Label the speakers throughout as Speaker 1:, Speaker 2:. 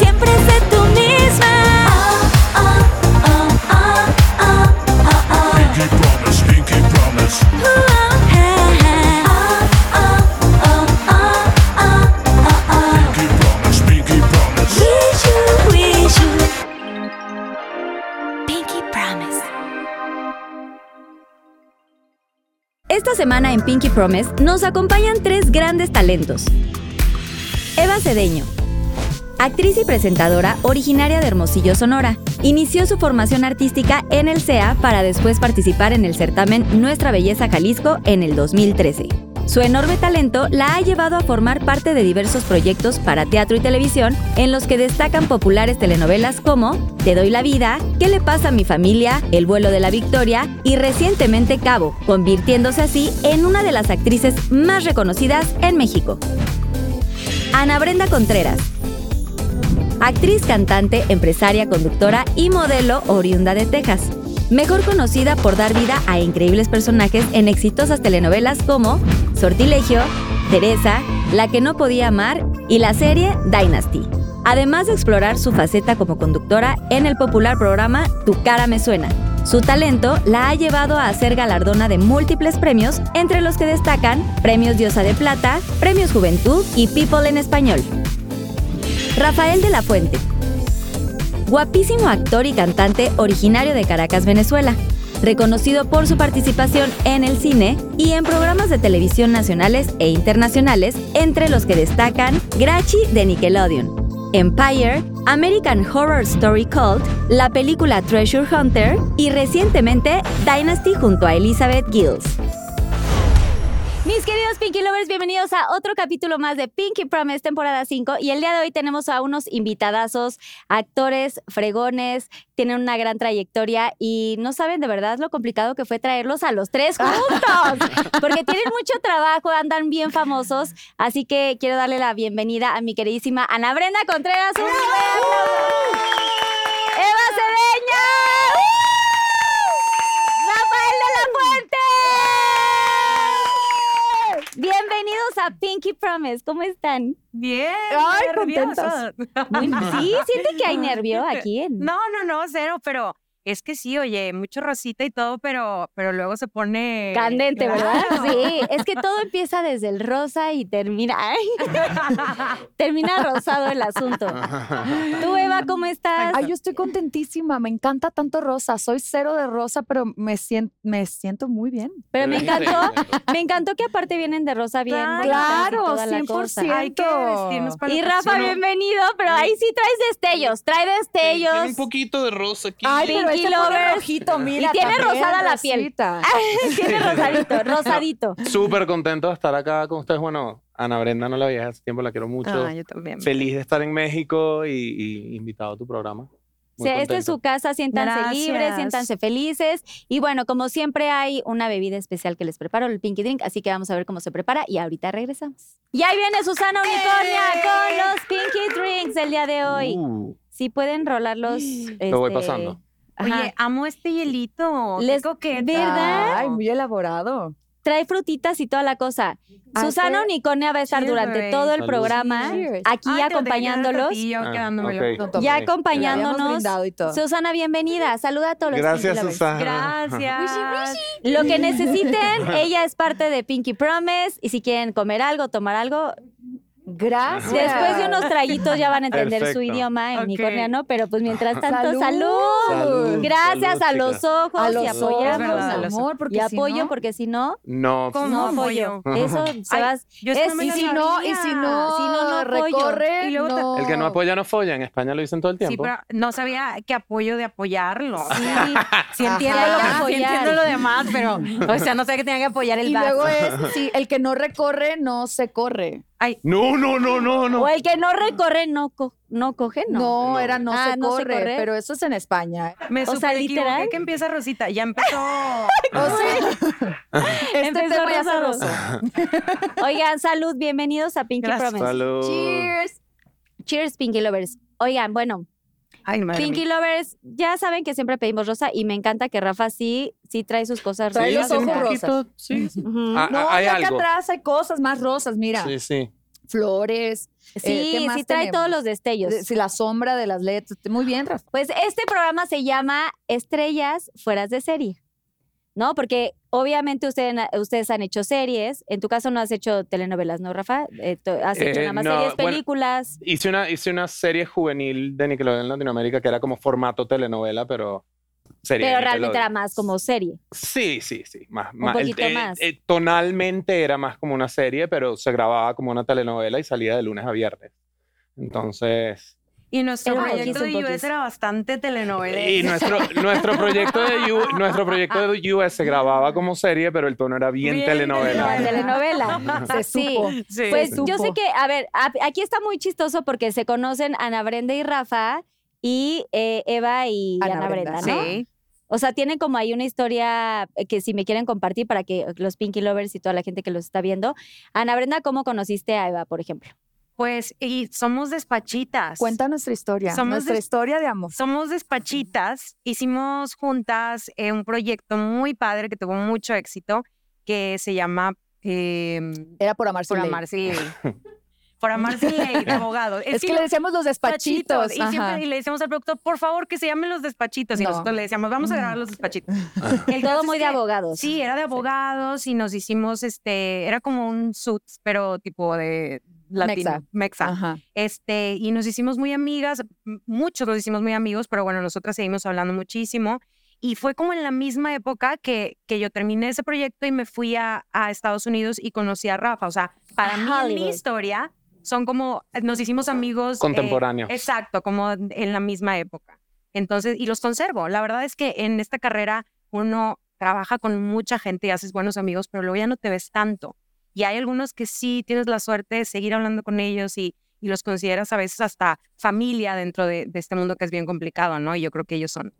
Speaker 1: siempre sé tú misma. Oh, oh, oh, oh, oh, oh, oh.
Speaker 2: Pinky promise, Pinky promise.
Speaker 1: Uh, oh, ah, ah. Oh, oh, oh, oh, oh, oh.
Speaker 2: Pinky promise, Pinky promise.
Speaker 1: Wish you, wish you. Pinky Promise.
Speaker 3: Esta semana en Pinky Promise nos acompañan tres grandes talentos. Eva Cedeño, actriz y presentadora originaria de Hermosillo, Sonora, inició su formación artística en el CEA para después participar en el certamen Nuestra Belleza Jalisco en el 2013. Su enorme talento la ha llevado a formar parte de diversos proyectos para teatro y televisión, en los que destacan populares telenovelas como Te doy la vida, ¿Qué le pasa a mi familia?, El vuelo de la victoria y recientemente Cabo, convirtiéndose así en una de las actrices más reconocidas en México. Ana Brenda Contreras. Actriz, cantante, empresaria, conductora y modelo oriunda de Texas. Mejor conocida por dar vida a increíbles personajes en exitosas telenovelas como Sortilegio, Teresa, La que no podía amar y la serie Dynasty. Además de explorar su faceta como conductora en el popular programa Tu cara me suena. Su talento la ha llevado a ser galardona de múltiples premios, entre los que destacan Premios Diosa de Plata, Premios Juventud y People en Español. Rafael de la Fuente. Guapísimo actor y cantante originario de Caracas, Venezuela. Reconocido por su participación en el cine y en programas de televisión nacionales e internacionales, entre los que destacan Grachi de Nickelodeon, Empire, American Horror Story Cult, la película Treasure Hunter y recientemente Dynasty junto a Elizabeth Gills. Mis queridos Pinky Lovers, bienvenidos a otro capítulo más de Pinky Promise, temporada 5. Y el día de hoy tenemos a unos invitadazos, actores, fregones, tienen una gran trayectoria y no saben de verdad lo complicado que fue traerlos a los tres juntos, porque tienen mucho trabajo, andan bien famosos. Así que quiero darle la bienvenida a mi queridísima Ana Brenda Contreras. ¡Un fuerte aplauso! ¡Eva Cedeño! ¡Rafael de la Fuente! Bienvenidos a Pinky Promise. ¿Cómo están?
Speaker 4: Bien,
Speaker 3: Ay,
Speaker 4: nerviosos.
Speaker 3: Muy- sí, siente que hay nervio aquí. en-
Speaker 4: No, no, no, cero, pero es que sí, oye, mucho rosita y todo, pero, pero luego se pone...
Speaker 3: Candente, ¿verdad?
Speaker 4: Claro.
Speaker 3: Sí, es que todo empieza desde el rosa y termina, ay, termina rosado el asunto. Tú, Eva, ¿cómo estás?
Speaker 5: Ay, yo estoy contentísima, me encanta tanto rosa, soy cero de rosa, pero me, sien- me siento muy bien.
Speaker 3: Pero me encantó, me encantó que aparte vienen de rosa bien.
Speaker 4: Claro,
Speaker 3: bonitas y
Speaker 5: claro,
Speaker 3: toda la cosa.
Speaker 5: 100%.
Speaker 4: Hay que vestirnos para
Speaker 3: Y
Speaker 4: la
Speaker 3: Rafa,
Speaker 4: ocasión.
Speaker 3: bienvenido, pero ahí sí traes destellos, trae
Speaker 6: Tiene un
Speaker 3: destellos.
Speaker 6: poquito de rosa aquí.
Speaker 5: Ay,
Speaker 3: pero Pinky este pone lovers.
Speaker 5: rojito,
Speaker 3: mira, tiene también, rosada la piel. Ah, Tiene rosadito, rosadito.
Speaker 7: Súper contento de estar acá con ustedes. Bueno, Ana Brenda no la veía hace tiempo, la quiero mucho.
Speaker 4: Ah, yo también.
Speaker 7: Feliz de estar en México y, y invitado a tu programa.
Speaker 3: O
Speaker 7: Muy
Speaker 3: sea, esta es su
Speaker 7: contento.
Speaker 3: casa, siéntanse libres,
Speaker 4: Gracias.
Speaker 3: siéntanse felices. Y bueno, como siempre hay una bebida especial que les preparo, el Pinky Drink, así que vamos a ver cómo se prepara y ahorita regresamos. Y ahí viene Susana Unicornia
Speaker 4: ¡Eh!
Speaker 3: con los Pinky Drinks del día de hoy.
Speaker 7: Uh,
Speaker 3: Si pueden rolarlos.
Speaker 7: Lo voy
Speaker 3: este,
Speaker 7: pasando.
Speaker 3: ajá.
Speaker 4: Oye, amo este hielito.
Speaker 3: Les-
Speaker 4: Les... coqueta.
Speaker 3: ¿Verdad?
Speaker 5: Ay, muy elaborado.
Speaker 3: Trae frutitas y toda la cosa.
Speaker 5: Ah,
Speaker 3: Susana
Speaker 5: qué-
Speaker 3: Unicornia va a estar
Speaker 4: Cheers,
Speaker 3: durante
Speaker 4: bebé.
Speaker 3: todo el
Speaker 7: Salud.
Speaker 3: programa,
Speaker 5: Cheers.
Speaker 3: aquí
Speaker 4: Ay, te lo tenía en el
Speaker 3: acompañándolos.
Speaker 4: platillo,
Speaker 7: Ah,
Speaker 4: quedándomelo.
Speaker 7: ok.
Speaker 5: Tonto.
Speaker 3: Ya
Speaker 7: Ok.
Speaker 5: Ya
Speaker 3: acompañándonos.
Speaker 5: habíamos brindado y todo.
Speaker 3: Susana, bienvenida. Saluda a todos los
Speaker 7: Gracias,
Speaker 3: Pinky Lovers.
Speaker 7: Susana.
Speaker 4: Gracias.
Speaker 3: Lo que necesiten, ella es parte de Pinky Promise. Y si quieren comer algo, tomar
Speaker 7: Ah.
Speaker 3: algo,
Speaker 5: Gracias.
Speaker 3: después de unos traguitos ya van a entender su
Speaker 7: Perfecto.
Speaker 3: idioma en
Speaker 4: Ok.
Speaker 3: nicorniano, pero pues mientras tanto, salud. pues,
Speaker 5: Salud.
Speaker 7: Salud,
Speaker 3: Gracias
Speaker 7: salud,
Speaker 3: a los
Speaker 7: chicas.
Speaker 3: ojos
Speaker 5: a
Speaker 3: y
Speaker 5: los ojos,
Speaker 4: Es
Speaker 3: apoyamos.
Speaker 4: verdad, a
Speaker 5: amor,
Speaker 4: los
Speaker 5: porque
Speaker 3: y
Speaker 5: si
Speaker 3: apoyo,
Speaker 5: no-
Speaker 3: porque si no,
Speaker 7: No,
Speaker 4: ¿Cómo?
Speaker 3: no
Speaker 4: No
Speaker 3: apoyo.
Speaker 7: apoyo.
Speaker 3: Eso se
Speaker 4: Ay,
Speaker 3: va.
Speaker 4: Yo esta
Speaker 3: es-
Speaker 4: no me
Speaker 5: Y
Speaker 4: la
Speaker 5: si no, y si no,
Speaker 3: Si no, no apoyo.
Speaker 5: recorre,
Speaker 4: Y luego ta-
Speaker 5: no.
Speaker 7: el que no apoya no folla. En España lo dicen todo el
Speaker 4: Sí,
Speaker 7: tiempo. Ah,
Speaker 4: pero no sabía que apoyo de apoyarlo. o sea,
Speaker 3: Sí.
Speaker 4: Sí entiendo, lo,
Speaker 3: Ajá.
Speaker 4: sí entiendo lo demás, pero, o sea, no sé que tenía que apoyar el
Speaker 5: Y
Speaker 4: vaso.
Speaker 5: luego es, sí, el que no recorre, no se corre.
Speaker 4: Ay.
Speaker 7: No, no, no, no, no.
Speaker 3: O el que no recorre, no, co- no coge, no.
Speaker 5: No,
Speaker 7: no.
Speaker 5: era no,
Speaker 3: Ah,
Speaker 5: se,
Speaker 3: no se
Speaker 5: corre,
Speaker 3: corre.
Speaker 5: pero eso es en España. ¿eh?
Speaker 4: Me
Speaker 3: sea,
Speaker 4: super
Speaker 3: literal.
Speaker 4: que empieza Rosita. Ya empezó.
Speaker 5: O sea, este
Speaker 3: Empezó
Speaker 5: tema ya se
Speaker 3: rosado.
Speaker 5: rozó.
Speaker 3: Oigan, salud, bienvenidos a Pinky
Speaker 4: Gracias.
Speaker 3: Promise.
Speaker 7: Salud.
Speaker 3: pues, Cheers. Cheers, Pinky Lovers. Oigan, bueno,
Speaker 4: Ay, madre mía.
Speaker 3: Pinky Lovers, ya saben que siempre pedimos rosa y me encanta que Rafa sí, sí trae sus cosas
Speaker 5: Trae
Speaker 7: Sí,
Speaker 5: los
Speaker 3: rosas.
Speaker 7: sí, un
Speaker 5: ojos
Speaker 7: poquito,
Speaker 5: rosas.
Speaker 7: Sí, sí.
Speaker 3: Ujú.
Speaker 7: Ah,
Speaker 5: No,
Speaker 7: ah, hay
Speaker 5: acá
Speaker 7: algo.
Speaker 5: atrás hay cosas más rosas, mira.
Speaker 7: Sí, sí.
Speaker 5: Flores, Eh,
Speaker 3: sí,
Speaker 5: ¿qué más
Speaker 3: sí trae
Speaker 5: tenemos?
Speaker 3: todos los destellos.
Speaker 5: de- sí, la sombra de las letras. Muy bien, Rafa.
Speaker 3: Pues este programa se llama Estrellas Fueras de Serie, ¿no? Porque obviamente ustedes, ustedes han hecho series. En tu caso no has hecho telenovelas, ¿no, Rafa? Eh, to- has hecho
Speaker 7: Eh,
Speaker 3: nada más
Speaker 7: no,
Speaker 3: series,
Speaker 7: bueno.
Speaker 3: películas.
Speaker 7: Hice una, hice una serie juvenil de Nickelodeon en Latinoamérica que era como formato telenovela, pero serie. de
Speaker 3: pero realmente
Speaker 7: Nickelodeon.
Speaker 3: era más como serie.
Speaker 7: Sí, sí, sí. Más,
Speaker 3: Un
Speaker 7: más. El-
Speaker 3: poquito
Speaker 7: eh,
Speaker 3: más.
Speaker 7: eh, tonalmente era más como una serie, pero se grababa como una telenovela y salía de lunes a viernes. Entonces.
Speaker 4: Y nuestro
Speaker 3: Era un
Speaker 4: proyecto
Speaker 3: poquito, un
Speaker 4: de US
Speaker 3: poquito.
Speaker 4: era bastante telenovela.
Speaker 7: Y nuestro, nuestro, proyecto de U- nuestro proyecto de US se grababa como serie, pero el tono era bien,
Speaker 4: Bien
Speaker 3: Era
Speaker 7: telenovela.
Speaker 4: telenovela.
Speaker 3: telenovela.
Speaker 5: Se
Speaker 3: Sí.
Speaker 5: supo.
Speaker 4: Ah, Sí.
Speaker 3: Pues
Speaker 5: Se
Speaker 3: yo sé
Speaker 5: supo.
Speaker 3: que, a ver, a- aquí está muy chistoso porque se conocen Ana Brenda y Rafa y eh, Eva y Ana,
Speaker 5: Ana
Speaker 3: Brenda,
Speaker 5: Brenda,
Speaker 3: ¿no?
Speaker 4: Sí.
Speaker 3: O sea, tienen como ahí una historia eh, que si me quieren compartir para que los Pinky Lovers y toda la gente que los está viendo. Ana Brenda, ¿cómo conociste a Eva, por ejemplo?
Speaker 4: Pues, y somos despachitas.
Speaker 5: Cuenta nuestra historia,
Speaker 4: Somos
Speaker 5: nuestra
Speaker 4: de-
Speaker 5: historia de amor.
Speaker 4: Somos despachitas, hicimos juntas eh, un proyecto muy padre que tuvo mucho éxito, que se llama em,
Speaker 5: Era por amar
Speaker 4: Por
Speaker 5: sin ley.
Speaker 4: Amar Sin Ley. Por Amar Sin Ley, de abogado.
Speaker 5: Es que le decíamos los despachitos.
Speaker 4: Y, siempre-
Speaker 5: ajá.
Speaker 4: y le decíamos al productor, por favor, que se llamen los despachitos. Y
Speaker 5: No.
Speaker 4: nosotros le decíamos, vamos a grabar los despachitos. El caso
Speaker 3: Todo
Speaker 4: es
Speaker 3: muy de
Speaker 4: que-
Speaker 3: abogados.
Speaker 4: Sí, era de abogados y nos hicimos, este, era como un suits, pero tipo de latino.
Speaker 5: Mexa. Ah.
Speaker 4: mexa.
Speaker 5: Ajá.
Speaker 4: Este, y nos hicimos muy amigas, m- muchos nos hicimos muy amigos, pero bueno, nosotras seguimos hablando muchísimo. Y fue como en la misma época que, que yo terminé ese proyecto y me fui a, a Estados Unidos y conocí a Rafa. O sea, para
Speaker 3: A
Speaker 4: mí, en
Speaker 3: Hollywood.
Speaker 4: mi historia, son como, nos hicimos amigos. eh,
Speaker 7: Contemporáneos.
Speaker 4: exacto, como en la misma época. Entonces, y los conservo. La verdad es que en esta carrera uno trabaja con mucha gente y haces buenos amigos, pero luego ya no te ves tanto. Y hay algunos que sí tienes la suerte de seguir hablando con ellos y, y los consideras a veces hasta familia dentro de, de este mundo que es bien complicado, ¿no? Y yo creo que ellos son.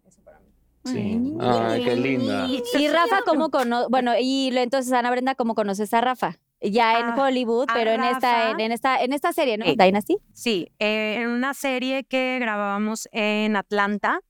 Speaker 7: Sí. Ay, qué linda.
Speaker 3: Y Rafa, ¿cómo conoces? Bueno, y lo- entonces Ana Brenda, ¿cómo conoces a Rafa? Ya en
Speaker 4: A-
Speaker 3: Hollywood,
Speaker 4: a
Speaker 3: pero en esta,
Speaker 4: Rafa.
Speaker 3: en, en esta, en esta serie, ¿no?
Speaker 4: Sí.
Speaker 3: Dynasty.
Speaker 4: Sí, eh, en una serie que grabábamos en Atlanta.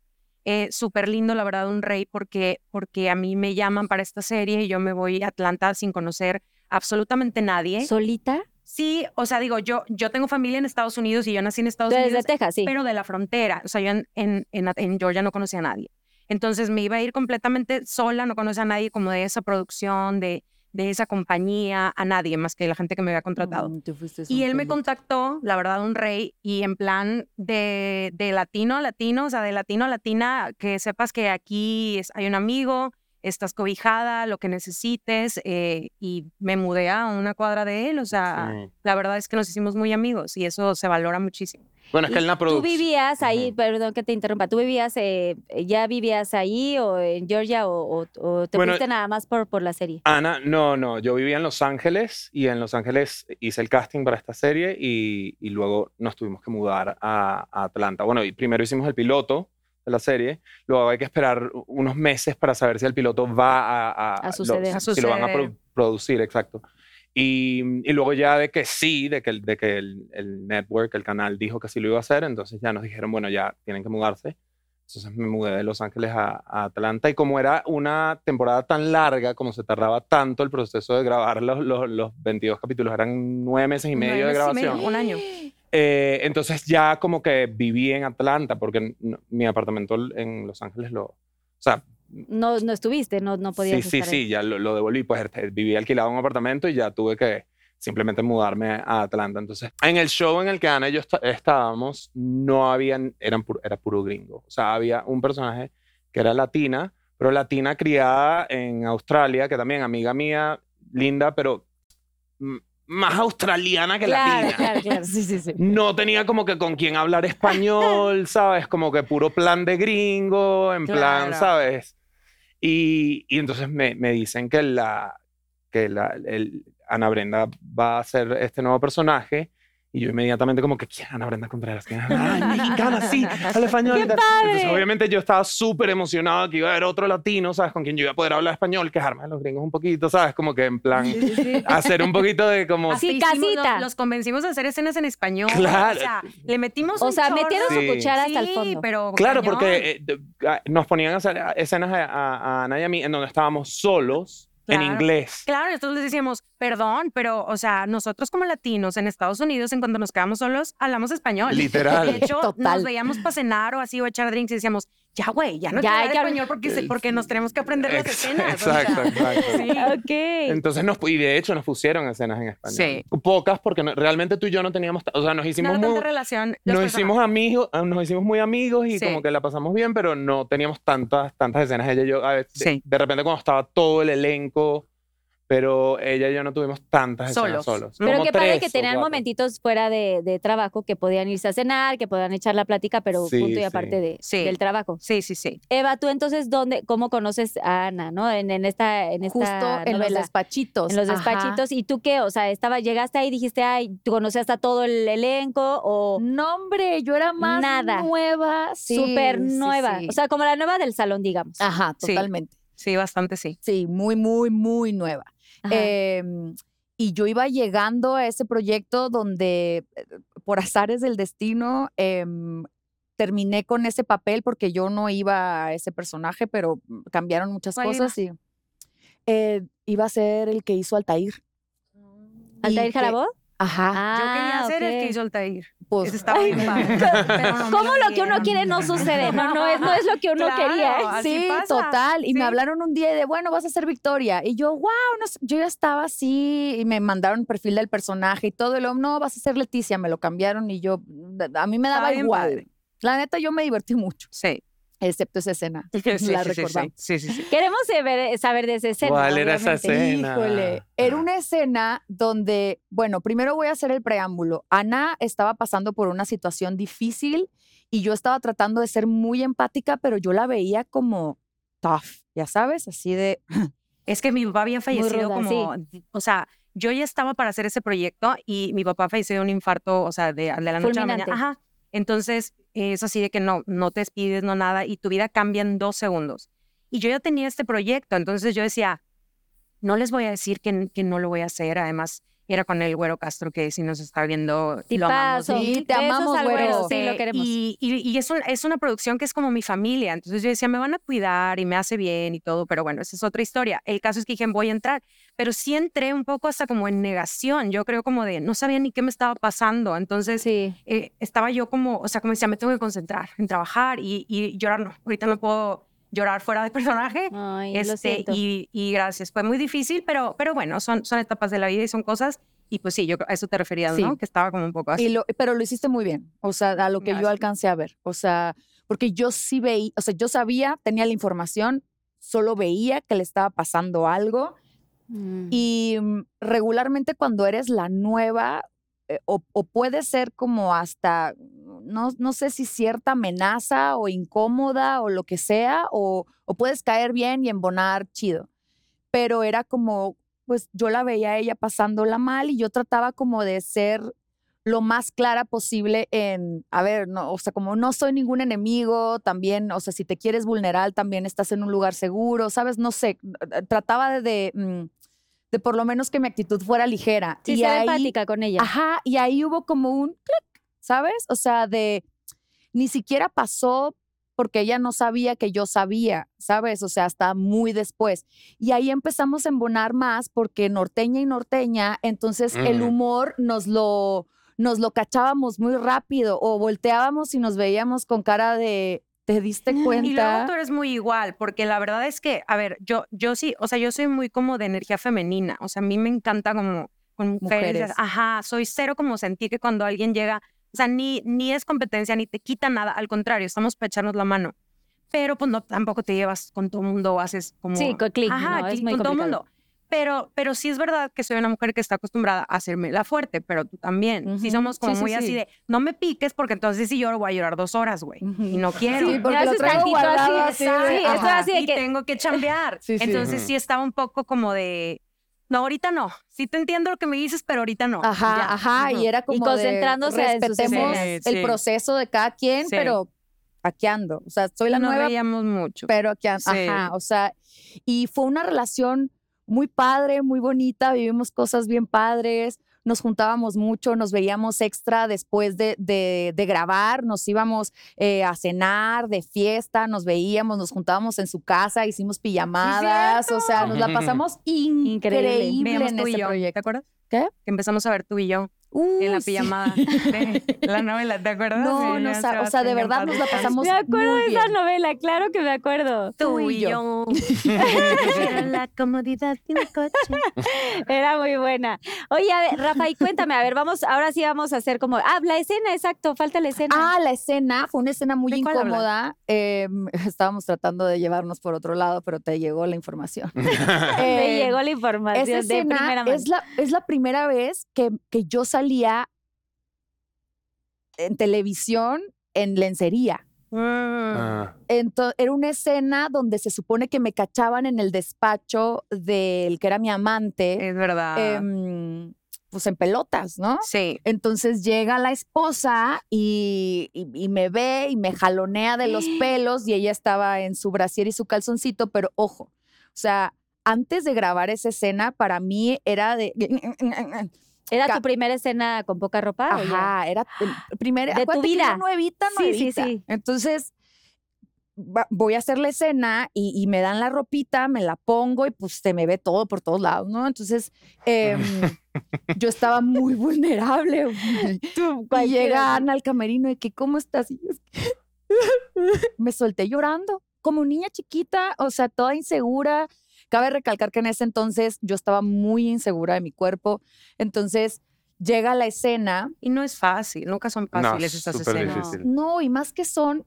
Speaker 4: Eh, Súper lindo, la verdad, un rey, porque, porque a mí me llaman para esta serie y yo me voy a Atlanta sin conocer absolutamente nadie.
Speaker 3: ¿Solita?
Speaker 4: Sí, o sea, digo, yo, yo tengo familia en Estados Unidos y yo nací en Estados
Speaker 3: Desde
Speaker 4: Unidos.
Speaker 3: Texas, sí.
Speaker 4: pero de la frontera. O sea, yo en, en, en, en Georgia no conocía a nadie. Entonces me iba a ir completamente sola, no conocía a nadie como de esa producción, de, de esa compañía, a nadie más que la gente que me había contratado.
Speaker 7: Mm,
Speaker 4: Y él me contactó, la verdad, un rey, y en plan de, de latino a latino, o sea, de latino a latina, que sepas que aquí es- hay un amigo, estás cobijada, lo que necesites, eh, y me mudé a una cuadra de él, o sea,
Speaker 7: Sí.
Speaker 4: la verdad es que nos hicimos muy amigos y eso se valora muchísimo.
Speaker 7: Bueno, es que
Speaker 3: ¿Y
Speaker 7: en la
Speaker 3: ¿Tú
Speaker 7: producción.
Speaker 3: vivías ahí,
Speaker 7: Ujú.
Speaker 3: perdón que te interrumpa, tú vivías, eh, ya vivías ahí o en Georgia o, o- o te
Speaker 7: Bueno,
Speaker 3: fuiste nada más por, por la serie?
Speaker 7: Ana, no, no, yo vivía en Los Ángeles y en Los Ángeles hice el casting para esta serie y, y luego nos tuvimos que mudar a, a Atlanta. Bueno, y primero hicimos el piloto de la serie, luego hay que esperar unos meses para saber si el piloto va a,
Speaker 3: A suceder.
Speaker 7: lo-
Speaker 4: A
Speaker 7: si lo van a
Speaker 4: suceder.
Speaker 7: pro- producir, exacto. Y, y luego ya de que sí, de que, el- de que el, el network, el canal dijo que sí lo iba a hacer, entonces ya nos dijeron, bueno, ya tienen que mudarse. Entonces me mudé de Los Ángeles a, a Atlanta y como era una temporada tan larga, como se tardaba tanto el proceso de grabar los, los, los 22 capítulos, eran nueve meses y medio
Speaker 4: Nueve
Speaker 7: de
Speaker 4: meses y medio,
Speaker 7: grabación,
Speaker 4: un año.
Speaker 7: eh, entonces ya como que viví en Atlanta porque no- mi apartamento en Los Ángeles lo... O sea,
Speaker 3: No, no estuviste, no, no
Speaker 7: sí,
Speaker 3: podías
Speaker 7: sí,
Speaker 3: estar ahí.
Speaker 7: sí, ya lo, lo devolví, pues este, viví alquilado en un apartamento y ya tuve que simplemente mudarme a Atlanta. Entonces, en el show en el que Ana y yo esta- estábamos, no habían, eran pu- era puro gringo. O sea, había un personaje que era latina, pero latina criada en Australia, que también amiga mía, linda, pero mm, más australiana que
Speaker 3: Claro,
Speaker 7: latina.
Speaker 3: claro, claro.
Speaker 5: Sí, sí, sí.
Speaker 7: No tenía como que con quién hablar español, ¿sabes? Como que puro plan de gringo, en plan,
Speaker 4: Claro.
Speaker 7: ¿sabes? Y, y entonces me, me dicen que, la, que la, el, Ana Brenda va a ser este nuevo personaje. Y yo inmediatamente como que, ¿quién es Ana Brenda Contreras? ¿Quién es Ana? ¡Ay, mexicana, sí! ¡Habla español!
Speaker 4: ¡Qué padre!
Speaker 7: Entonces, obviamente yo estaba súper emocionado que iba a haber otro latino, ¿sabes? Con quien yo iba a poder hablar español, quejarme de los gringos un poquito, ¿sabes? Como que en plan, hacer un poquito de como...
Speaker 4: Hasta
Speaker 8: Sí,
Speaker 4: hicimos-
Speaker 8: casita.
Speaker 4: Los, los convencimos de hacer escenas en español.
Speaker 7: Claro.
Speaker 4: O sea, le metimos
Speaker 8: O
Speaker 4: un
Speaker 8: sea,
Speaker 4: chorro.
Speaker 8: metieron
Speaker 7: Sí.
Speaker 8: su cuchara hasta el
Speaker 4: Sí,
Speaker 8: fondo.
Speaker 4: pero
Speaker 7: Claro,
Speaker 4: cañón.
Speaker 7: porque eh, de- a- nos ponían a hacer escenas a, a- a Ana y a mí en donde estábamos solos en
Speaker 4: Claro.
Speaker 7: inglés.
Speaker 4: Claro, nosotros les decíamos, perdón, pero, o sea, nosotros como latinos en Estados Unidos, en cuanto nos quedamos solos, hablamos español.
Speaker 7: Literal.
Speaker 4: De hecho,
Speaker 8: Total.
Speaker 4: nos veíamos para cenar o así, o echar drinks y decíamos, ya, güey, ya no
Speaker 8: Ya
Speaker 4: ya
Speaker 8: hay
Speaker 4: hay que
Speaker 8: que
Speaker 4: hablar español porque, se- porque nos tenemos que aprender las
Speaker 7: Ex-
Speaker 4: escenas. o sea.
Speaker 7: Exacto, exacto.
Speaker 4: Sí.
Speaker 8: Ok.
Speaker 7: Entonces, nos, y de hecho nos pusieron escenas en español.
Speaker 4: Sí.
Speaker 7: Pocas porque no- realmente tú y yo no teníamos, ta- o sea, nos
Speaker 4: No
Speaker 7: hicimos
Speaker 4: era
Speaker 7: muy,
Speaker 4: tanta relación. los
Speaker 7: nos
Speaker 4: personajes.
Speaker 7: hicimos amigos, ah, nos hicimos muy amigos y
Speaker 4: Sí.
Speaker 7: como que la pasamos bien, pero no teníamos tantas, tantas escenas ella y yo. A veces,
Speaker 4: Sí.
Speaker 7: de repente cuando estaba todo el elenco, pero ella y yo no tuvimos tantas
Speaker 4: Solos.
Speaker 7: escenas solos.
Speaker 8: Pero
Speaker 7: Como
Speaker 8: qué padre
Speaker 7: tres
Speaker 8: que
Speaker 7: o
Speaker 8: tenían
Speaker 7: cuatro.
Speaker 8: momentitos fuera de, de trabajo que podían irse a cenar, que podían echar la plática, pero
Speaker 7: Sí,
Speaker 8: punto y
Speaker 7: sí.
Speaker 8: aparte de,
Speaker 4: Sí.
Speaker 8: del trabajo.
Speaker 4: Sí, sí, sí.
Speaker 8: Eva, tú entonces, dónde, ¿cómo conoces a Ana, no? En, en esta, en esta
Speaker 5: Justo en los
Speaker 8: novela.
Speaker 5: despachitos.
Speaker 8: En los
Speaker 5: Ajá.
Speaker 8: despachitos. ¿Y tú qué? O sea, estaba, llegaste ahí y dijiste, ay, ¿tú conocías a todo el elenco? O
Speaker 5: No, hombre, yo era más
Speaker 8: Nada.
Speaker 5: nueva. sí,
Speaker 8: súper
Speaker 5: sí,
Speaker 8: nueva.
Speaker 5: sí. Ah,
Speaker 8: O sea, como la nueva del salón, digamos.
Speaker 5: Ajá,
Speaker 4: Sí.
Speaker 5: totalmente.
Speaker 4: Sí, bastante sí.
Speaker 5: Sí, muy, muy, muy nueva.
Speaker 8: Ajá.
Speaker 5: Em, y yo iba llegando a ese proyecto donde, eh, por azares del destino, em, terminé con ese papel porque yo no iba a ese personaje, pero mm, cambiaron muchas
Speaker 4: ¿Cuál
Speaker 5: cosas y eh, iba a ser el que hizo Altair.
Speaker 4: Mm.
Speaker 8: ¿Altair
Speaker 5: y que-
Speaker 8: Jarabó?
Speaker 5: Ajá.
Speaker 4: Yo quería
Speaker 8: Ah,
Speaker 4: hacer el
Speaker 8: ok.
Speaker 4: que hizo Altair.
Speaker 5: pues,
Speaker 4: Ese estaba bien padre, pero no me
Speaker 8: ¿Cómo lo que uno
Speaker 4: dieron.
Speaker 8: quiere no sucede? No, no es, no es lo que uno
Speaker 4: Claro,
Speaker 8: quería. ¿eh?
Speaker 4: así
Speaker 5: Sí,
Speaker 4: pasa,
Speaker 5: total. Y me
Speaker 4: sí.
Speaker 5: hablaron un día de, bueno, vas a ser Victoria. Y yo, wow, no sé". yo ya estaba así. Y me mandaron el perfil del personaje y todo. Y luego, no, vas a ser Leticia. Me lo cambiaron y yo, mm, a mí me
Speaker 4: Estaba
Speaker 5: daba
Speaker 4: bien
Speaker 5: igual.
Speaker 4: padre.
Speaker 5: La neta, yo me divertí mucho,
Speaker 4: Sí.
Speaker 5: excepto esa escena.
Speaker 4: Sí, sí,
Speaker 5: la
Speaker 4: sí, sí,
Speaker 5: recordamos.
Speaker 4: sí, sí, sí.
Speaker 8: Queremos saber, saber de ese escena.
Speaker 7: ¿Cuál era esa
Speaker 8: obviamente.
Speaker 7: escena?
Speaker 5: Híjole, era una escena donde, bueno, primero voy a hacer el preámbulo. Ana estaba pasando por una situación difícil y yo estaba tratando de ser muy empática, pero yo la veía como tough, ya sabes, así de
Speaker 4: Es que mi papá había fallecido
Speaker 8: ruda,
Speaker 4: como, o sea, yo ya estaba para hacer ese proyecto y mi papá falleció de un infarto, o sea, de, de la noche a la
Speaker 8: Fulminante.
Speaker 4: mañana. Ajá. Entonces, eh, es así de que no, no te despides, no nada, y tu vida cambia en dos segundos. Y yo ya tenía este proyecto, entonces yo decía, no les voy a decir que, que no lo voy a hacer, además era con el Güero Castro, que si nos está viendo, lo amamos.
Speaker 8: Tipazo.
Speaker 5: Sí, te
Speaker 8: Besos
Speaker 5: amamos,
Speaker 8: al
Speaker 5: güero.
Speaker 8: güero. Sí, lo
Speaker 4: Este,
Speaker 8: queremos.
Speaker 4: Y, y- y es, un- es una producción que es como mi familia. Entonces yo decía, me van a cuidar y me hace bien y todo, pero bueno, esa es otra historia. El caso es que dije, voy a entrar, pero sí entré un poco hasta como en negación. Yo creo como de, no sabía ni qué me estaba pasando. Entonces
Speaker 8: Sí.
Speaker 4: eh, estaba yo como, o sea, como decía, me tengo que concentrar en trabajar y, y llorar no. Ahorita no puedo llorar fuera de personaje.
Speaker 8: Ay, lo
Speaker 4: Este,
Speaker 8: siento.
Speaker 4: y, y gracias. Fue muy difícil, pero, pero bueno, son, son etapas de la vida y son cosas. Y pues sí, yo creo- a eso te referías,
Speaker 5: Sí.
Speaker 4: ¿no? Que estaba como un poco así.
Speaker 5: Y lo- pero lo hiciste muy bien, o sea, a lo que yo
Speaker 4: Gracias.
Speaker 5: alcancé a ver, o sea, porque yo sí veía, o sea, yo sabía, tenía la información, solo veía que le estaba pasando algo
Speaker 8: Mm.
Speaker 5: y mm, regularmente cuando eres la nueva eh, o, o puede ser como hasta, no, no sé si cierta amenaza o incómoda o lo que sea, o, o puedes caer bien y embonar chido. Pero era como, pues yo la veía a ella pasándola mal y yo trataba como de ser lo más clara posible en, a ver, no, o sea, como no soy ningún enemigo, también, o sea, si te quieres vulnerar, también estás en un lugar seguro, ¿sabes? No sé, eh, trataba de, de, mm, de por lo menos que mi actitud fuera ligera.
Speaker 8: Sí,
Speaker 5: y
Speaker 8: ser
Speaker 5: ahí-
Speaker 8: empática con ella.
Speaker 5: Ajá, y ahí hubo como un clic, ¿sabes? O sea, de ni siquiera pasó porque ella no sabía que yo sabía, ¿sabes? O sea, hasta muy después. Y ahí empezamos a embonar más porque norteña y norteña, entonces el
Speaker 7: Ujú.
Speaker 5: humor nos lo nos lo cachábamos muy rápido o volteábamos y nos veíamos con cara de ¿te diste cuenta?
Speaker 4: Y luego tú eres muy igual, porque la verdad es que, a ver, yo, yo sí, o sea, yo soy muy como de energía femenina, o sea, a mí me encanta como con mujeres.
Speaker 5: Mujeres.
Speaker 4: Ajá, soy cero como sentir que cuando alguien llega, o sea, ni, ni es competencia, ni te quita nada, al contrario, estamos para echarnos la mano. Pero pues no, tampoco te llevas con todo el mundo o haces como...
Speaker 8: Sí, con clic,
Speaker 4: Ajá,
Speaker 8: no, es
Speaker 4: clic
Speaker 8: muy
Speaker 4: con todo el
Speaker 8: complicado.
Speaker 4: mundo. Pero, pero sí es verdad que soy una mujer que está acostumbrada a hacerme la fuerte, pero tú también. Sí
Speaker 5: Ujú.
Speaker 4: somos como
Speaker 5: Sí, sí,
Speaker 4: muy así
Speaker 5: sí.
Speaker 4: de, no me piques porque entonces si lloro voy a llorar dos horas, güey.
Speaker 5: Ujú.
Speaker 4: Y no quiero.
Speaker 5: Sí,
Speaker 8: Me
Speaker 5: porque lo
Speaker 8: haces
Speaker 5: traigo
Speaker 8: tantito así,
Speaker 5: guardado
Speaker 8: de-
Speaker 4: Ah,
Speaker 5: así de-
Speaker 8: sí, estoy
Speaker 5: ajá.
Speaker 8: así de
Speaker 4: y
Speaker 8: que-
Speaker 4: tengo que chambear.
Speaker 5: Sí, sí.
Speaker 4: Entonces
Speaker 7: Ujú.
Speaker 4: sí estaba un poco como de, No, ahorita no. Sí te entiendo lo que me dices, pero ahorita no.
Speaker 5: Ajá,
Speaker 4: Ya.
Speaker 5: ajá,
Speaker 4: Ujú.
Speaker 5: y era como de,
Speaker 8: concentrándose en sus
Speaker 5: respetemos
Speaker 4: escenas. Sí,
Speaker 5: el
Speaker 4: sí.
Speaker 5: proceso de cada quien,
Speaker 4: Sí.
Speaker 5: pero aquí ando. O sea, soy la
Speaker 4: Nos
Speaker 5: nueva,
Speaker 4: reíamos mucho.
Speaker 5: pero aquí ando.
Speaker 4: Sí.
Speaker 5: Ajá, o sea, y fue una relación muy padre, muy bonita, vivimos cosas bien padres, nos juntábamos mucho, nos veíamos extra después de, de- de grabar, nos íbamos eh, a cenar, de fiesta, nos veíamos, nos juntábamos en su casa, hicimos pijamadas, o sea, nos la pasamos increíble,
Speaker 8: Increíble.
Speaker 4: Veíamos
Speaker 5: en
Speaker 4: tú y
Speaker 5: ese
Speaker 4: yo, ¿Te
Speaker 5: proyecto.
Speaker 4: acuerdas?
Speaker 5: ¿Qué?
Speaker 4: Que empezamos a ver tú y yo en la
Speaker 5: Uy, sí.
Speaker 4: pijamada de la novela, ¿te acuerdas?
Speaker 5: No,
Speaker 4: Sí,
Speaker 5: no,
Speaker 4: ya
Speaker 5: sa- o sea, de
Speaker 4: Sebastián,
Speaker 5: verdad
Speaker 4: en
Speaker 5: nos
Speaker 4: paz
Speaker 5: la
Speaker 4: descanse.
Speaker 5: pasamos
Speaker 8: Me acuerdo
Speaker 5: muy
Speaker 8: de esa
Speaker 5: bien.
Speaker 8: novela, claro que me acuerdo.
Speaker 4: Tú y yo. Era la comodidad de un coche.
Speaker 8: Era muy buena. Oye, a ver, Rafa, y cuéntame, a ver, vamos, ahora sí vamos a hacer como, ah, la escena, exacto, falta la escena.
Speaker 5: Ah, la escena fue una escena muy
Speaker 4: ¿De cuál hablas?
Speaker 5: incómoda. Eh, estábamos tratando de llevarnos por otro lado, pero te llegó la información.
Speaker 8: Me
Speaker 5: Eh,
Speaker 8: llegó la información
Speaker 5: Esa
Speaker 8: de primera
Speaker 5: escena
Speaker 8: mano.
Speaker 5: es la, es la primera vez que, que yo salía en televisión en lencería.
Speaker 7: Ah,
Speaker 5: Ento- era una escena donde se supone que me cachaban en el despacho del que era mi amante,
Speaker 4: Es
Speaker 8: Ah.
Speaker 4: verdad.
Speaker 5: em, pues en pelotas, ¿no?
Speaker 4: sí.
Speaker 5: Entonces llega la esposa y, y- y me ve y me jalonea de los pelos y ella estaba en su brasier y su calzoncito, pero ojo, o sea, antes de grabar esa escena para mí era de...
Speaker 8: ¿Era
Speaker 5: ca-
Speaker 8: tu primera escena con poca ropa? o ya?
Speaker 5: Ajá, era el primer...
Speaker 8: De tu
Speaker 5: acuérdate que
Speaker 8: vida.
Speaker 5: era Nuevita,
Speaker 8: Sí, sí,
Speaker 5: nuevita.
Speaker 8: sí.
Speaker 5: Entonces va- voy a hacer la escena y, y me dan la ropita, me la pongo y pues se me ve todo por todos lados, ¿no? Entonces... em, Yo estaba muy vulnerable. güey. Y
Speaker 8: cualquiera,
Speaker 5: llega
Speaker 8: ¿no?
Speaker 5: Ana al camerino y que, ¿cómo estás? Y yo, es que me solté llorando, como niña chiquita, o sea, toda insegura. Cabe recalcar que en ese entonces yo estaba muy insegura de mi cuerpo. Entonces llega la escena,
Speaker 4: Y no es fácil, nunca son
Speaker 7: no,
Speaker 4: fáciles esas
Speaker 7: súper
Speaker 4: escenas.
Speaker 7: difícil.
Speaker 5: no, y más que son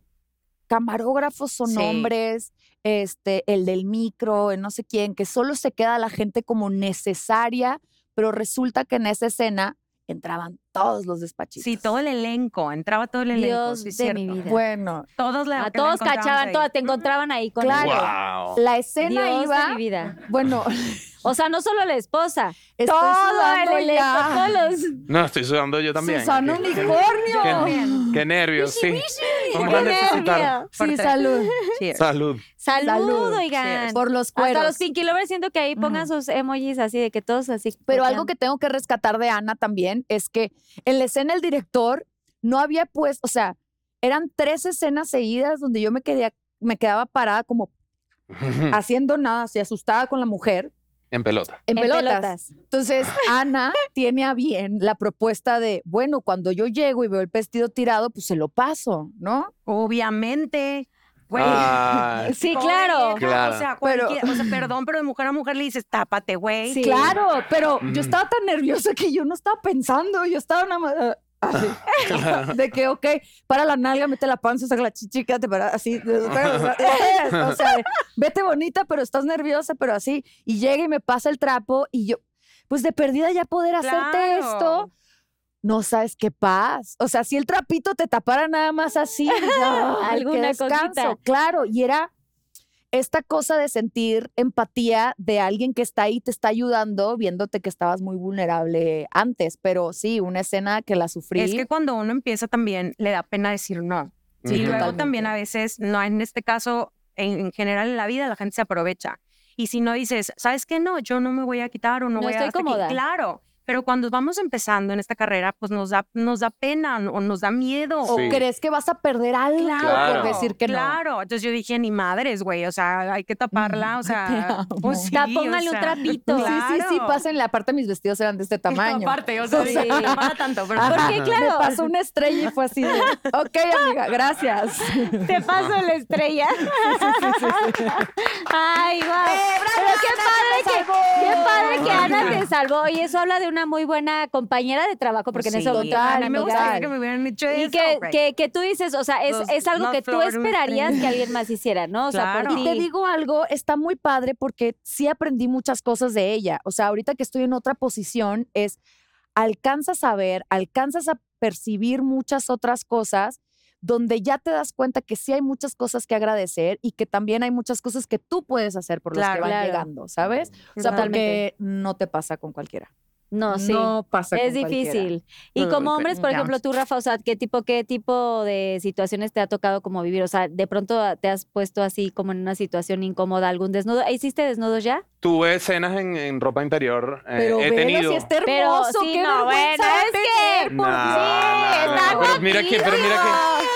Speaker 5: camarógrafos, son
Speaker 4: Sí.
Speaker 5: hombres, este, el del micro, el no sé quién, que solo se queda la gente como necesaria, pero resulta que en esa escena entraban todos los despachitos.
Speaker 4: Sí, todo el elenco, entraba todo el elenco.
Speaker 8: Dios
Speaker 4: sí,
Speaker 8: de
Speaker 4: cierto.
Speaker 8: mi vida.
Speaker 5: Bueno,
Speaker 4: Todos la,
Speaker 8: A
Speaker 4: que la
Speaker 8: Ah, todos
Speaker 4: encontrábamos
Speaker 8: cachaban,
Speaker 4: ahí.
Speaker 8: todas te encontraban ahí con
Speaker 5: Claro.
Speaker 7: Wow.
Speaker 5: la escena
Speaker 8: Dios
Speaker 5: iba,
Speaker 8: de mi vida.
Speaker 5: bueno,
Speaker 8: O sea, no solo la esposa,
Speaker 5: estoy
Speaker 8: todo el
Speaker 5: sudando
Speaker 8: elenco,
Speaker 5: ya.
Speaker 8: todos los
Speaker 7: No, estoy sudando yo también.
Speaker 5: Susana
Speaker 7: Qué-
Speaker 5: Unicornio.
Speaker 7: Qué, qué nervios, sí. Vamos a
Speaker 8: Qué
Speaker 7: necesitar
Speaker 8: nervio.
Speaker 5: Sí,
Speaker 4: Fuerte.
Speaker 5: salud.
Speaker 4: Cheers.
Speaker 7: salud.
Speaker 8: Salud,
Speaker 5: Salud.
Speaker 8: oigan.
Speaker 5: Por los
Speaker 8: Hasta
Speaker 5: cueros.
Speaker 8: los Pinky Lovers siento que ahí pongan sus emojis así de que todos así.
Speaker 5: Pero
Speaker 8: porque
Speaker 5: algo que tengo que rescatar de Ana también es que en la escena el director no había puesto, o sea, eran tres escenas seguidas donde yo me quedé, me quedaba parada como
Speaker 7: Mm.
Speaker 5: haciendo nada, así asustada con la mujer
Speaker 7: en pelota.
Speaker 5: en,
Speaker 8: En
Speaker 5: pelotas.
Speaker 8: pelotas.
Speaker 5: Entonces, Ana tiene a bien la propuesta de, bueno, cuando yo llego y veo el vestido tirado, pues se lo paso, ¿no?
Speaker 4: Obviamente. Güey.
Speaker 7: Ah,
Speaker 8: Sí,
Speaker 4: Todo
Speaker 8: claro.
Speaker 4: era,
Speaker 7: Claro.
Speaker 4: O sea,
Speaker 5: Pero-
Speaker 4: cualquier- o sea, perdón, pero de mujer a mujer le dices, tápate, güey.
Speaker 8: Sí.
Speaker 5: Claro, pero
Speaker 7: Ujú.
Speaker 5: yo estaba tan nerviosa que yo no estaba pensando, yo estaba nada más ah, así. de que, ok, para la nalga, mete la panza, saca la chichi, quédate para así. o sea, vete bonita, pero estás nerviosa, pero así. Y llega y me pasa el trapo y yo, pues de perdida ya poder hacerte
Speaker 4: Claro.
Speaker 5: esto. No sabes qué paz. O sea, si el trapito te tapara nada más así, ya, ay, qué
Speaker 8: Alguna
Speaker 5: descanso.
Speaker 8: cosita.
Speaker 5: Claro, y era esta cosa de sentir empatía de alguien que está ahí, te está ayudando, viéndote que estabas muy vulnerable antes. Pero sí, una escena que la sufrí.
Speaker 4: Es que cuando uno empieza también le da pena decir no.
Speaker 7: Sí,
Speaker 4: y luego
Speaker 5: totalmente.
Speaker 4: también a veces, no en este caso, en, en general en la vida la gente se aprovecha. Y si no dices, ¿sabes qué? No, yo no me voy a quitar o no,
Speaker 8: No
Speaker 4: voy a...
Speaker 8: estoy
Speaker 4: hasta aquí".
Speaker 8: cómoda.
Speaker 4: Claro, pero cuando vamos empezando en esta carrera, pues nos da, nos da pena o nos da miedo.
Speaker 5: o
Speaker 7: Sí.
Speaker 5: crees que vas a perder algo
Speaker 7: Claro.
Speaker 5: por decir que
Speaker 4: Claro, entonces yo dije, ni madres, güey, o sea, hay que taparla, o sea,
Speaker 5: amo.
Speaker 4: pues sí,
Speaker 8: Ta-
Speaker 4: o
Speaker 8: póngale un
Speaker 4: sea,
Speaker 8: trapito.
Speaker 5: no. Sí, sí, sí,
Speaker 4: claro.
Speaker 5: pásenle. Aparte, mis vestidos eran de este tamaño.
Speaker 4: Aparte, o sea,
Speaker 5: O sea, ah,
Speaker 4: dije, "Ni para tanto, pero
Speaker 5: Ajá.
Speaker 8: Porque claro,
Speaker 5: Me pasó una estrella y fue así. de, ok, amiga, gracias.
Speaker 8: te paso la estrella. Ay, guau. Pero qué padre que qué padre que Ana te salvó y eso habla de una muy buena compañera de trabajo porque en
Speaker 4: pues Sí,
Speaker 8: eso
Speaker 5: total,
Speaker 4: a mí
Speaker 8: Ana,
Speaker 4: me
Speaker 5: amiga.
Speaker 4: gustaría
Speaker 8: total.
Speaker 4: que me hubieran hecho
Speaker 8: y
Speaker 4: eso,
Speaker 8: que,
Speaker 4: güey.
Speaker 8: que, que tú dices, o sea, es,
Speaker 4: Dos-
Speaker 8: es algo
Speaker 4: una
Speaker 8: que tú
Speaker 4: flor, un
Speaker 8: esperarías
Speaker 4: tren.
Speaker 8: que alguien más hiciera, ¿no? O sea,
Speaker 4: Claro.
Speaker 8: por
Speaker 5: Y
Speaker 8: ti.
Speaker 5: te digo algo, está muy padre porque sí aprendí muchas cosas de ella. O sea, ahorita que estoy en otra posición, es alcanzas a ver, alcanzas a percibir muchas otras cosas donde ya te das cuenta que sí hay muchas cosas que agradecer y que también hay muchas cosas que tú puedes hacer por los que
Speaker 4: Claro.
Speaker 5: van
Speaker 3: Claro.
Speaker 5: llegando, ¿sabes? O sea, porque no te pasa con cualquiera.
Speaker 3: No, sí.
Speaker 5: No pasa
Speaker 3: es
Speaker 5: con cualquiera.
Speaker 7: Eh,
Speaker 3: difícil. Y
Speaker 4: No,
Speaker 3: como
Speaker 4: no,
Speaker 3: hombres, por
Speaker 5: no.
Speaker 3: ejemplo, tú, Rafa, o sea, ¿qué tipo, ¿qué tipo de situaciones te ha tocado como vivir? O sea, de pronto ah, te has puesto así como en una situación incómoda, algún desnudo. ¿Ah, ¿Hiciste desnudos ya?
Speaker 7: Tuve escenas en, en ropa interior. eh,
Speaker 5: Pero
Speaker 7: he
Speaker 5: velo
Speaker 7: tenido.
Speaker 5: si está
Speaker 3: Pero
Speaker 5: hermoso,
Speaker 3: sí,
Speaker 5: qué
Speaker 3: no,
Speaker 5: vergüenza ¿eh?
Speaker 3: bueno,
Speaker 5: de
Speaker 3: es
Speaker 5: tener,
Speaker 3: que-
Speaker 5: por
Speaker 7: No,
Speaker 5: Dios.
Speaker 7: no, no,
Speaker 3: está
Speaker 7: no, pero mira que, pero mira que. No.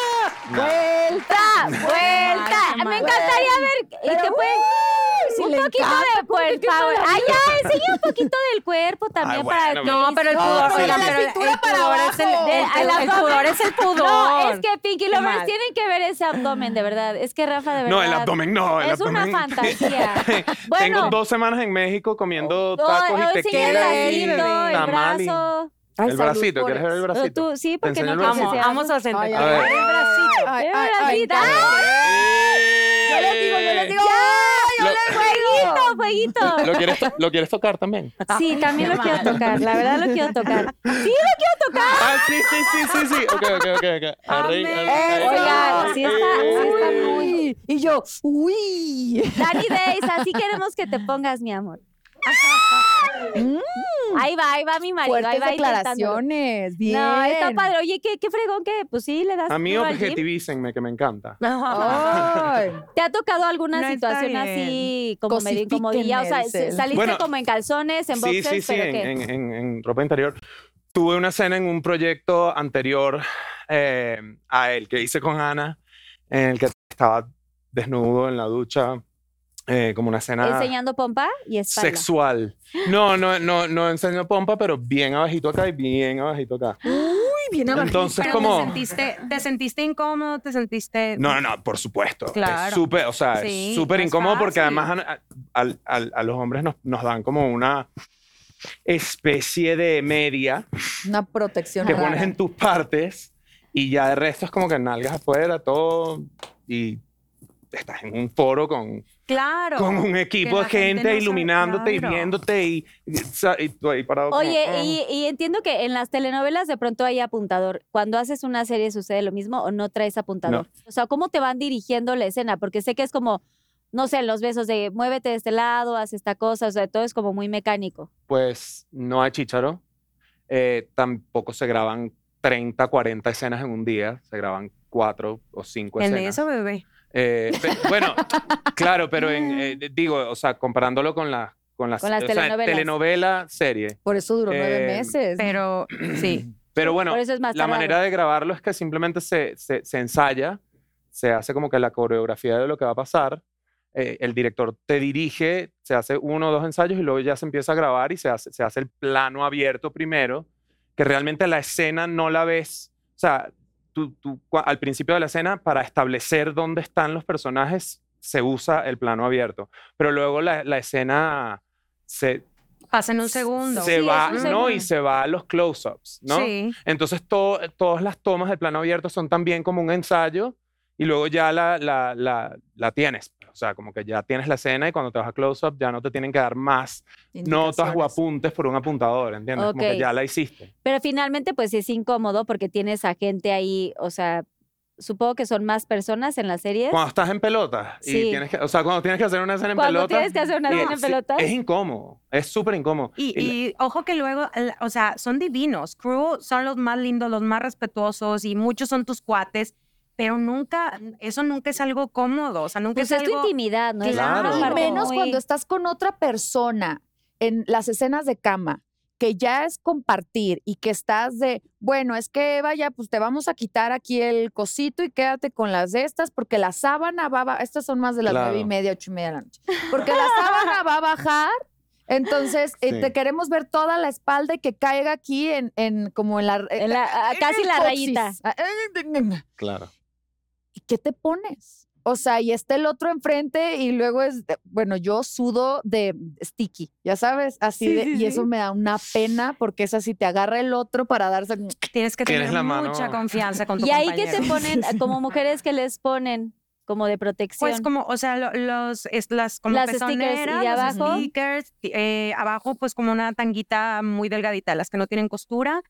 Speaker 5: ¡Vuelta!
Speaker 3: ¡Vuelta!
Speaker 4: qué
Speaker 3: Me
Speaker 4: mal.
Speaker 3: encantaría ver. Y te pueden.
Speaker 5: si
Speaker 3: un
Speaker 5: le
Speaker 3: poquito de cuerpo. Ay, ya, enseña un poquito del cuerpo también
Speaker 7: bueno,
Speaker 3: para.
Speaker 7: pero-
Speaker 4: No, pero el pudor,
Speaker 5: pero
Speaker 4: oigan,
Speaker 5: la
Speaker 4: pero el
Speaker 5: cintura para
Speaker 4: pudor es el,
Speaker 5: abajo.
Speaker 4: el-
Speaker 3: De- a
Speaker 4: el-
Speaker 3: la
Speaker 4: el
Speaker 3: boca.
Speaker 4: pudor es el pudor.
Speaker 3: No, es que Pinky
Speaker 4: Qué
Speaker 3: Lovers
Speaker 4: mal.
Speaker 3: tienen que ver ese abdomen, de verdad. Es que Rafa, de verdad.
Speaker 7: No, el abdomen no, el
Speaker 3: Es una
Speaker 7: abdomen.
Speaker 3: fantasía. Bueno.
Speaker 7: Tengo dos semanas en México comiendo
Speaker 3: No,
Speaker 7: tacos
Speaker 3: hoy
Speaker 7: y
Speaker 3: sí que
Speaker 7: tequila
Speaker 3: el
Speaker 7: y
Speaker 3: bracito, el
Speaker 7: tamal y-
Speaker 3: brazo.
Speaker 5: Ay,
Speaker 7: El
Speaker 5: salud
Speaker 7: bracito,
Speaker 5: por
Speaker 7: ¿quieres ver el
Speaker 5: eso.
Speaker 3: Pero
Speaker 7: bracito?
Speaker 3: Tú, sí, porque
Speaker 7: enseño
Speaker 3: no
Speaker 7: el
Speaker 3: creo que
Speaker 7: bracito?
Speaker 4: Vamos,
Speaker 3: sea-
Speaker 4: vamos a sentar.
Speaker 5: Ay,
Speaker 7: A ver.
Speaker 5: ay, ay, ay, ay,
Speaker 3: bracito.
Speaker 5: Yo les digo, yo les digo.
Speaker 7: Lo-
Speaker 3: ¡Fueguito, fueguito!
Speaker 7: ¿Lo quieres, to- ¿Lo quieres tocar también?
Speaker 3: Sí, también lo quiero tocar, la verdad lo quiero tocar. Sí,
Speaker 7: Ah, sí, sí, sí, sí, sí. Ok, ok, ok. ok. Arri-
Speaker 4: Amén.
Speaker 7: arri-
Speaker 3: Oigan, sí está- sí está
Speaker 7: Uy.
Speaker 3: muy-
Speaker 5: Uy, Y yo, uy.
Speaker 3: Dani Days, así queremos que te pongas, mi amor.
Speaker 5: Mm,
Speaker 3: Ahí va, ahí va mi marido, ahí
Speaker 5: Fuertes
Speaker 3: va intentándolo.
Speaker 5: declaraciones. Bien.
Speaker 3: No, está padre. Oye, qué, qué fregón que, pues sí, le das
Speaker 7: A mí
Speaker 3: duro al gym.
Speaker 7: objetivícenme, que me encanta.
Speaker 5: Ay.
Speaker 3: ¿Te ha tocado alguna
Speaker 4: No, está
Speaker 3: situación
Speaker 4: bien.
Speaker 3: así como medio
Speaker 5: Cosifíquenme,
Speaker 3: incomodilla? O sea,
Speaker 5: dice él.
Speaker 3: ¿saliste
Speaker 7: Bueno,
Speaker 3: como en calzones, en
Speaker 7: sí,
Speaker 3: boxers?
Speaker 7: sí, sí,
Speaker 3: pero
Speaker 7: en,
Speaker 3: qué?
Speaker 7: en- en- en ropa interior. Tuve una escena en un proyecto anterior eh, a el que hice con Ana, en el que estaba desnudo en la ducha, eh, como una escena
Speaker 3: ¿Enseñando pompa y espalda?
Speaker 7: sexual. No, no, no, no enseñó pompa, pero bien abajito acá y bien abajito acá. Entonces,
Speaker 4: Pero
Speaker 7: como...
Speaker 4: te sentiste, te sentiste incómodo, te sentiste.
Speaker 7: No, no, no, por supuesto. Es
Speaker 4: Eh, Claro.
Speaker 7: súper, o sea, es
Speaker 4: Sí,
Speaker 7: súper
Speaker 4: no es
Speaker 7: incómodo porque
Speaker 4: fácil.
Speaker 7: además a, al- al- a los hombres nos, nos dan como una especie de media
Speaker 5: Una protección.
Speaker 7: que
Speaker 5: rara.
Speaker 7: pones en tus partes y ya de resto es como que nalgas afuera, todo y estás en un foro con,
Speaker 4: Claro.
Speaker 7: con un equipo de
Speaker 4: la gente
Speaker 7: gente
Speaker 4: no sabe,
Speaker 7: iluminándote
Speaker 4: claro.
Speaker 7: y viéndote y, y, y tú ahí parado. como,
Speaker 3: Oye,
Speaker 7: "Ah".
Speaker 3: y, y entiendo que en las telenovelas de pronto hay apuntador. Cuando haces una serie sucede lo mismo o no traes apuntador. O sea, ¿cómo te van dirigiendo la escena? Porque sé que es como, no sé, los besos de muévete de este lado, haz esta cosa, o sea, todo es como muy mecánico.
Speaker 7: pues no hay chicharo. Eh, tampoco se graban 30, 40 escenas en un día. Se graban cuatro o cinco
Speaker 4: En
Speaker 7: escenas.
Speaker 4: eso, bebé.
Speaker 7: Eh, pe- bueno, claro, pero en, eh, de- digo, o sea, comparándolo con, la, con las,
Speaker 3: Ah. Con las
Speaker 7: o sea,
Speaker 3: telenovelas.
Speaker 7: telenovela serie.
Speaker 5: Por eso duró nueve
Speaker 7: Eh,
Speaker 5: meses.
Speaker 4: Pero sí.
Speaker 7: Pero bueno,
Speaker 3: Por eso es más
Speaker 7: la
Speaker 3: tardado.
Speaker 7: manera de grabarlo es que simplemente se, se- se ensaya, se hace como que la coreografía de lo que va a pasar. eh, el director te dirige, se hace uno o dos ensayos y luego ya se empieza a grabar y se hace, se hace el plano abierto primero, que realmente la escena no la ves. O sea, tú, tú cua- al principio de la escena, para establecer dónde están los personajes, se usa el plano abierto. Pero luego la, la escena se,
Speaker 4: Pasa en un segundo.
Speaker 7: se
Speaker 3: Sí,
Speaker 7: va,
Speaker 3: es
Speaker 7: ¿no?
Speaker 3: un
Speaker 7: Y
Speaker 3: segundo.
Speaker 7: se va a los close-ups, ¿no?
Speaker 4: Sí.
Speaker 7: Entonces, to- todas las tomas del plano abierto son también como un ensayo y luego ya la, la, la, la tienes. O sea, como que ya tienes la escena y cuando te vas a close-up ya no te tienen que dar más notas o
Speaker 5: guapo.
Speaker 7: apuntes por un apuntador, ¿entiendes? Como
Speaker 3: Ok.
Speaker 7: que ya la hiciste.
Speaker 3: Pero finalmente, pues sí es incómodo porque tienes a gente ahí, o sea, supongo que son más personas en las series.
Speaker 7: Cuando estás en pelota y
Speaker 3: Sí.
Speaker 7: tienes que, o sea, cuando tienes que hacer una escena en
Speaker 3: Cuando
Speaker 7: pelota.
Speaker 3: tienes que hacer una
Speaker 7: y
Speaker 3: escena en
Speaker 7: es-
Speaker 3: pelota.
Speaker 7: Es incómodo, es súper incómodo.
Speaker 4: Y,
Speaker 7: Y-
Speaker 4: y ojo que luego, al- o sea, son divinos. Crew son los más lindos, los más respetuosos y muchos son tus cuates, pero nunca, eso nunca es algo cómodo. O sea, nunca
Speaker 3: Pues
Speaker 4: es,
Speaker 3: es tu
Speaker 4: algo-
Speaker 3: intimidad, ¿no? Es una
Speaker 7: Claro.
Speaker 5: Y
Speaker 3: parte
Speaker 5: menos
Speaker 3: muy-
Speaker 5: cuando estás con otra persona en las escenas de cama, que ya es compartir y que estás de, bueno, es que vaya, pues te vamos a quitar aquí el cosito y quédate con las de estas, porque la sábana va a ba- estas son más de las nueve y
Speaker 7: Claro.
Speaker 5: media, ocho y media de la noche, porque la sábana va a bajar. Entonces, eh,
Speaker 7: Sí.
Speaker 5: te queremos ver toda la espalda y que caiga aquí en, en como en la...
Speaker 3: En la-
Speaker 4: Ah,
Speaker 3: a- casi
Speaker 5: el
Speaker 3: la
Speaker 5: coxis.
Speaker 3: rayita.
Speaker 5: Ah, eh,
Speaker 7: claro.
Speaker 5: ¿y qué te pones? O sea, y está el otro enfrente y luego es, de- bueno, yo sudo de sticky, ya sabes, así
Speaker 4: Sí,
Speaker 5: de,
Speaker 4: sí,
Speaker 5: y
Speaker 4: sí.
Speaker 5: eso me da una pena porque es así, te agarra el otro para darse, el-
Speaker 4: Tienes que
Speaker 7: Tienes
Speaker 4: tener
Speaker 7: la mano-
Speaker 4: mucha confianza con tu
Speaker 3: Y ahí que
Speaker 4: compañero.
Speaker 3: te ponen, como mujeres que les ponen como de protección.
Speaker 4: Pues como, o sea, lo- los, es las como
Speaker 3: Las stickers, y de
Speaker 4: pezoneras, los
Speaker 3: abajo.
Speaker 4: stickers, ti- eh, abajo pues como una tanguita muy delgadita, las que no tienen costura,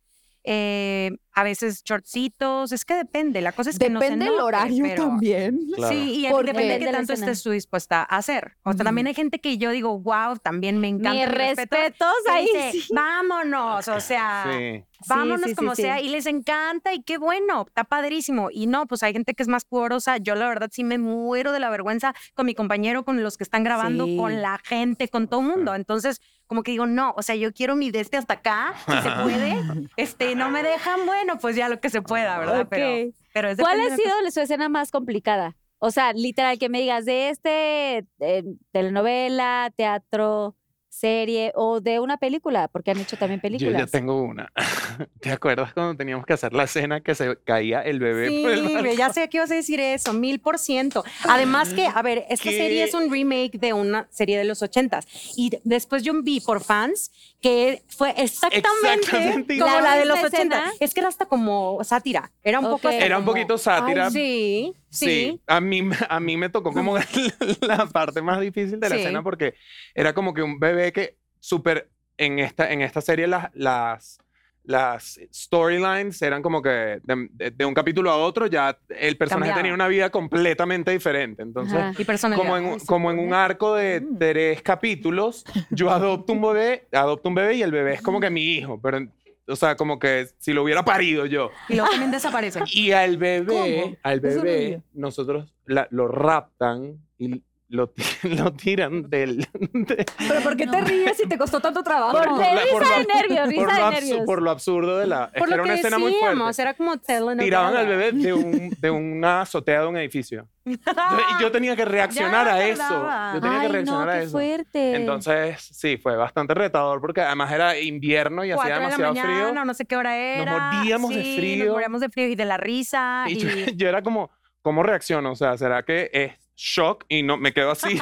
Speaker 4: eh, a veces shortcitos, es que depende, la cosa es que no se
Speaker 5: Depende el
Speaker 4: note,
Speaker 5: horario
Speaker 4: pero-
Speaker 5: también.
Speaker 7: Claro.
Speaker 4: Sí, y
Speaker 5: Porque-
Speaker 8: Depende
Speaker 4: depende de
Speaker 8: de
Speaker 4: qué
Speaker 8: la
Speaker 4: tanto
Speaker 8: escena.
Speaker 4: estés tú dispuesta a hacer. O sea, también hay gente que yo digo, wow, también me encanta.
Speaker 8: Mis
Speaker 4: mi respeto",
Speaker 8: respetos
Speaker 4: que
Speaker 8: ahí.
Speaker 4: dice,
Speaker 8: sí.
Speaker 4: Vámonos, o sea,
Speaker 7: Sí.
Speaker 4: vámonos
Speaker 8: sí, sí,
Speaker 4: como
Speaker 8: sí.
Speaker 4: sea. Y les encanta y qué bueno, está padrísimo. Y no, pues hay gente que es más pudorosa. Yo la verdad sí me muero de la vergüenza con mi compañero, con los que están grabando,
Speaker 5: Sí.
Speaker 4: con la gente, con todo el mundo. Entonces, como que digo, no, o sea, yo quiero mi de este hasta acá, si se puede. Este, no me dejan, bueno, pues ya lo que se pueda, ¿verdad? Pero,
Speaker 8: Ok.
Speaker 4: pero es
Speaker 8: ¿Cuál
Speaker 4: depende
Speaker 8: ha
Speaker 4: de-
Speaker 8: sido su escena más complicada? O sea, literal, que me digas de este, eh, telenovela, teatro, serie o de una película, porque han hecho también
Speaker 7: Yo
Speaker 8: películas.
Speaker 7: ya tengo una. ¿Te acuerdas cuando teníamos que hacer la cena que se caía el bebé Pues, por el
Speaker 4: Sí,
Speaker 7: balcón?
Speaker 4: ve, ya sé que ibas a decir eso, mil por ciento. Además que, a ver, esta
Speaker 7: ¿Qué?
Speaker 4: serie es un remake de una serie de los ochentas. Y de- después yo vi por fans que fue exactamente,
Speaker 7: Exactamente
Speaker 4: como
Speaker 8: igual.
Speaker 4: la
Speaker 8: ¿La
Speaker 4: de los
Speaker 8: misma
Speaker 4: ochenta.
Speaker 8: escena?
Speaker 4: Es que era hasta como sátira. Era un poco
Speaker 8: Ok.
Speaker 4: hasta
Speaker 7: Era un
Speaker 4: como-
Speaker 7: poquito sátira.
Speaker 4: Ay, sí, sí.
Speaker 7: A mí, me- a mí me tocó como la parte más difícil de la
Speaker 4: Sí.
Speaker 7: escena porque era como que un bebé que súper en esta, en esta serie las, las, las storylines eran como que de, de- de un capítulo a otro ya el personaje
Speaker 4: Cambiaba.
Speaker 7: tenía una vida completamente diferente. Entonces,
Speaker 8: Ajá.
Speaker 4: Y personalidad.
Speaker 7: como en, un-
Speaker 4: Ay, sí.
Speaker 7: como en un arco de
Speaker 5: Mm.
Speaker 7: tres capítulos, yo adopto un bebé, adopto un bebé y el bebé es como que mi hijo, pero o sea, como que si lo hubiera parido yo.
Speaker 4: Y luego también desaparece.
Speaker 7: Y al bebé,
Speaker 5: ¿Cómo?
Speaker 7: al
Speaker 5: Eso no
Speaker 7: bebé,
Speaker 5: había.
Speaker 7: nosotros la- lo raptan y lo, ti- lo tiran del... de-
Speaker 5: Pero ¿por qué te ríes si te costó tanto trabajo?
Speaker 8: Por
Speaker 7: la-
Speaker 8: risa
Speaker 7: por lo-
Speaker 8: de nervios,
Speaker 7: por,
Speaker 8: risa
Speaker 7: lo
Speaker 8: de
Speaker 7: absu-
Speaker 8: nervios.
Speaker 7: por lo absurdo de la... es
Speaker 4: Por lo
Speaker 7: que era
Speaker 4: que
Speaker 7: una escena muy
Speaker 4: decíamos,
Speaker 7: fuerte.
Speaker 4: era como telenovela.
Speaker 7: Tiraban al bebé de, un, de una azotea de un edificio. Entonces, y yo tenía que reaccionar
Speaker 4: Ya me
Speaker 7: a eso.
Speaker 4: acordaba.
Speaker 7: Yo tenía
Speaker 8: Ay,
Speaker 7: que reaccionar
Speaker 8: no,
Speaker 7: a
Speaker 8: qué
Speaker 7: eso.
Speaker 8: fuerte.
Speaker 7: Entonces, sí, fue bastante retador porque además era invierno y hacía
Speaker 4: Cuatro de la
Speaker 7: demasiado
Speaker 4: mañana,
Speaker 7: frío.
Speaker 4: no sé qué hora era.
Speaker 7: moríamos de
Speaker 4: Sí,
Speaker 7: frío.
Speaker 4: Nos moríamos de frío y de la risa. Ah,
Speaker 7: Y
Speaker 4: Y,
Speaker 7: yo, yo era como, ¿cómo reacciono? O sea, ¿será que es shock y no me quedo así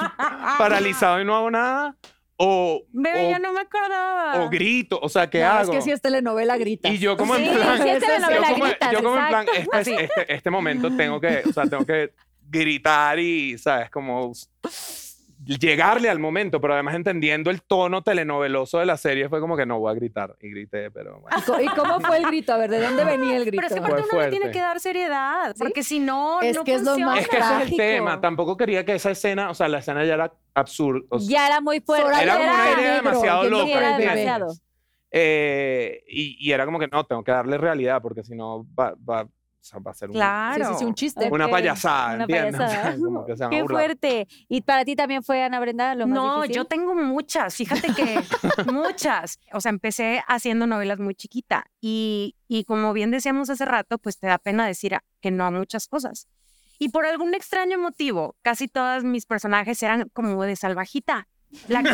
Speaker 7: paralizado y no hago nada? O,
Speaker 4: Bebé,
Speaker 7: o-
Speaker 4: yo no me acordaba.
Speaker 7: o grito, o sea, ¿qué
Speaker 5: No,
Speaker 7: hago?
Speaker 5: Es que si es telenovela, grita.
Speaker 7: y yo como
Speaker 8: Sí,
Speaker 7: en plan,
Speaker 8: sí es telenovela,
Speaker 7: yo como,
Speaker 8: gritas,
Speaker 7: yo como en plan,
Speaker 8: exacto.
Speaker 7: este, este- este momento tengo que, o sea, tengo que gritar y, ¿sabes? Como llegarle al momento, pero además entendiendo el tono telenoveloso de la serie, fue como que no voy a gritar. Y grité, pero bueno.
Speaker 5: ¿Y co- ¿Y cómo fue el grito? A ver, ¿de dónde venía el grito?
Speaker 4: Pero es que
Speaker 7: Fue
Speaker 4: aparte uno le tiene
Speaker 7: fuerte.
Speaker 4: que dar seriedad, porque si no,
Speaker 5: Es
Speaker 4: no
Speaker 5: que es lo
Speaker 4: funciona.
Speaker 5: más
Speaker 7: Es que ese es el
Speaker 5: trágico.
Speaker 7: tema. Tampoco quería que esa escena, o sea, la escena ya era absurda. o sea,
Speaker 8: Ya era muy fuerte.
Speaker 5: Soraya
Speaker 7: era como una
Speaker 5: era
Speaker 7: idea
Speaker 5: negro,
Speaker 7: demasiado
Speaker 5: entiendo
Speaker 7: loca.
Speaker 5: que era
Speaker 7: ¿entiendes?
Speaker 8: demasiado.
Speaker 7: Eh, y, y era como que no, tengo que darle realidad porque si no va, va- o sea, va a ser un-
Speaker 4: Claro.
Speaker 5: Sí, sí, sí, un chiste.
Speaker 8: Ok.
Speaker 7: una payasada,
Speaker 8: Una
Speaker 7: ¿entiendes? O sea,
Speaker 8: payasada.
Speaker 7: como que se van a
Speaker 8: Qué
Speaker 7: burlar.
Speaker 8: fuerte. ¿Y para ti también fue Ana Brenda lo más
Speaker 4: No,
Speaker 8: difícil?
Speaker 4: yo tengo muchas, fíjate que muchas. O sea, empecé haciendo novelas muy chiquita y, y como bien decíamos hace rato, pues te da pena decir a- que no a muchas cosas. Y por algún extraño motivo, casi todas mis personajes eran como de salvajita. La que,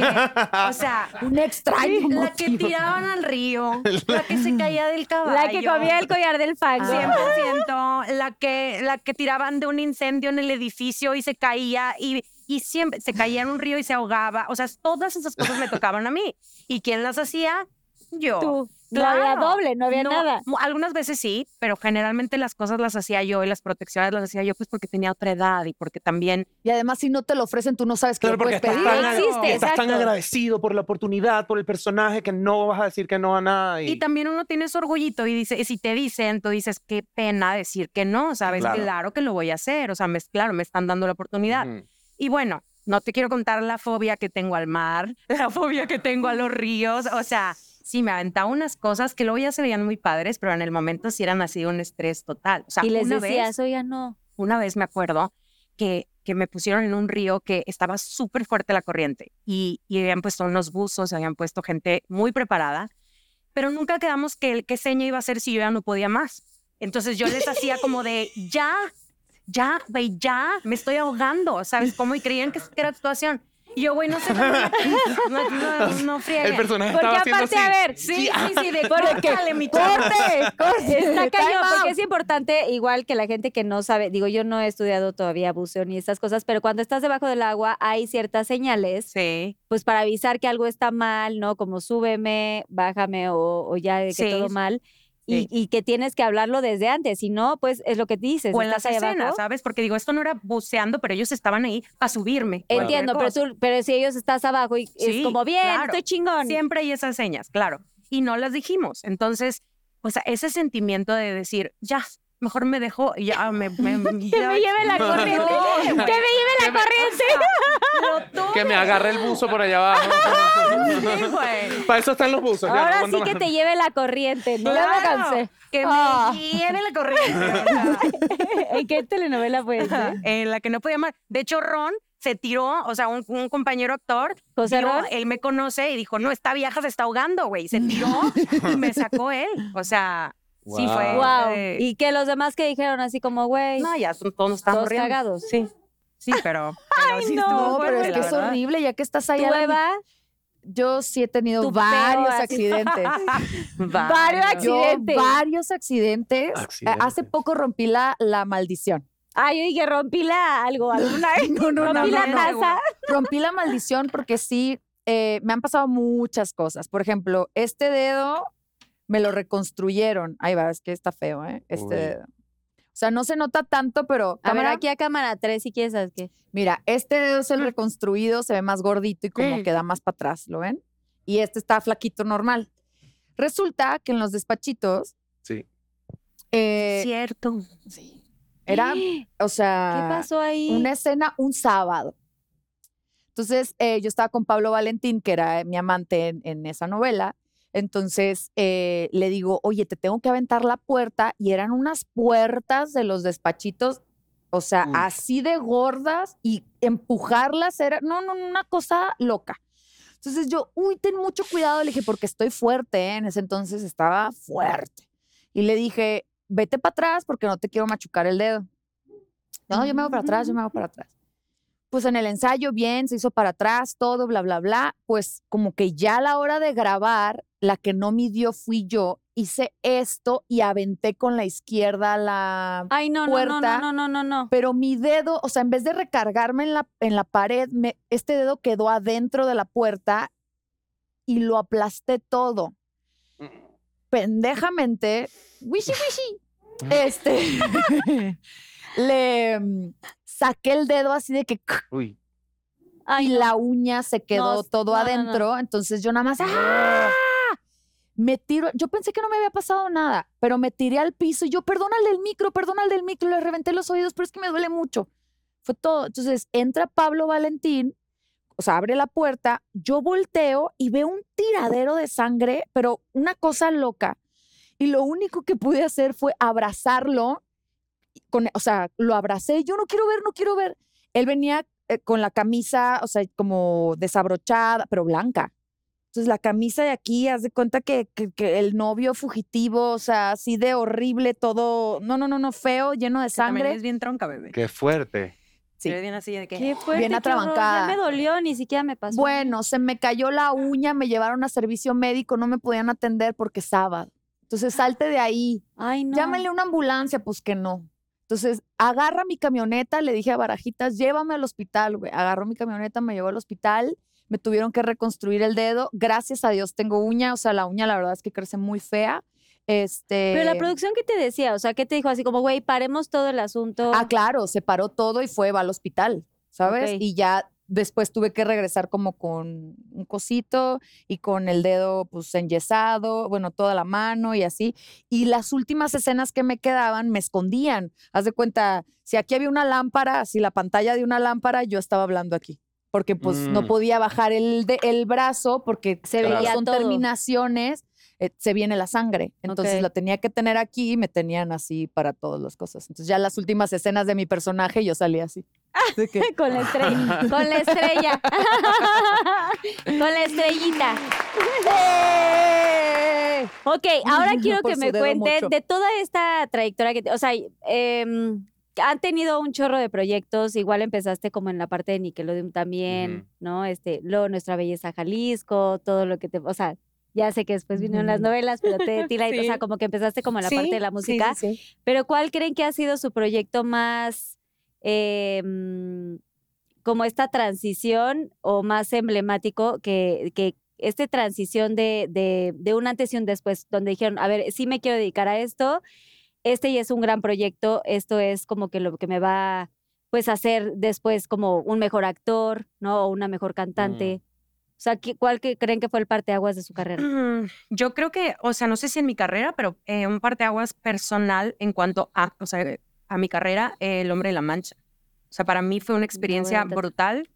Speaker 4: o sea,
Speaker 5: Un extraño.
Speaker 4: Sí, la que
Speaker 5: motivo.
Speaker 4: tiraban al río, la que se caía del caballo.
Speaker 8: La que comía el collar del fango.
Speaker 4: Ah. 100%, la que, la que tiraban de un incendio en el edificio y se caía y, y siempre se caía en un río y se ahogaba. O sea, todas esas cosas me tocaban a mí. ¿Y quién las hacía? Yo.
Speaker 8: Tú. No había
Speaker 4: Claro.
Speaker 8: doble, no había nada.
Speaker 4: mu- Algunas veces sí, pero generalmente las cosas las hacía yo y las protecciones las hacía yo pues porque tenía otra edad y porque también...
Speaker 5: Y además, si no te lo ofrecen, tú no sabes qué
Speaker 7: Claro,
Speaker 5: le
Speaker 7: porque
Speaker 5: puedes
Speaker 7: estás, tan,
Speaker 5: pedir.
Speaker 8: No
Speaker 7: ag-
Speaker 8: existe,
Speaker 7: estás tan
Speaker 8: exacto.
Speaker 7: agradecido por la oportunidad, por el personaje, que no vas a decir que no a nada. Y,
Speaker 4: Y también uno tiene su orgullito y dice, y si te dicen, tú dices, qué pena decir que no, ¿sabes?
Speaker 7: Claro.
Speaker 4: Claro, que lo voy a hacer, o sea, me, claro, me están dando la oportunidad.
Speaker 7: Ujú.
Speaker 4: Y bueno, no te quiero contar la fobia que tengo al mar, la fobia que tengo a los ríos. O sea, sí, me aventaba unas cosas que luego ya se veían muy padres, pero en el momento sí eran así un estrés total. O sea,
Speaker 8: Y les
Speaker 4: una
Speaker 8: decías,
Speaker 4: vez,
Speaker 8: oiga, no.
Speaker 4: una vez me acuerdo que, que me pusieron en un río que estaba súper fuerte la corriente y, y habían puesto unos buzos, habían puesto gente muy preparada, pero nunca quedamos que el que seña iba a ser si yo ya no podía más. Entonces yo les hacía como de, ya, ya, güey, ya, me estoy ahogando, ¿sabes cómo? Y creían que era actuación. Y yo, güey, no sé, no, no, no, no friegue.
Speaker 7: el personaje
Speaker 8: Porque
Speaker 7: estaba haciendo
Speaker 8: aparte,
Speaker 7: así.
Speaker 8: a ver,
Speaker 4: Sí, sí, sí, de
Speaker 8: Porque-
Speaker 4: córtale, mi chavo.
Speaker 5: ¡Corte! ¡Corte!
Speaker 8: Está cañón,
Speaker 5: Time out.
Speaker 8: porque es importante, igual que la gente que no sabe, digo, yo no he estudiado todavía buceo ni estas cosas, pero cuando estás debajo del agua hay ciertas señales,
Speaker 4: Sí,
Speaker 8: pues para avisar que algo está mal, ¿no? Como súbeme, bájame o, o ya de que
Speaker 4: Sí.
Speaker 8: todo mal. Y,
Speaker 4: Sí.
Speaker 8: y que tienes que hablarlo desde antes, si no, pues es lo que dices.
Speaker 4: o en
Speaker 8: estás
Speaker 4: las
Speaker 8: ahí abajo.
Speaker 4: escenas, ¿sabes? Porque digo, esto no era buceando, pero ellos estaban ahí para subirme. cualquier
Speaker 8: Entiendo, pero,
Speaker 4: cosa.
Speaker 8: tú, pero si ellos estás abajo y
Speaker 4: Sí,
Speaker 8: es como, bien,
Speaker 4: claro.
Speaker 8: estoy chingón.
Speaker 4: Siempre hay esas señas, claro. Y no las dijimos. Entonces, O sea, ese sentimiento de decir, ya, mejor me dejo, ya me... me,
Speaker 3: Que me lleve la corriente. que me lleve la corriente.
Speaker 7: Que me agarre el buzo por allá abajo. Para eso están los buzos. ya,
Speaker 3: Ahora
Speaker 7: no
Speaker 3: sí
Speaker 7: aguanto
Speaker 3: que
Speaker 7: más.
Speaker 3: te lleve la corriente. No ya me cansé.
Speaker 4: Que
Speaker 3: Ah.
Speaker 4: me lleve la corriente.
Speaker 3: ¿En qué telenovela fue? ese?
Speaker 4: en la que no podía más. De hecho, Ron se tiró, o sea, un, un compañero actor,
Speaker 3: José
Speaker 4: vio,
Speaker 3: Ron.
Speaker 4: él me conoce y dijo, no, esta vieja se está ahogando, güey. Se tiró y me sacó él. O sea, sí fue.
Speaker 7: Wow.
Speaker 3: Wow.
Speaker 4: eh,
Speaker 3: Y que los demás que dijeron así como, güey,
Speaker 4: no, ya son, todos estamos
Speaker 3: todos
Speaker 4: riendo.
Speaker 3: cagados.
Speaker 4: Sí, sí, pero... pero sí
Speaker 3: no,
Speaker 4: estuvo
Speaker 5: No, pero
Speaker 4: fuerte,
Speaker 5: es
Speaker 4: la
Speaker 5: que es
Speaker 4: verdad.
Speaker 5: horrible, ya que estás ahí.
Speaker 3: Tu
Speaker 5: a la
Speaker 3: Eva,
Speaker 5: Yo sí he tenido
Speaker 3: Tu peo,
Speaker 5: varios
Speaker 3: así.
Speaker 5: accidentes.
Speaker 3: varios
Speaker 5: Yo
Speaker 3: accidentes.
Speaker 5: varios accidentes.
Speaker 7: Accidentes.
Speaker 5: Hace poco rompí la, la maldición.
Speaker 3: Ay, yo dije, rompí la algo, alguna vez.
Speaker 5: No, no,
Speaker 3: rompí la
Speaker 4: no, no.
Speaker 3: taza.
Speaker 5: Rompí la maldición porque sí, eh, me han pasado muchas cosas. Por ejemplo, este dedo me lo reconstruyeron. Ahí va, es que está feo, ¿eh? Este
Speaker 7: Uy.
Speaker 5: dedo. O sea, no se nota tanto, pero...
Speaker 3: A ver,
Speaker 5: cámara.
Speaker 3: aquí a cámara 3 si quieres ¿sabes qué?
Speaker 5: Mira, este dedo es el reconstruido, se ve más gordito y como que da más para atrás, ¿lo ven? Y este está flaquito normal. Resulta que en los despachitos
Speaker 7: Sí.
Speaker 5: eh,
Speaker 4: Cierto.
Speaker 5: era,
Speaker 3: ¿Qué
Speaker 5: o sea,
Speaker 3: pasó ahí?
Speaker 5: una escena un sábado. Entonces, eh, yo estaba con Pablo Valentín, que era eh, mi amante en, en esa novela. Entonces, eh, le digo, oye, te tengo que aventar la puerta. Y eran unas puertas de los despachitos, o sea,
Speaker 7: Uy.
Speaker 5: así de gordas y empujarlas era, no, no, no, una cosa loca. Entonces yo, uy, ten mucho cuidado, le dije, porque estoy fuerte, ¿eh? en ese entonces estaba fuerte. Y le dije, vete para atrás porque no te quiero machucar el dedo. No, yo me hago para atrás, yo me hago para atrás. Pues en el ensayo, bien, se hizo para atrás, todo, bla, bla, bla. Pues como que ya a la hora de grabar, la que no midió fui yo, hice esto y aventé con la izquierda la...
Speaker 3: Ay, no, no, no,
Speaker 5: puerta.
Speaker 3: no, no, no, no.
Speaker 5: Pero mi dedo, o sea, en vez de recargarme en la, en la pared, me- este dedo quedó adentro de la puerta y lo aplasté todo. Pendejamente, wishy wishy, este, le mm, saqué el dedo así de que
Speaker 7: Uy.
Speaker 5: y la uña se quedó
Speaker 3: No,
Speaker 5: todo
Speaker 3: no, no, no.
Speaker 5: adentro. Entonces yo nada más ¡ah! me tiro. Yo pensé que no me había pasado nada, pero me tiré al piso y yo, perdón al del micro, perdón al del micro, le reventé los oídos, pero es que me duele mucho. Fue todo. Entonces entra Pablo Valentín, o sea, abre la puerta, yo volteo y veo un tiradero de sangre, pero una cosa loca. Y lo único que pude hacer fue abrazarlo. Con, o sea, lo abracé, yo no quiero ver, no quiero ver él venía eh, con la camisa, o sea, como desabrochada, pero blanca. Entonces la camisa de aquí, haz de cuenta que, que- que el novio fugitivo, o sea, así de horrible, todo, no, no, no, no, feo, lleno de
Speaker 4: Que también
Speaker 5: sangre.
Speaker 4: es bien tronca, bebé.
Speaker 7: Qué fuerte.
Speaker 5: Sí.
Speaker 4: Pero bien así de que...
Speaker 3: Qué fuerte.
Speaker 5: Bien
Speaker 3: qué horror.
Speaker 5: atrabancada.
Speaker 3: Ya me dolió, ni siquiera me pasó.
Speaker 5: Bueno, se me cayó la uña, me llevaron a servicio médico, no me podían atender porque sábado. Entonces salte de ahí,
Speaker 3: Ay, no.
Speaker 5: llámenle una ambulancia, pues que no. Entonces, agarra mi camioneta, le dije a Barajitas, llévame al hospital, güey. Agarró mi camioneta, me llevó al hospital, me tuvieron que reconstruir el dedo. Gracias a Dios tengo uña, o sea, la uña la verdad es que crece muy fea. Este,
Speaker 3: Pero la producción que te decía, o sea, ¿qué te dijo? Así como, güey, paremos todo el asunto.
Speaker 5: Ah, claro, se paró todo y fue, va al hospital, ¿sabes?
Speaker 3: Ok.
Speaker 5: Y ya después tuve que regresar como con un cosito y con el dedo pues enyesado, bueno, toda la mano y así. Y las últimas escenas que me quedaban me escondían. Haz de cuenta, si aquí había una lámpara, si la pantalla de una lámpara, yo estaba hablando aquí. Porque pues no
Speaker 7: Mm.
Speaker 5: podía bajar el, de- el brazo porque se
Speaker 7: Claro.
Speaker 5: veían
Speaker 3: todo.
Speaker 5: terminaciones, eh, se viene la sangre. Entonces
Speaker 3: Ok.
Speaker 5: la tenía que tener aquí y me tenían así para todas las cosas. Entonces ya las últimas escenas de mi personaje yo salí así. De que,
Speaker 3: con la estrella. con la estrella. con la estrellita.
Speaker 5: ¡Eh!
Speaker 3: Ok, ahora quiero
Speaker 5: Por
Speaker 3: que
Speaker 5: su
Speaker 3: me
Speaker 5: dedo
Speaker 3: cuenten
Speaker 5: mocho.
Speaker 3: de toda esta trayectoria que, te- o sea, em, han tenido un chorro de proyectos, igual empezaste como en la parte de Nickelodeon también,
Speaker 7: Ujú.
Speaker 3: ¿no? Este, luego Nuestra Belleza Jalisco, todo lo que te, o sea, ya sé que después vinieron las
Speaker 5: Ujú.
Speaker 3: novelas, pero te tila, o sea,
Speaker 4: Sí.
Speaker 3: como que empezaste como en la
Speaker 4: Sí,
Speaker 3: parte de la
Speaker 4: sí, sí,
Speaker 3: música,
Speaker 4: sí.
Speaker 3: pero ¿cuál creen que ha sido su proyecto más em, como esta transición o más emblemático que, que esta transición de, de, de un antes y un después, donde dijeron, a ver, sí me quiero dedicar a esto, este ya es un gran proyecto, esto es como que lo que me va pues a hacer después como un mejor actor, ¿no? O una mejor cantante. O sea, ¿qué- ¿cuál que creen que fue el parteaguas de su carrera?
Speaker 4: Mm, Yo creo que, o sea, no sé si en mi carrera, pero eh, un parteaguas personal en cuanto a, o sea, a mi carrera, eh, El Hombre de la Mancha. O sea, para mí fue una experiencia
Speaker 3: tanto.
Speaker 4: brutal.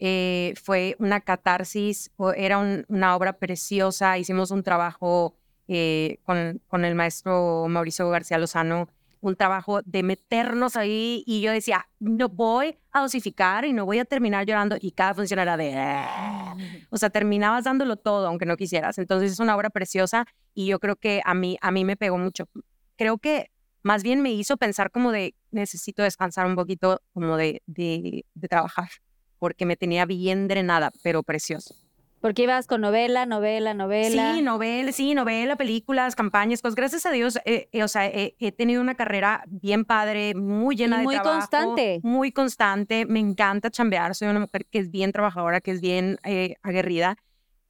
Speaker 4: eh, fue una catarsis, o- era un- una obra preciosa. Hicimos un trabajo eh, con, con el maestro Mauricio García Lozano, un trabajo de meternos ahí. Y yo decía, no voy a dosificar y no voy a terminar llorando. Y cada función era de. "Ah". O sea, terminabas dándolo todo, aunque no quisieras. Entonces es una obra preciosa y yo creo que a mí, a mí me pegó mucho. Creo que más bien me hizo pensar como de necesito descansar un poquito, como de, de, de trabajar, porque me tenía bien drenada, pero precioso.
Speaker 3: Porque ibas con novela, novela, novela.
Speaker 4: Sí, novela, sí, novela, películas, campañas, cosas. Gracias a Dios, eh, eh, o sea, eh, he tenido una carrera bien padre, muy llena
Speaker 3: Y
Speaker 4: de
Speaker 3: muy
Speaker 4: trabajo,
Speaker 3: constante.
Speaker 4: muy constante. Me encanta chambear. Soy una mujer que es bien trabajadora, que es bien eh, aguerrida,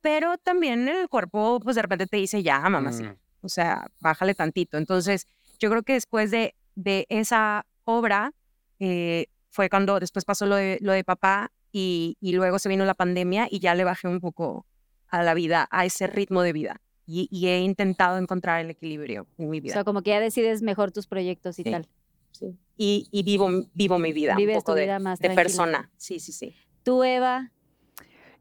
Speaker 4: pero también el cuerpo, pues de repente te dice ya, mamá, sí.
Speaker 7: Mm.
Speaker 4: O sea, bájale tantito. Entonces, yo creo que después de, de esa obra eh, fue cuando después pasó lo de, lo de papá y, y luego se vino la pandemia y ya le bajé un poco a la vida, a ese ritmo de vida. Y, y he intentado encontrar el equilibrio en mi
Speaker 3: O
Speaker 4: vida.
Speaker 3: sea, como que ya decides mejor tus proyectos y
Speaker 4: Sí,
Speaker 3: tal.
Speaker 4: y, y vivo, vivo mi vida,
Speaker 3: Vives
Speaker 4: un poco
Speaker 3: tu
Speaker 4: de,
Speaker 3: vida más
Speaker 4: de
Speaker 3: tranquila.
Speaker 4: persona. Sí, sí, sí.
Speaker 3: Tú, Eva,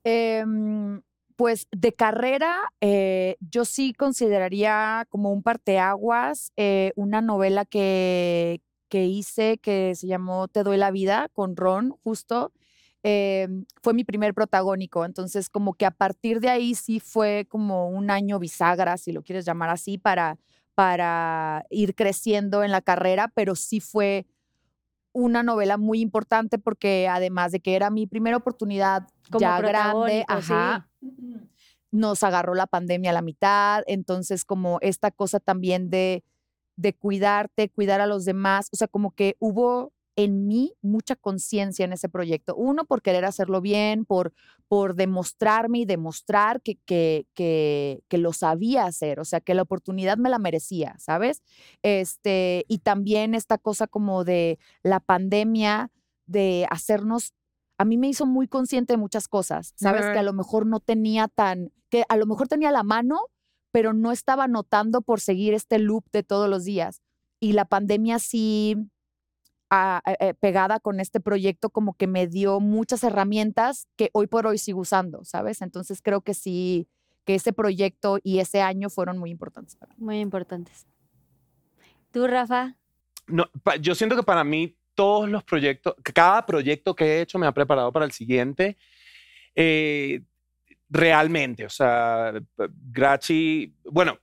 Speaker 5: Em, pues de carrera, eh, yo sí consideraría como un parteaguas eh, una novela que, que hice que se llamó Te doy la vida con Ron, justo. em, fue mi primer protagónico, entonces como que a partir de ahí sí fue como un año bisagra, si lo quieres llamar así, para, para ir creciendo en la carrera, pero sí fue una novela muy importante porque además de que era mi primera oportunidad
Speaker 3: Como
Speaker 5: ya grande,
Speaker 3: protagónico, sí.
Speaker 5: ajá, nos agarró la pandemia a la mitad, entonces como esta cosa también de, de cuidarte, cuidar a los demás, o sea, como que hubo en mí mucha conciencia en ese proyecto. Uno, por querer hacerlo bien, por, por demostrarme y demostrar que, que, que, que lo sabía hacer, o sea, que la oportunidad me la merecía, ¿sabes? Este, y también esta cosa como de la pandemia, de hacernos, a mí me hizo muy consciente de muchas cosas, ¿sabes? Que a lo mejor no tenía tan, que a lo mejor tenía la mano, pero no estaba notando por seguir este loop de todos los días. Y la pandemia sí, a- eh, eh, pegada con este proyecto, como que me dio muchas herramientas que hoy por hoy sigo usando, ¿sabes? Entonces creo que sí, que ese proyecto y ese año fueron muy importantes para mí.
Speaker 3: muy importantes. Tú, Rafa,
Speaker 7: No, pa- yo siento que para mí todos los proyectos, que cada proyecto que he hecho me ha preparado para el siguiente. eh, realmente, o sea, p- Grachi, bueno,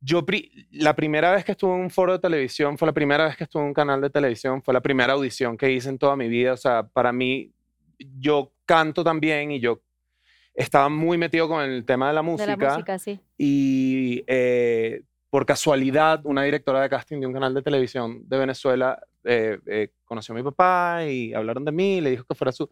Speaker 7: yo pri- la primera vez que estuve en un foro de televisión, fue la primera vez que estuve en un canal de televisión, fue la primera audición que hice en toda mi vida, o sea, para mí, yo canto también y yo estaba muy metido con el tema de la música.
Speaker 3: de la música, sí.
Speaker 7: Y eh, por casualidad, una directora de casting de un canal de televisión de Venezuela eh, eh, conoció a mi papá y hablaron de mí, le dijo que fuera a su,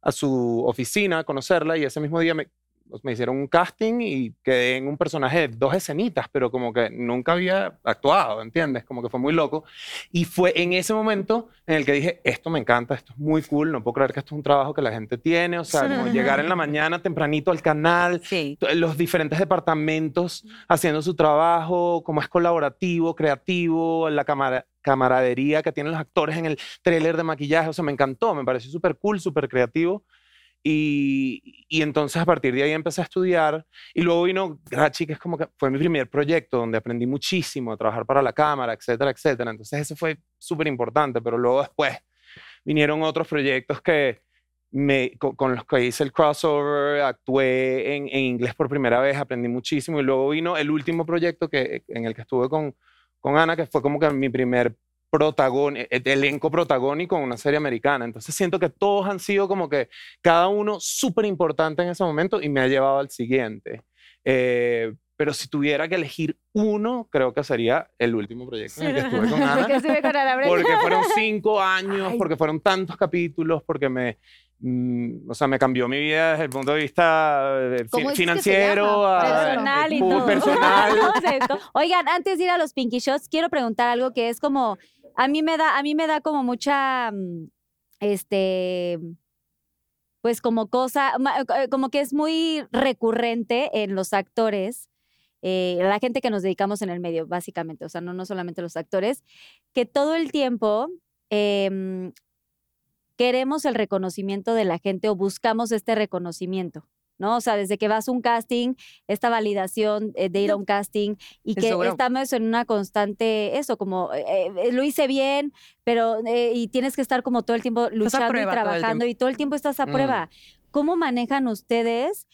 Speaker 7: a su oficina a conocerla y ese mismo día me, pues, me hicieron un casting y quedé en un personaje de dos escenitas, pero como que nunca había actuado, ¿entiendes? Como que fue muy loco. Y fue en ese momento en el que dije, esto me encanta, esto es muy cool, no puedo creer que esto es un trabajo que la gente tiene, o sea, como llegar en la mañana tempranito al canal,
Speaker 4: Sí.
Speaker 7: t- los diferentes departamentos haciendo su trabajo, cómo es colaborativo, creativo, la camara- camaradería que tienen los actores en el tráiler de maquillaje. O sea, me encantó, me pareció súper cool, súper creativo. Y, y entonces a partir de ahí empecé a estudiar y luego vino Grachi, que es como que fue mi primer proyecto donde aprendí muchísimo a trabajar para la cámara, etcétera, etcétera. Entonces eso fue súper importante, pero luego después vinieron otros proyectos que me, co- con, los que hice el crossover, actué en, en inglés por primera vez, aprendí muchísimo y luego vino el último proyecto que, en el que estuve con, con Ana, que fue como que mi primer protagónico, elenco protagónico en una serie americana. Entonces siento que todos han sido como que cada uno súper importante en ese momento y me ha llevado al siguiente. Eh, pero si tuviera que elegir uno, creo que sería el último proyecto en el que estuve con Ana.
Speaker 3: Que se ve con la brecha.
Speaker 7: Porque fueron cinco años, porque fueron tantos capítulos, porque me, mm, o sea, me cambió mi vida desde el punto de vista eh, fi-
Speaker 5: ¿Cómo dices que se
Speaker 7: financiero,
Speaker 5: llama?
Speaker 7: a-
Speaker 3: personal y
Speaker 7: pu-
Speaker 3: todo.
Speaker 7: personal.
Speaker 3: O sea, esto- Oigan, antes de ir a los Pinky Shots, quiero preguntar algo que es como a mí me da a mí me da como mucha mm, este pues como cosa, ma- eh, como que es muy recurrente en los actores, eh, la gente que nos dedicamos en el medio, básicamente, o sea, no, no solamente los actores, que todo el tiempo em, queremos el reconocimiento de la gente o buscamos este reconocimiento. ¿No? O sea, desde que vas a un casting, esta validación eh, de ir a un casting y
Speaker 4: Sí,
Speaker 3: que
Speaker 4: seguro.
Speaker 3: estamos en una constante, eso, como eh, eh, lo hice bien, pero eh, y tienes que estar como todo el tiempo
Speaker 4: a
Speaker 3: luchando y
Speaker 4: prueba todo el
Speaker 3: trabajando y todo el tiempo estás a
Speaker 7: Mm.
Speaker 3: prueba. ¿Cómo manejan ustedes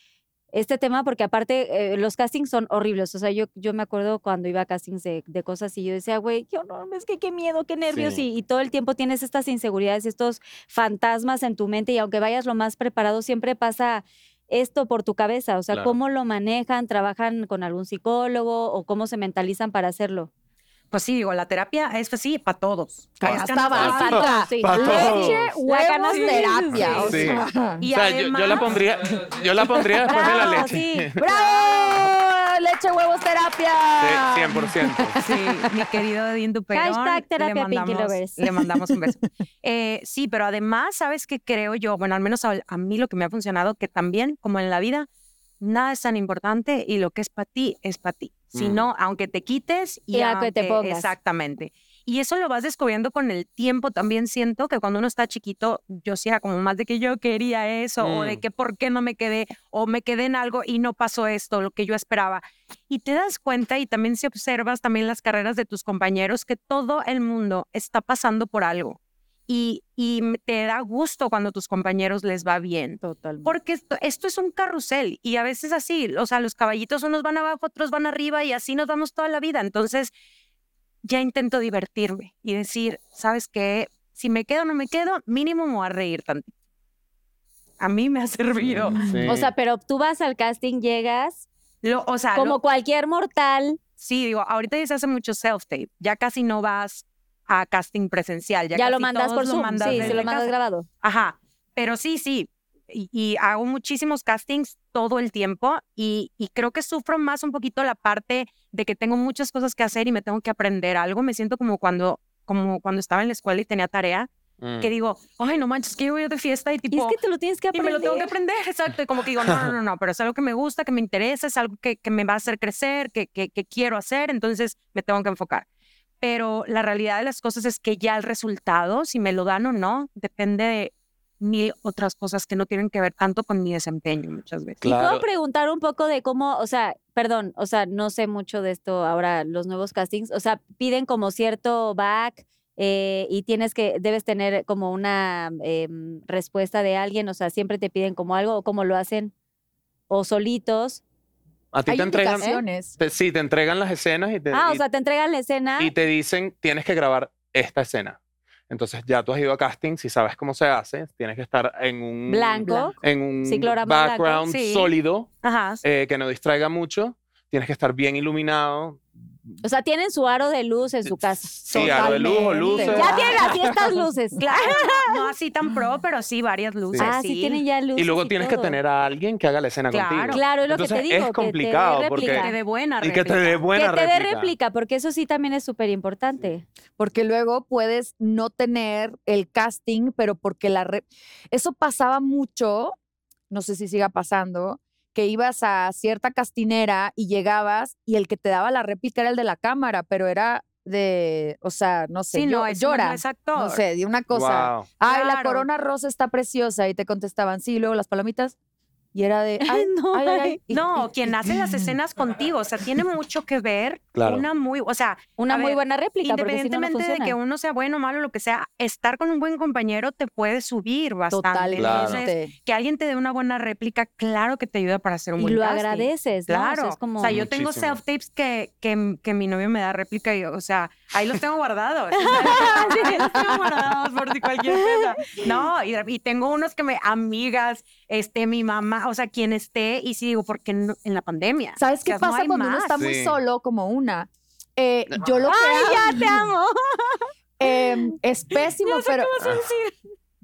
Speaker 3: este tema? Porque aparte eh, los castings son horribles. O sea, yo, yo me acuerdo cuando iba a castings de, de cosas y yo decía, güey, qué horror, es que qué miedo, qué nervios.
Speaker 7: Sí.
Speaker 3: Y, y todo el tiempo tienes estas inseguridades, estos fantasmas en tu mente y aunque vayas lo más preparado, siempre pasa esto por tu cabeza. O sea,
Speaker 7: Claro.
Speaker 3: ¿cómo lo manejan? ¿Trabajan con algún psicólogo o cómo se mentalizan para hacerlo?
Speaker 4: Pues sí, digo, la terapia es pues sí, para todos.
Speaker 5: Ahí
Speaker 4: Es
Speaker 5: está
Speaker 4: canasta
Speaker 5: básica.
Speaker 3: sí.
Speaker 7: Pa' todos.
Speaker 5: Leche, huevos,
Speaker 3: Sí,
Speaker 5: terapia.
Speaker 7: sí,
Speaker 5: o
Speaker 7: sí.
Speaker 5: sea.
Speaker 4: Y
Speaker 7: O sea, yo-
Speaker 4: además,
Speaker 7: yo, la pondría, yo la pondría después de la
Speaker 3: Bravo,
Speaker 7: leche.
Speaker 3: sí.
Speaker 5: ¡Bravo! Leche, huevos, terapia.
Speaker 7: Sí, 100%.
Speaker 4: Sí, mi querido Edín Duperón.
Speaker 3: Hashtag terapia
Speaker 4: le
Speaker 3: Pinky
Speaker 4: mandamos,
Speaker 3: Lovers.
Speaker 4: Le mandamos un beso. Eh, sí, pero además, ¿sabes qué creo yo? Bueno, al menos a, a mí lo que me ha funcionado, que también, como en la vida, nada es tan importante y lo que es para ti, es para ti. Si
Speaker 7: Mm.
Speaker 4: no, aunque te quites y,
Speaker 3: Y a que te
Speaker 4: aunque-
Speaker 3: pongas.
Speaker 4: Exactamente. Y eso lo vas descubriendo con el tiempo. También siento que cuando uno está chiquito, yo sea como más de que yo quería eso, o de
Speaker 7: Mm.
Speaker 4: que por qué no me quedé, o me quedé en algo y no pasó esto, lo que yo esperaba y te das cuenta y también si observas también las carreras de tus compañeros que todo el mundo está pasando por algo y, y m- te da gusto cuando a tus compañeros les va bien.
Speaker 5: Totalmente.
Speaker 4: Porque esto, esto es un carrusel y a veces así, o sea, los caballitos unos van abajo, otros van arriba y así nos vamos toda la vida. Entonces, ya intento divertirme y decir, ¿sabes qué? Si me quedo o no me quedo, mínimo me voy a reír tanto. A mí me ha servido.
Speaker 7: Sí.
Speaker 3: O sea, pero tú vas al casting, llegas
Speaker 4: Lo, o sea, Ah, lo-
Speaker 3: como cualquier mortal.
Speaker 4: Sí, digo, ahorita ya se hace mucho self-tape. Ya casi no vas a casting presencial. Ya,
Speaker 3: Ya, lo
Speaker 4: casi
Speaker 3: mandas
Speaker 4: todos
Speaker 3: por
Speaker 4: lo
Speaker 3: Zoom.
Speaker 4: mandas
Speaker 3: sí,
Speaker 4: desde
Speaker 3: sí, lo mandas
Speaker 4: casa.
Speaker 3: grabado.
Speaker 4: Ajá. Pero sí, sí. Y, y hago muchísimos castings todo el tiempo y, y creo que sufro más un poquito la parte de que tengo muchas cosas que hacer y me tengo que aprender algo. Me siento como cuando, como cuando estaba en la escuela y tenía tarea,
Speaker 7: Mm.
Speaker 4: que digo, ay, no manches, que yo voy a ir de fiesta y tipo...
Speaker 3: y es que te lo tienes que
Speaker 4: Y
Speaker 3: aprender.
Speaker 4: me lo tengo que aprender, exacto. Y como que digo, no, no, no, no, pero es algo que me gusta, que me interesa, es algo que, que me va a hacer crecer, que, que, que quiero hacer, entonces me tengo que enfocar. Pero la realidad de las cosas es que ya el resultado, si me lo dan o no, depende de mil otras cosas que no tienen que ver tanto con mi desempeño muchas veces.
Speaker 3: Y
Speaker 7: Claro.
Speaker 3: puedo preguntar un poco de cómo, o sea, perdón, o sea, no sé mucho de esto ahora, los nuevos castings, o sea, piden como cierto back eh, y tienes que, debes tener como una em, respuesta de alguien, o sea, siempre te piden como algo o cómo lo hacen o solitos.
Speaker 7: a ti
Speaker 5: Hay
Speaker 7: te entregan,
Speaker 5: indicaciones.
Speaker 7: te- sí, te entregan las escenas y te,
Speaker 3: Ah, o
Speaker 7: Eh, y-
Speaker 3: sea, te entregan la escena.
Speaker 7: y te dicen, tienes que grabar esta escena. Entonces ya tú has ido a casting, si sabes cómo se hace, tienes que estar en un,
Speaker 3: Blanco.
Speaker 7: en un
Speaker 3: Ciclorama blanco,
Speaker 7: background
Speaker 4: sí.
Speaker 7: sólido
Speaker 4: Ajá.
Speaker 7: eh, que no distraiga mucho. Tienes que estar bien iluminado.
Speaker 3: O sea, tienen su aro de luz en su casa.
Speaker 7: Sí, aro de luz o
Speaker 5: Totalmente.
Speaker 7: luces.
Speaker 3: Ya tienen así estas luces.
Speaker 4: Claro, no así tan pro, pero sí varias luces.
Speaker 3: Ah, sí, tienen ya luces.
Speaker 7: Y luego tienes que
Speaker 3: todo.
Speaker 7: tener a alguien que haga la escena
Speaker 4: Claro.
Speaker 7: contigo.
Speaker 3: Claro, es lo
Speaker 7: Entonces,
Speaker 3: que te digo.
Speaker 7: es
Speaker 3: que te dé
Speaker 7: complicado porque-
Speaker 3: réplica.
Speaker 4: Que te dé buena
Speaker 7: Y que te dé
Speaker 4: réplica.
Speaker 7: buena
Speaker 3: que te dé
Speaker 7: réplica.
Speaker 3: réplica, porque eso sí también es súper importante.
Speaker 5: Porque luego puedes no tener el casting, pero porque la re- Eso pasaba mucho, no sé si siga pasando, que ibas a cierta castinera y llegabas y el que te daba la réplica era el de la cámara, pero era de, o sea, no sé,
Speaker 4: Sí,
Speaker 5: llo-
Speaker 4: no, es
Speaker 5: llora.
Speaker 4: No es actor.
Speaker 5: No sé, de una cosa.
Speaker 7: Wow.
Speaker 5: Ay, la
Speaker 4: Claro.
Speaker 5: corona rosa está preciosa. Y te contestaban, sí, y luego las palomitas. Y era de, ay,
Speaker 3: no,
Speaker 5: ay, ay, ay, y-
Speaker 4: No,
Speaker 5: y-
Speaker 4: quien hace las escenas contigo, o sea, tiene mucho que ver.
Speaker 7: Claro.
Speaker 4: Una muy, o sea,
Speaker 3: Una
Speaker 4: A
Speaker 3: muy
Speaker 4: ver,
Speaker 3: buena réplica, porque si no, no
Speaker 4: independientemente de
Speaker 3: funciona.
Speaker 4: que uno sea bueno, malo, lo que sea, estar con un buen compañero te puede subir bastante.
Speaker 5: Totalmente. este,
Speaker 4: Entonces, que alguien te dé una buena réplica, claro que te ayuda para hacer un
Speaker 3: Y
Speaker 4: buen
Speaker 3: lo
Speaker 4: casting.
Speaker 3: agradeces, ¿no? O sea,
Speaker 4: Claro. O sea,
Speaker 3: es como-
Speaker 4: yo tengo
Speaker 7: Muchísimo.
Speaker 4: self-tapes que, que, que mi novio me da réplica y, o sea, ahí los tengo guardados. Ahí los tengo guardados por si cualquier cosa. No, y, y tengo unos que me, amigas, este, mi mamá, o sea, quien esté, y sí digo, porque no- en la pandemia.
Speaker 5: ¿Sabes qué
Speaker 4: O sea, no
Speaker 5: pasa
Speaker 4: hay
Speaker 5: cuando uno
Speaker 4: más.
Speaker 5: está muy
Speaker 7: Sí.
Speaker 5: solo, como una? Eh, yo lo que
Speaker 3: ya te amo.
Speaker 7: Ah.
Speaker 5: hago, em, es pésimo, pero.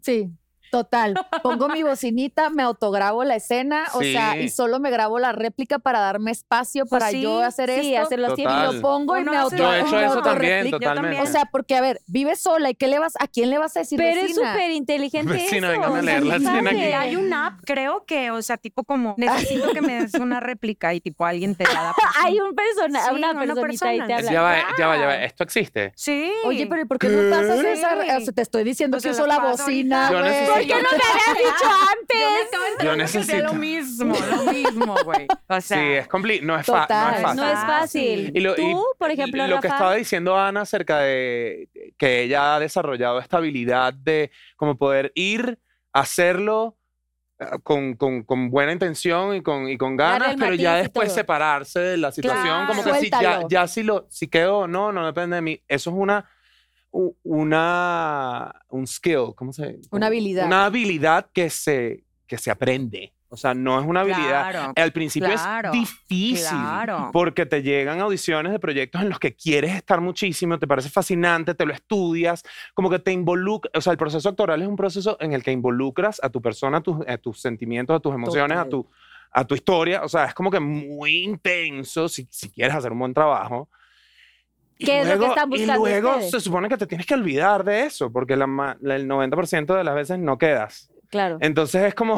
Speaker 5: Sí. Total, pongo mi bocinita, me autograbo la escena, o sea,
Speaker 7: Sí.
Speaker 5: y solo me grabo la réplica para darme espacio
Speaker 4: Pues
Speaker 5: para
Speaker 4: sí,
Speaker 5: yo hacer
Speaker 3: Sí,
Speaker 5: esto.
Speaker 3: hacer los
Speaker 7: Total.
Speaker 3: tiempos.
Speaker 5: Lo pongo y
Speaker 4: Uno
Speaker 5: me
Speaker 4: hace-
Speaker 5: auto
Speaker 7: Yo he
Speaker 4: Claro,
Speaker 7: hecho
Speaker 5: me
Speaker 7: eso también,
Speaker 5: autorreplico.
Speaker 4: yo también.
Speaker 7: totalmente.
Speaker 5: O sea, porque a ver, vives sola y qué le vas, ¿a quién le vas a decir
Speaker 3: Pero es
Speaker 5: vecina?
Speaker 3: súper inteligente.
Speaker 7: Vecina,
Speaker 3: eso,
Speaker 7: véngame a
Speaker 3: o sea,
Speaker 7: leer la
Speaker 3: no
Speaker 7: escena aquí.
Speaker 3: sabe.
Speaker 4: Y hay una app, creo que, o sea, tipo como, necesito que me des una réplica y tipo alguien te la da. por
Speaker 3: Hay
Speaker 4: sí.
Speaker 3: un persona,
Speaker 4: Sí,
Speaker 3: una
Speaker 4: una
Speaker 3: personita y
Speaker 4: persona.
Speaker 3: te habla.
Speaker 7: ya va, ya va, ya
Speaker 3: ¡Ah!
Speaker 7: va. Esto existe.
Speaker 4: Sí.
Speaker 5: Oye, pero ¿y por qué no pasas esa?
Speaker 4: ¿Qué?
Speaker 5: O sea, te estoy
Speaker 4: O
Speaker 5: diciendo que
Speaker 4: sea,
Speaker 5: uso
Speaker 4: la
Speaker 5: la
Speaker 4: paso
Speaker 5: bocina,
Speaker 7: ahorita. Yo
Speaker 5: güey.
Speaker 7: necesito- ¿Por qué
Speaker 3: no me habías dicho antes?
Speaker 7: Yo
Speaker 4: necesito.
Speaker 7: necesito.
Speaker 4: lo mismo, lo mismo, güey. O sea,
Speaker 7: sí, es compli- No es, fa- no es
Speaker 5: Total.
Speaker 7: fácil.
Speaker 3: No es fácil.
Speaker 7: Y lo- y
Speaker 3: Tú, por ejemplo,
Speaker 7: lo
Speaker 3: Rafa,
Speaker 7: que estaba diciendo Ana acerca de que ella ha desarrollado esta habilidad de como poder ir, hacerlo eh, con, con- con buena intención y con, y con
Speaker 3: Darle
Speaker 7: ganas,
Speaker 3: el
Speaker 7: pero ya
Speaker 3: matiz y
Speaker 7: después
Speaker 3: todo.
Speaker 7: separarse de la
Speaker 4: Claro.
Speaker 7: situación, como que si ya,
Speaker 5: Suéltalo.
Speaker 7: ya si, lo, si quedo o no, no depende de mí. Eso es una, u- una un skill, ¿cómo se
Speaker 5: Una habilidad.
Speaker 7: Una habilidad que se, que se aprende. O sea, no es una habilidad
Speaker 4: Claro,
Speaker 7: al principio
Speaker 4: Claro,
Speaker 7: es difícil
Speaker 4: claro.
Speaker 7: porque te llegan audiciones de proyectos en los que quieres estar muchísimo, te parece fascinante, te lo estudias, como que te involucra, o sea, el proceso actoral es un proceso en el que involucras a tu persona, a tus, a tus sentimientos, a tus emociones, a
Speaker 5: Total.
Speaker 7: tu, a tu historia, o sea, es como que muy intenso si, si quieres hacer un buen trabajo. Y
Speaker 3: ¿Qué es lo que están buscando
Speaker 7: Y luego
Speaker 3: ustedes?
Speaker 7: se supone que te tienes que olvidar de eso, porque la ma- la- el 90% de las veces no quedas.
Speaker 3: claro.
Speaker 7: Entonces es como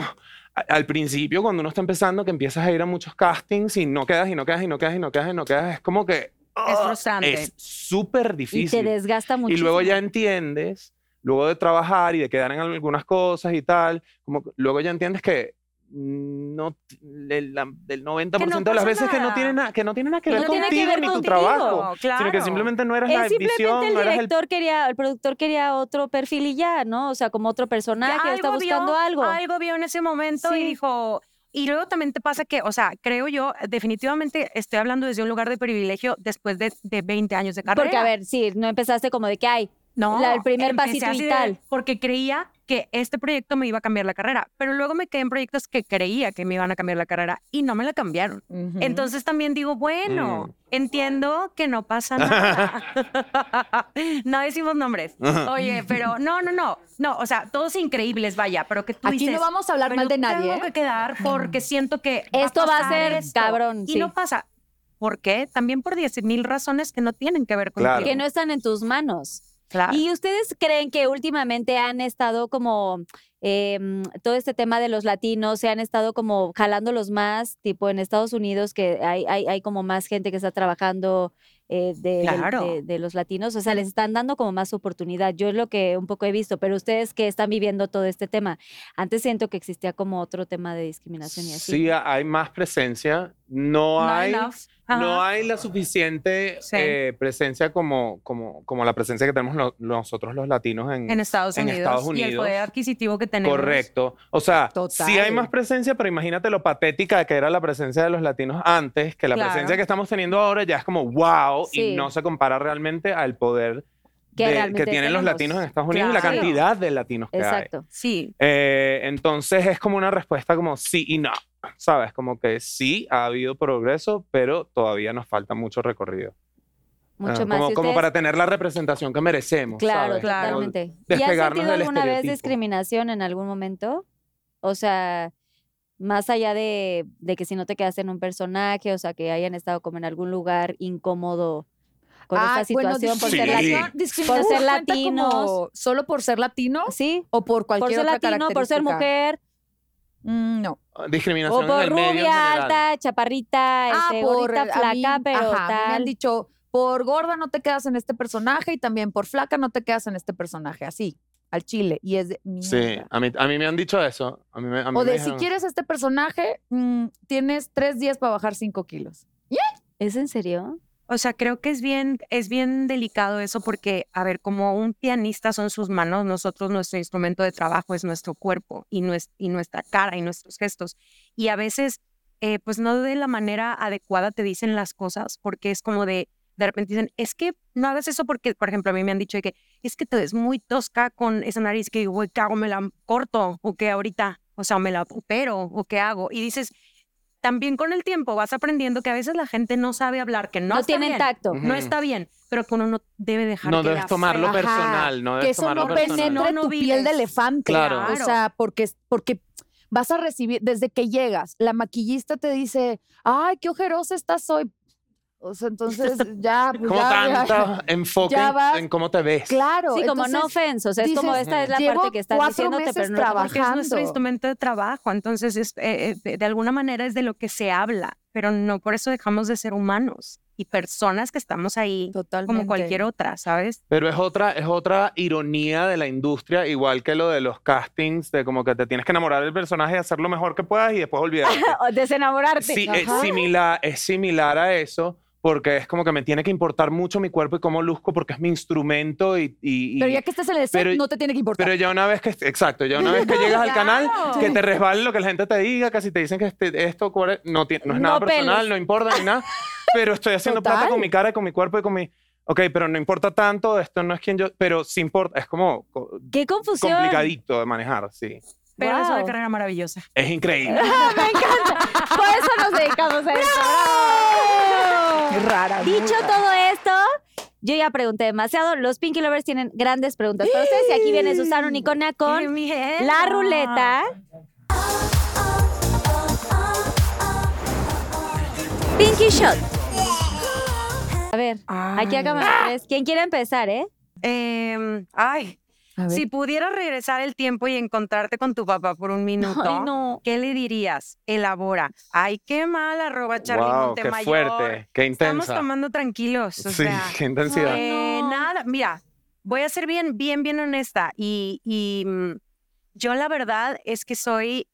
Speaker 7: a- al principio cuando uno está empezando que empiezas a ir a muchos castings y no quedas y no quedas y no quedas y no quedas y no quedas, es como que
Speaker 4: es
Speaker 7: ¡ah!
Speaker 4: frustrante.
Speaker 7: es súper
Speaker 3: Y te
Speaker 7: difícil.
Speaker 3: desgasta
Speaker 7: Y,
Speaker 3: mucho.
Speaker 7: luego ya entiendes, luego de trabajar y de quedar en algunas cosas y tal, como que luego ya entiendes que no t- de la- del 90% de las
Speaker 4: pasa
Speaker 7: veces que no
Speaker 4: nada.
Speaker 7: tiene nada que no tiene nada que
Speaker 3: Que
Speaker 7: ver
Speaker 3: no
Speaker 7: contigo
Speaker 3: tiene que ver
Speaker 7: ni tu
Speaker 3: contigo,
Speaker 7: trabajo,
Speaker 4: claro.
Speaker 7: sino que simplemente no eras la
Speaker 3: Es
Speaker 7: visión,
Speaker 3: simplemente el
Speaker 7: no eras el
Speaker 3: director quería, el productor quería otro perfil y ya, ¿no? O sea, como otro personaje,
Speaker 4: algo
Speaker 3: está buscando
Speaker 4: vio,
Speaker 3: algo.
Speaker 4: Algo vio en ese momento
Speaker 3: Sí.
Speaker 4: y dijo. Y luego también te pasa que, o sea, creo yo, definitivamente estoy hablando desde un lugar de privilegio después de, de 20 años de carrera.
Speaker 3: Porque, a ver, sí, no empezaste como de que hay.
Speaker 4: no,
Speaker 3: la- el primer
Speaker 4: empecé
Speaker 3: pasito y
Speaker 4: así de-
Speaker 3: tal.
Speaker 4: Porque creía que este proyecto me iba a cambiar la carrera, pero luego me quedé en proyectos que creía que me iban a cambiar la carrera y no me la cambiaron.
Speaker 5: Ujú.
Speaker 4: Entonces también digo, bueno,
Speaker 7: Mm.
Speaker 4: entiendo que no pasa nada. no decimos nombres. Oye, pero no, no, no. No, o sea, todos increíbles, vaya, pero que tú
Speaker 5: Aquí
Speaker 4: dices,
Speaker 5: no vamos a hablar
Speaker 4: pero
Speaker 5: mal de nadie.
Speaker 4: Tengo
Speaker 5: ¿eh?
Speaker 4: que quedar porque siento que
Speaker 3: Esto va a
Speaker 4: pasar
Speaker 3: ser cabrón,
Speaker 4: Y
Speaker 3: sí.
Speaker 4: no pasa. ¿Por qué? También por 10 mil razones que no tienen que ver con
Speaker 7: Claro.
Speaker 3: Que no están en tus manos.
Speaker 4: Claro.
Speaker 3: ¿Y ustedes creen que últimamente han estado como eh, mm, todo este tema de los latinos, se han estado como jalándolos más, tipo en Estados Unidos, que hay, hay, hay como más gente que está trabajando eh, de, del-
Speaker 4: Claro.
Speaker 3: de- de los latinos? O sea, les están dando como más oportunidad. Yo es lo que un poco he visto, pero ustedes que están viviendo todo este tema, antes siento que existía como otro tema de discriminación y así.
Speaker 7: Sí, ha- hay más presencia, no,
Speaker 4: No
Speaker 7: hay
Speaker 4: enough.
Speaker 7: no
Speaker 4: Ajá.
Speaker 7: hay la suficiente
Speaker 4: Sí.
Speaker 7: eh, presencia como, como, como la presencia que tenemos lo- nosotros los latinos en,
Speaker 4: en Estados
Speaker 7: en
Speaker 4: Unidos.
Speaker 7: Estados
Speaker 4: Y el
Speaker 7: Unidos.
Speaker 4: poder adquisitivo que tenemos.
Speaker 7: correcto. O sea,
Speaker 5: Total.
Speaker 7: sí hay más presencia, pero imagínate lo patética que era la presencia de los latinos antes, que la
Speaker 4: Claro.
Speaker 7: presencia que estamos teniendo ahora ya es como wow
Speaker 3: Sí.
Speaker 7: y no se compara realmente al poder
Speaker 3: Que
Speaker 7: de-
Speaker 3: realmente
Speaker 7: que tienen los
Speaker 3: tenemos.
Speaker 7: latinos en Estados Unidos y la
Speaker 4: Claro.
Speaker 7: cantidad de latinos que hay.
Speaker 3: Exacto.
Speaker 4: Sí.
Speaker 7: Eh, entonces es como una respuesta como sí y no, ¿sabes? Como que sí ha habido progreso, pero todavía nos falta mucho recorrido.
Speaker 3: Mucho
Speaker 7: Ah,
Speaker 3: más.
Speaker 7: Como,
Speaker 3: ¿Y
Speaker 7: como
Speaker 3: ustedes?
Speaker 7: para tener la representación que merecemos.
Speaker 3: Claro,
Speaker 7: ¿sabes?
Speaker 4: Claro.
Speaker 7: Como-
Speaker 3: totalmente. ¿Y has
Speaker 7: despegarnos
Speaker 3: sentido
Speaker 7: del
Speaker 3: alguna vez
Speaker 7: estereotipo.
Speaker 3: discriminación en algún momento? O sea, más allá de, de que si no te quedas en un personaje, o sea, que hayan estado como en algún lugar incómodo con
Speaker 5: Ah,
Speaker 3: esta situación
Speaker 5: bueno,
Speaker 3: por
Speaker 7: Sí.
Speaker 3: ser latino.
Speaker 5: discriminación
Speaker 3: por ser
Speaker 5: cuenta como
Speaker 3: latinos.
Speaker 5: ¿Solo por ser latino?
Speaker 3: Sí,
Speaker 5: ¿O por
Speaker 3: por ser
Speaker 5: cualquier otra
Speaker 3: latino, por ser
Speaker 5: característica?
Speaker 3: mujer,
Speaker 5: Mm, no.
Speaker 7: Discriminación
Speaker 3: o por
Speaker 7: en el medio en
Speaker 3: rubia,
Speaker 7: general.
Speaker 3: alta, chaparrita, este, gordita,
Speaker 5: eh, a mí-
Speaker 3: flaca, pero
Speaker 5: ajá, a mí Me han
Speaker 3: tal.
Speaker 5: dicho, por gorda no te quedas en este personaje y también por flaca no te quedas en este personaje. Así, al chile. Y es de.
Speaker 7: Sí,
Speaker 5: mierda.
Speaker 7: a mí, a mí me han dicho eso. A mí me- a mí
Speaker 5: O
Speaker 7: me
Speaker 5: de si
Speaker 7: dijeron-
Speaker 5: quieres este personaje, mm, tienes tres días para bajar cinco kilos.
Speaker 3: ¿Es en serio?
Speaker 4: O sea, creo que es bien, es bien delicado eso porque, a ver, como un pianista son sus manos, nosotros nuestro instrumento de trabajo es nuestro cuerpo y, nues- y nuestra cara y nuestros gestos. Y a veces, eh, pues no de la manera adecuada te dicen las cosas porque es como de, de repente dicen, es que no hagas eso porque, por ejemplo, a mí me han dicho de que es que te ves muy tosca con esa nariz que digo, güey, ¿qué hago? ¿Me la corto? ¿O qué ahorita? O sea, ¿me la opero? ¿O qué hago? Y dices, también con el tiempo vas aprendiendo que a veces la gente no sabe hablar, que
Speaker 3: No,
Speaker 4: no, está
Speaker 3: tienen
Speaker 4: bien,
Speaker 3: tacto.
Speaker 7: Ujú.
Speaker 4: No está bien, pero que uno no debe dejar
Speaker 7: No
Speaker 4: que
Speaker 7: debes
Speaker 4: la
Speaker 7: tomarlo
Speaker 4: fe-
Speaker 5: Ajá,
Speaker 7: personal, no
Speaker 5: que
Speaker 7: debes
Speaker 5: eso
Speaker 7: tomarlo
Speaker 5: no
Speaker 7: personal.
Speaker 5: penetre
Speaker 4: No, no
Speaker 5: tu piel de
Speaker 4: vives.
Speaker 5: elefante.
Speaker 7: Claro.
Speaker 5: O sea, porque, porque vas a recibir, desde que llegas, la maquillista te dice, ay, qué ojerosa estás hoy. O sea, entonces ya, pues,
Speaker 7: Como
Speaker 5: ya, ya-
Speaker 7: tanto enfoque
Speaker 5: ya vas-
Speaker 7: en cómo te ves.
Speaker 5: Claro.
Speaker 3: Sí, como no
Speaker 5: entonces,
Speaker 3: offense, o sea, es como
Speaker 5: dices,
Speaker 3: esta es la
Speaker 5: "Llevo
Speaker 3: parte que estás
Speaker 5: cuatro
Speaker 3: diciéndote,
Speaker 5: meses
Speaker 3: pero no te-
Speaker 4: Porque es nuestro
Speaker 5: trabajando.
Speaker 4: instrumento de trabajo, entonces es, eh, eh, de, de alguna manera es de lo que se habla, pero no por eso dejamos de ser humanos y personas que estamos ahí
Speaker 5: Totalmente.
Speaker 4: como cualquier otra, ¿sabes?
Speaker 7: Pero es otra, es otra ironía de la industria, igual que lo de los castings, de como que te tienes que enamorar del personaje y hacer lo mejor que puedas y después olvidarte.
Speaker 3: O
Speaker 5: Oh,
Speaker 3: desenamorarte.
Speaker 7: Sí, es
Speaker 3: Ajá.
Speaker 7: similar, es similar a eso, porque es como que me tiene que importar mucho mi cuerpo y cómo luzco, porque es mi instrumento y... y- y-
Speaker 5: Pero ya que estés en el set,
Speaker 7: Pero-
Speaker 5: no te tiene que importar.
Speaker 7: pero ya una vez que, exacto, ya una vez que llegas al canal, que te resbalen lo que la gente te diga, que si te dicen que este- esto cuál es- no, tiene- no es
Speaker 3: No
Speaker 7: nada personal,
Speaker 3: peles.
Speaker 7: no importa ni nada, pero estoy haciendo plata
Speaker 5: Total.
Speaker 7: con mi cara y con mi cuerpo y con mi... Ok, pero no importa tanto, esto no es quien yo, pero sí importa, es como co-
Speaker 3: Qué confusión.
Speaker 7: complicadito de manejar, sí.
Speaker 4: Pero es una
Speaker 3: Wow.
Speaker 4: carrera maravillosa.
Speaker 7: Es increíble.
Speaker 3: Me encanta. Por eso nos dedicamos a esto.
Speaker 5: Qué rara. muy
Speaker 3: Dicho
Speaker 5: rara.
Speaker 3: todo esto, yo ya pregunté demasiado. Los Pinky Lovers tienen grandes preguntas para ustedes. Y aquí viene Susana Unicona con la ruleta.
Speaker 8: Pinky Shot.
Speaker 3: A ver, aquí
Speaker 4: Ay.
Speaker 3: acabamos tres. ¿Quién quiere empezar, eh?
Speaker 4: Em, ay,
Speaker 5: A ver.
Speaker 4: si pudieras regresar el tiempo y encontrarte con tu papá por un minuto,
Speaker 3: Ay, no.
Speaker 4: ¿qué le dirías? Elabora. Ay, qué mal, arroba Charlie
Speaker 7: wow, qué
Speaker 4: Montemayor.
Speaker 7: fuerte, qué
Speaker 4: Estamos
Speaker 7: intensa.
Speaker 4: tomando tranquilos. O
Speaker 7: Sí,
Speaker 4: sea,
Speaker 7: qué intensidad.
Speaker 4: eh,
Speaker 3: no.
Speaker 4: nada, mira, voy a ser bien, bien, bien honesta. Y, y, mm, yo la verdad es que soy,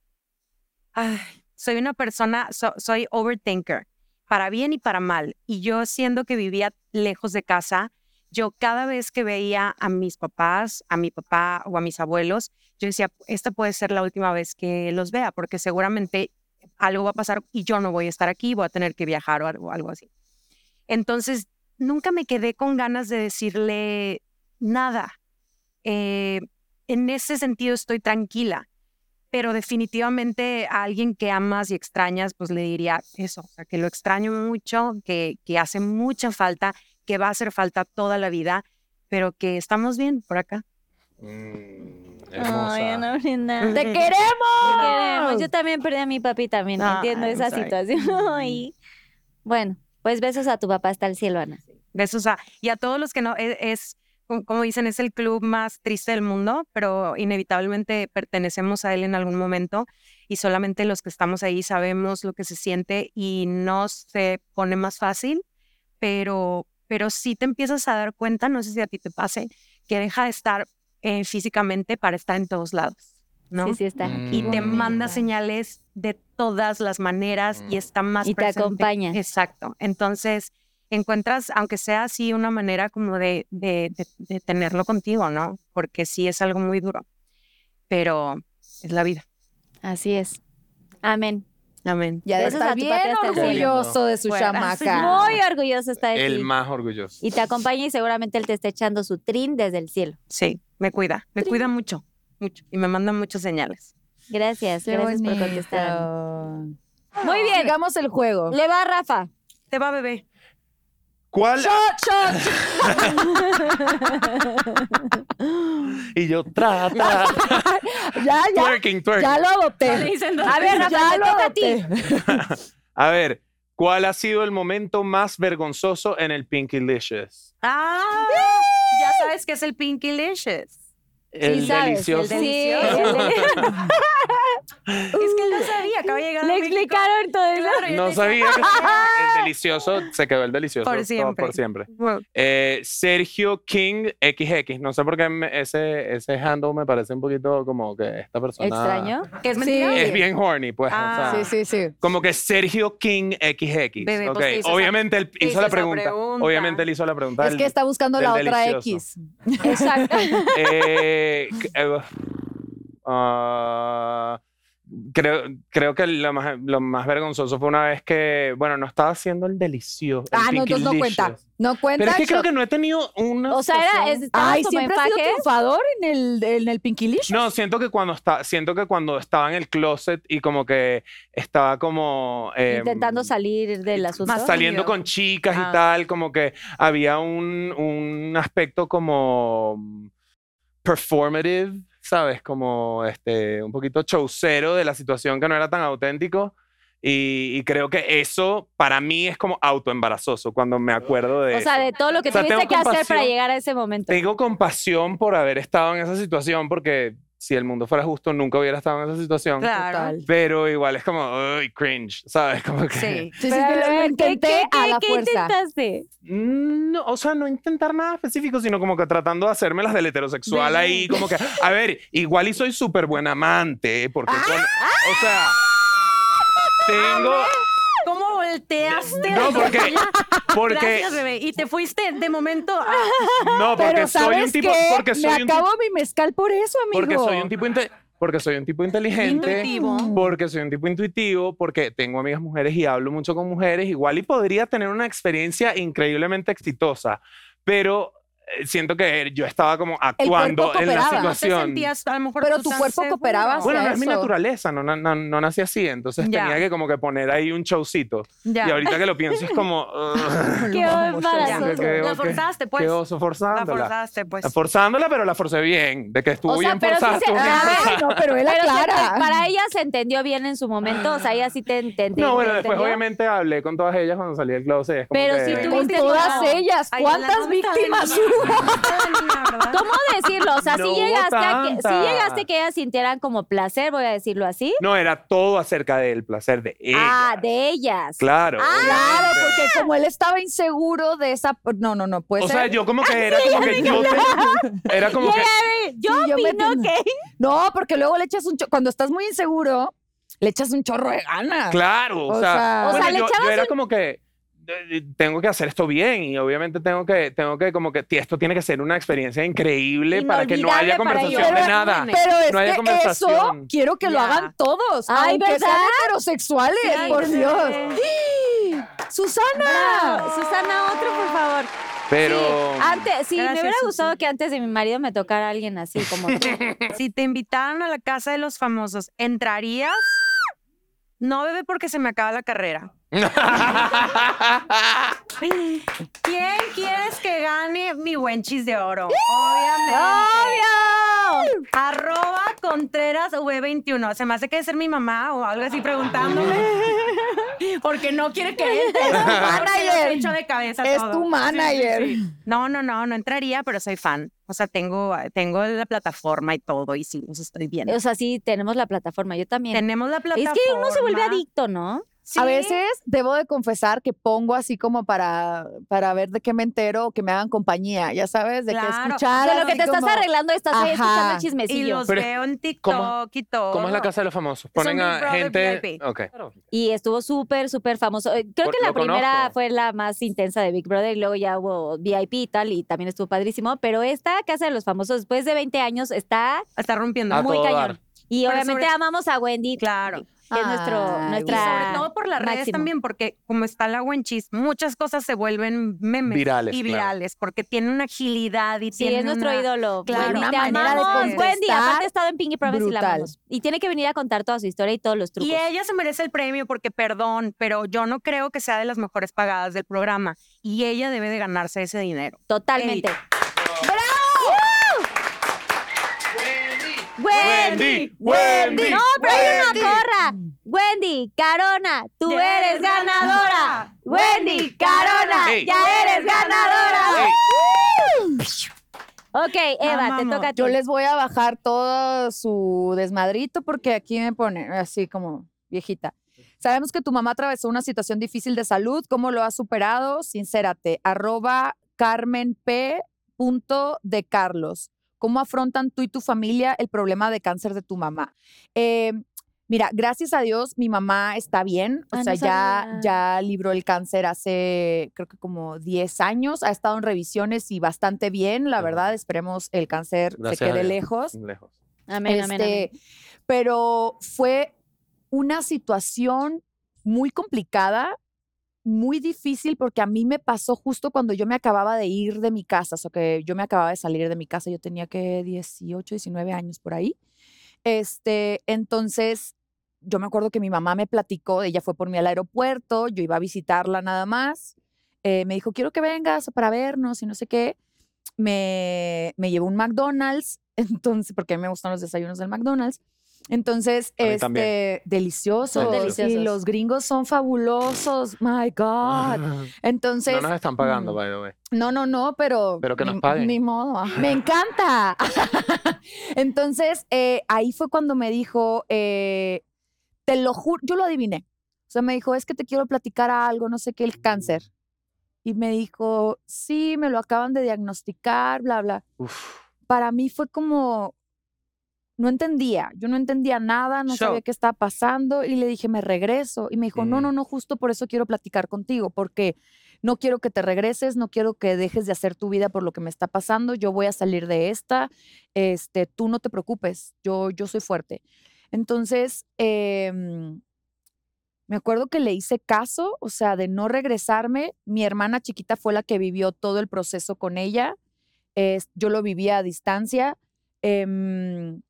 Speaker 4: ay, soy una persona, so- soy overthinker, para bien y para mal. Y yo siendo que vivía lejos de casa, yo cada vez que veía a mis papás, a mi papá o a mis abuelos, yo decía, esta puede ser la última vez que los vea, porque seguramente algo va a pasar y yo no voy a estar aquí, voy a tener que viajar o algo, algo así. Entonces, nunca me quedé con ganas de decirle nada. Eh, en ese sentido estoy tranquila, pero definitivamente a alguien que amas y extrañas, pues le diría eso, o sea, que lo extraño mucho, que, que hace mucha falta, que va a hacer falta toda la vida, pero que estamos bien por acá.
Speaker 7: Mm,
Speaker 3: Ay,
Speaker 7: hermosa.
Speaker 3: Ana Brenda.
Speaker 5: ¡Te queremos!
Speaker 3: Te queremos. Yo también perdí a mi papi también.
Speaker 4: Ay,
Speaker 3: entiendo esa
Speaker 4: I'm sorry.
Speaker 3: situación. Ay. Bueno, pues besos a tu papá hasta el cielo, Ana.
Speaker 4: Besos a, y a todos los que no, e- es, co- como dicen, es el club más triste del mundo, pero inevitablemente pertenecemos a él en algún momento y solamente los que estamos ahí sabemos lo que se siente y no se pone más fácil, pero, pero sí te empiezas a dar cuenta, no sé si a ti te pase, que deja de estar eh, físicamente para estar en todos lados, ¿no?
Speaker 3: Sí, sí está.
Speaker 7: Mm.
Speaker 4: Y te
Speaker 7: Bonita.
Speaker 4: manda señales de todas las maneras y
Speaker 7: Mm.
Speaker 4: está más
Speaker 3: Y te
Speaker 4: presente.
Speaker 3: acompaña.
Speaker 4: Exacto. Entonces, encuentras, aunque sea así, una manera como de, de, de- de tenerlo contigo, ¿no? Porque sí es algo muy duro, pero es la vida.
Speaker 3: Así es. Amén.
Speaker 4: Amén.
Speaker 5: Ya
Speaker 3: Besos a
Speaker 5: está
Speaker 3: tu
Speaker 5: bien
Speaker 3: papi hasta el
Speaker 7: cielo.
Speaker 5: orgulloso de su
Speaker 4: Fuera.
Speaker 5: chamaca.
Speaker 3: Muy orgulloso está de
Speaker 7: El
Speaker 3: ti.
Speaker 7: más orgulloso.
Speaker 3: Y te acompaña y seguramente él te está echando su trin desde el cielo.
Speaker 4: Sí, me cuida, me cuida mucho, mucho. Y me manda muchas señales.
Speaker 3: Gracias, gracias por contestar. Ana.
Speaker 5: Muy bien. Sigamos el juego.
Speaker 3: Le va Rafa.
Speaker 4: Te va, bebé.
Speaker 7: ¿Cuál? Y yo trata.
Speaker 5: Ya, ya,
Speaker 7: twerking, twerking.
Speaker 5: ya lo adopté.
Speaker 3: A ver, Rafa,
Speaker 5: ya
Speaker 3: te
Speaker 5: lo
Speaker 3: toca a ti.
Speaker 5: adopté.
Speaker 7: A ver, ¿cuál ha sido el momento más vergonzoso en el Pinky Licious?
Speaker 4: ¡Ah! Ya sabes que es el Pinky Licious.
Speaker 7: El
Speaker 3: sabes,
Speaker 7: delicioso.
Speaker 3: el
Speaker 4: Sí,
Speaker 3: delicioso.
Speaker 4: es que él no sabía, acaba de llegar
Speaker 3: Uh.
Speaker 4: a
Speaker 3: Le
Speaker 4: México.
Speaker 3: explicaron todo eso.
Speaker 4: Claro, yo
Speaker 7: No
Speaker 4: te-
Speaker 7: sabía que el delicioso se quedó el delicioso
Speaker 4: Por
Speaker 7: to-
Speaker 4: siempre.
Speaker 7: por siempre.
Speaker 4: Bueno,
Speaker 7: Eh, Sergio King XX. No sé por qué me- ese, ese handle me parece un poquito como que esta persona.
Speaker 3: Extraño.
Speaker 4: que es
Speaker 5: Sí.
Speaker 4: mentira.
Speaker 7: Es bien horny, pues. o
Speaker 4: Ah.
Speaker 7: sea,
Speaker 5: Sí, sí, sí.
Speaker 7: Como que Sergio King XX.
Speaker 4: Bebé, pues,
Speaker 7: ok.
Speaker 4: te hizo esa-
Speaker 7: Obviamente él
Speaker 4: te hizo
Speaker 7: hizo la
Speaker 4: esa
Speaker 7: pregunta.
Speaker 4: pregunta.
Speaker 7: Obviamente él hizo la pregunta.
Speaker 5: Es
Speaker 7: del-
Speaker 5: que está buscando
Speaker 7: del
Speaker 5: la otra
Speaker 7: delicioso.
Speaker 5: X. Exacto.
Speaker 7: Eh, c- eh, ah, creo, creo que lo más, lo más vergonzoso fue una vez que, bueno, no estaba haciendo el delicioso. el
Speaker 5: Ah, no, entonces no cuenta.
Speaker 7: Pinkylicious.
Speaker 5: No cuenta.
Speaker 7: Pero es que
Speaker 5: yo-
Speaker 7: creo que no he tenido una.
Speaker 3: O sea, era,
Speaker 7: situación-
Speaker 3: es- estabas
Speaker 5: Ay,
Speaker 3: como
Speaker 5: siempre
Speaker 3: en
Speaker 5: ha sido
Speaker 3: fajes.
Speaker 5: triunfador en el, en el Pinkylicious.
Speaker 7: No, siento que cuando está, siento que cuando estaba en el closet y como que estaba como em,
Speaker 3: intentando salir del asunto.
Speaker 4: Más
Speaker 7: saliendo
Speaker 4: salido.
Speaker 7: con chicas
Speaker 4: Ah.
Speaker 7: y tal, como que había un, un aspecto como performative, ¿sabes? Como este, un poquito chaucero de la situación que no era tan auténtico. Y, y creo que eso para mí es como autoembarazoso cuando me acuerdo de
Speaker 3: o sea,
Speaker 7: eso.
Speaker 3: de todo lo que
Speaker 7: O sea,
Speaker 3: tuviste
Speaker 7: tengo
Speaker 3: que hacer para
Speaker 7: compasión.
Speaker 3: llegar a ese momento.
Speaker 7: Tengo compasión por haber estado en esa situación porque si el mundo fuera justo nunca hubiera estado en esa situación.
Speaker 4: Claro.
Speaker 5: Total.
Speaker 7: Pero igual es como, "Uy, cringe, ¿sabes? Como que...
Speaker 4: Sí.
Speaker 5: Sí, sí,
Speaker 3: Pero,
Speaker 5: sí, lo-
Speaker 3: a
Speaker 5: lo
Speaker 3: ver, ¿qué-
Speaker 5: intenté
Speaker 3: qué-
Speaker 5: a
Speaker 3: qué-
Speaker 5: la
Speaker 3: qué
Speaker 5: fuerza.
Speaker 3: intentaste?
Speaker 7: Mm, No, o sea, no intentar nada específico, sino como que tratando de hacerme las del heterosexual ahí, como que, a ver, igual y soy súper buen amante, porque
Speaker 5: Ah,
Speaker 7: con- o sea, tengo,
Speaker 5: ah,
Speaker 4: ¿Cómo volteaste?
Speaker 7: no, porque, porque,
Speaker 4: Gracias, bebé. Y te fuiste de momento. a-
Speaker 7: no, porque
Speaker 5: Pero
Speaker 7: soy un
Speaker 5: ¿sabes
Speaker 7: tipo,
Speaker 5: qué?
Speaker 7: porque
Speaker 5: Me
Speaker 7: soy un tipo,
Speaker 5: acabo mi mezcal por eso, amigo.
Speaker 7: porque soy un tipo, inte- porque soy un tipo inteligente,
Speaker 4: Intuitivo.
Speaker 7: porque soy un tipo intuitivo, porque tengo amigas mujeres y hablo mucho con mujeres, igual y podría tener una experiencia increíblemente exitosa, pero eh, siento que yo estaba como actuando en la
Speaker 5: cooperaba. No te
Speaker 4: No te
Speaker 7: situación.
Speaker 4: sentías a lo mejor
Speaker 5: Pero
Speaker 4: tú
Speaker 5: tu
Speaker 4: tan
Speaker 5: cuerpo
Speaker 4: seguro.
Speaker 5: cooperaba,
Speaker 7: bueno, no
Speaker 5: hacia
Speaker 7: es mi
Speaker 5: eso.
Speaker 7: naturaleza, no, no, no- no nací así, entonces
Speaker 4: Ya.
Speaker 7: tenía que como que poner ahí un showcito.
Speaker 4: Ya.
Speaker 7: Y ahorita que lo pienso es como... ugh,
Speaker 3: Qué
Speaker 7: ya,
Speaker 3: embarazo.
Speaker 7: que- que-
Speaker 4: La
Speaker 7: que-
Speaker 4: forzaste, pues.
Speaker 7: Qué oso
Speaker 4: La
Speaker 7: forzándola.
Speaker 4: forzaste, pues.
Speaker 7: Forzándola, pero la forcé bien, de que estuvo
Speaker 3: O sea,
Speaker 7: bien
Speaker 3: pero sí
Speaker 7: forzada.
Speaker 3: se-
Speaker 7: estuvo bien
Speaker 3: Ah,
Speaker 7: forzada.
Speaker 5: Ay, no, pero él
Speaker 3: Pero se
Speaker 5: aclara.
Speaker 3: ente- para ella se entendió bien en su momento, o sea, ella sí te entendió.
Speaker 7: No, bueno, después obviamente hablé con todas ellas cuando salí del closet. es como
Speaker 3: Pero
Speaker 7: que-
Speaker 3: sí tuviste-
Speaker 5: Con
Speaker 3: Viste,
Speaker 5: todas
Speaker 3: no.
Speaker 5: ellas,
Speaker 4: Ay, la
Speaker 5: ¿cuántas
Speaker 4: nota
Speaker 5: víctimas
Speaker 4: de
Speaker 5: hubo?
Speaker 4: niña, ¿verdad?
Speaker 3: ¿Cómo decirlo? O sea,
Speaker 7: No
Speaker 3: si,
Speaker 7: hubo
Speaker 3: llegaste a que, si
Speaker 7: tanta.
Speaker 3: llegaste que ellas sintieran como placer, voy a decirlo así.
Speaker 7: No, era todo acerca del placer de ellas.
Speaker 3: Ah, de ellas.
Speaker 7: Claro.
Speaker 5: Claro,
Speaker 7: obviamente.
Speaker 5: porque como él estaba inseguro de esa. No, no, no, puede
Speaker 7: O
Speaker 5: ser.
Speaker 7: sea, yo como que era como que yo te- Era como que...
Speaker 3: Eh, Yo
Speaker 5: Sí, yo me
Speaker 3: opino
Speaker 5: ten-
Speaker 3: que
Speaker 5: No, porque luego le echas un chorro. Cuando estás muy inseguro, le echas un chorro de ganas.
Speaker 7: Claro, o, sea,
Speaker 5: O sea-
Speaker 3: O sea,
Speaker 7: bueno,
Speaker 3: le
Speaker 7: yo, yo
Speaker 3: echabas
Speaker 7: era
Speaker 3: un-
Speaker 7: como que eh, tengo que hacer esto bien y obviamente tengo que tengo que como que esto tiene que ser una experiencia increíble para que no haya
Speaker 3: Inolvidable para ellos.
Speaker 7: conversación de
Speaker 5: Pero-
Speaker 7: nada.
Speaker 5: Pero es
Speaker 7: No había
Speaker 5: que eso
Speaker 7: conversación.
Speaker 5: quiero que lo
Speaker 4: Ya.
Speaker 5: hagan todos,
Speaker 3: Ay,
Speaker 5: aunque sean
Speaker 3: ¿verdad?
Speaker 5: heterosexuales,
Speaker 4: Ay,
Speaker 5: por
Speaker 4: bebé.
Speaker 5: Dios. ¡Ah! Susana,
Speaker 3: Susana, otro, por favor.
Speaker 7: Pero
Speaker 3: Sí, antes, sí, me
Speaker 4: Gracias,
Speaker 3: hubiera gustado
Speaker 4: Susana.
Speaker 3: que antes de mi marido me tocara alguien así como tú.
Speaker 4: Si te invitaran a la casa de los famosos, ¿entrarías? No, bebé, porque se me acaba la carrera. ¿Quién quieres que gane mi buen chis de oro? Obviamente. Arroba Contreras V21. Se me hace que debe ser mi mamá o algo así preguntándome. Porque no quiere que entre. Porque lo he hecho de cabeza
Speaker 5: es
Speaker 4: todo.
Speaker 5: tu
Speaker 4: Sí,
Speaker 5: manager.
Speaker 4: sí, sí. No, no, no, no entraría, pero soy fan. O sea, tengo, eh, tengo la plataforma y todo y sí, los estoy viendo.
Speaker 3: O sea, sí, tenemos la plataforma, yo también.
Speaker 4: Tenemos la
Speaker 3: Es
Speaker 4: plataforma.
Speaker 3: que uno se vuelve adicto, ¿no?
Speaker 4: Sí.
Speaker 5: A veces debo de confesar que pongo así como para, para ver de qué me entero o que me hagan compañía, ya sabes, de que
Speaker 4: Claro.
Speaker 5: escuchar.
Speaker 3: De lo que
Speaker 5: así
Speaker 3: te estás
Speaker 5: Ah, como-
Speaker 3: arreglando estás ahí escuchando
Speaker 5: Ajá.
Speaker 3: el
Speaker 4: Y
Speaker 3: chismecillo.
Speaker 4: los
Speaker 7: Pero,
Speaker 4: veo en TikTok
Speaker 7: ¿cómo-
Speaker 4: y todo.
Speaker 7: ¿Cómo es la casa de los famosos?
Speaker 4: Son
Speaker 7: Ponen
Speaker 4: Big
Speaker 7: a
Speaker 4: Brother
Speaker 7: gente.
Speaker 4: VIP.
Speaker 7: Ok.
Speaker 3: Y estuvo súper, súper famoso. Eh, Creo
Speaker 7: Por-
Speaker 3: que la
Speaker 7: lo
Speaker 3: primera
Speaker 7: conozco.
Speaker 3: fue la más intensa de Big Brother y luego ya hubo VIP y tal y también estuvo padrísimo. Pero esta Casa de los Famosos después de 20 años está
Speaker 4: Está rompiendo.
Speaker 7: A
Speaker 4: muy
Speaker 7: todo
Speaker 4: cañón.
Speaker 7: dar.
Speaker 3: y
Speaker 4: Pero
Speaker 3: obviamente
Speaker 4: sobre-
Speaker 3: amamos a Wendy.
Speaker 4: Claro.
Speaker 3: Que es nuestro,
Speaker 5: Ay,
Speaker 4: Y
Speaker 3: nuestra...
Speaker 4: sobre todo por las redes
Speaker 3: máximo.
Speaker 4: también, porque como está la Wenchis, muchas cosas se vuelven memes
Speaker 7: Virales,
Speaker 4: y
Speaker 7: claro.
Speaker 4: virales, porque tiene una agilidad y
Speaker 3: Sí,
Speaker 4: tiene
Speaker 3: es nuestro
Speaker 4: una-
Speaker 3: ídolo.
Speaker 4: claro,
Speaker 3: Wendy,
Speaker 4: una
Speaker 3: te
Speaker 4: manera de
Speaker 3: amamos, Wendy,
Speaker 5: contestar
Speaker 3: aparte ha estado en Pinky Promise y la
Speaker 5: brutal.
Speaker 3: amamos. Y tiene que venir a contar toda su historia y todos los trucos.
Speaker 4: Y ella se merece el premio porque, perdón, pero yo no creo que sea de las mejores pagadas del programa y ella debe de ganarse ese dinero.
Speaker 3: Totalmente. ¡Bravo!
Speaker 7: Wendy, Wendy.
Speaker 3: No, pero hay una corra. Wendy, Carona, tú
Speaker 4: Ya
Speaker 3: eres
Speaker 4: eres
Speaker 3: ganadora.
Speaker 4: ganadora.
Speaker 3: Wendy, Carona,
Speaker 7: Ey.
Speaker 3: ya eres ganadora.
Speaker 7: Ey.
Speaker 3: Ok, Eva, te
Speaker 4: Amamos.
Speaker 3: toca a ti.
Speaker 5: Yo les voy a bajar todo su desmadrito porque aquí me pone así como viejita. Sabemos que tu mamá atravesó una situación difícil de salud. ¿Cómo lo has superado? Sincérate. Arroba Carmen P. punto de Carlos. ¿Cómo afrontan tú y tu familia el problema de cáncer de tu mamá? Eh, mira, gracias a Dios, mi mamá está bien. O
Speaker 3: Ah,
Speaker 5: sea,
Speaker 3: no
Speaker 5: ya,
Speaker 3: sabía.
Speaker 5: ya libró el cáncer hace, creo que como 10 años. Ha estado en revisiones y bastante bien, la
Speaker 7: Ujú.
Speaker 5: verdad. Esperemos el cáncer
Speaker 7: Gracias
Speaker 5: se
Speaker 7: a
Speaker 5: quede
Speaker 7: Dios.
Speaker 5: lejos.
Speaker 7: Lejos.
Speaker 3: Amén, amén, amén.
Speaker 5: Este, Pero fue una situación muy complicada, muy difícil, porque a mí me pasó justo cuando yo me acababa de ir de mi casa, o sea, que yo me acababa de salir de mi casa, yo tenía que 18, 19 años por ahí. Este, entonces, yo me acuerdo que mi mamá me platicó, ella fue por mí al aeropuerto, yo iba a visitarla nada más, eh, me dijo, quiero que vengas para vernos y no sé qué. Me, me llevó un McDonald's, entonces, porque a mí me gustan los desayunos del McDonald's. Entonces,
Speaker 7: A mí
Speaker 5: este,
Speaker 7: también.
Speaker 5: deliciosos.
Speaker 7: Son
Speaker 3: deliciosos.
Speaker 5: Y los gringos son fabulosos. My God. Entonces,
Speaker 7: Ah. no nos están pagando,
Speaker 5: mm.
Speaker 7: by the way.
Speaker 5: no, no, no, pero.
Speaker 7: Pero que
Speaker 5: ni-
Speaker 7: nos paguen.
Speaker 5: Ni modo. ¡Me encanta! Entonces, eh, ahí fue cuando me dijo, eh, te lo juro, yo lo adiviné. O sea, me dijo, es que te quiero platicar algo, no sé qué, el cáncer.
Speaker 7: Mm.
Speaker 5: Y me dijo, sí, me lo acaban de diagnosticar, bla, bla.
Speaker 7: Uf.
Speaker 5: Para mí fue como. No entendía, yo no entendía nada, no sabía
Speaker 4: Shock.
Speaker 5: qué estaba pasando y le dije, me regreso. Y me dijo, no,
Speaker 7: Mm.
Speaker 5: no, no, justo por eso quiero platicar contigo, porque no quiero que te regreses, no quiero que dejes de hacer tu vida por lo que me está pasando, yo voy a salir de esta, este, tú no te preocupes, yo, yo soy fuerte. Entonces, em, me acuerdo que le hice caso, o sea, de no regresarme, mi hermana chiquita fue la que vivió todo el proceso con ella, es- yo lo vivía a distancia, em,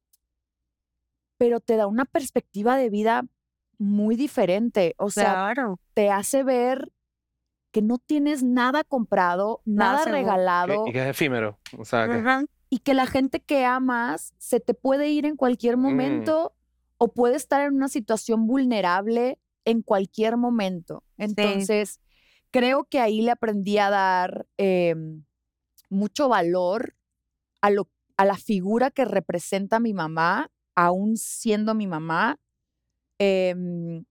Speaker 5: pero te da una perspectiva de vida muy diferente, o sea,
Speaker 4: Claro.
Speaker 5: te hace ver que no tienes nada comprado,
Speaker 4: Nada
Speaker 5: nada,
Speaker 4: seguro.
Speaker 5: regalado
Speaker 7: Y que es efímero. O sea, que
Speaker 4: Ajá.
Speaker 5: y que la gente que amas se te puede ir en cualquier
Speaker 7: Mm.
Speaker 5: momento o puede estar en una situación vulnerable en cualquier momento. Entonces, creo que ahí le aprendí a dar eh, mucho valor a, lo, a la figura que representa mi mamá, aún siendo mi mamá. Em,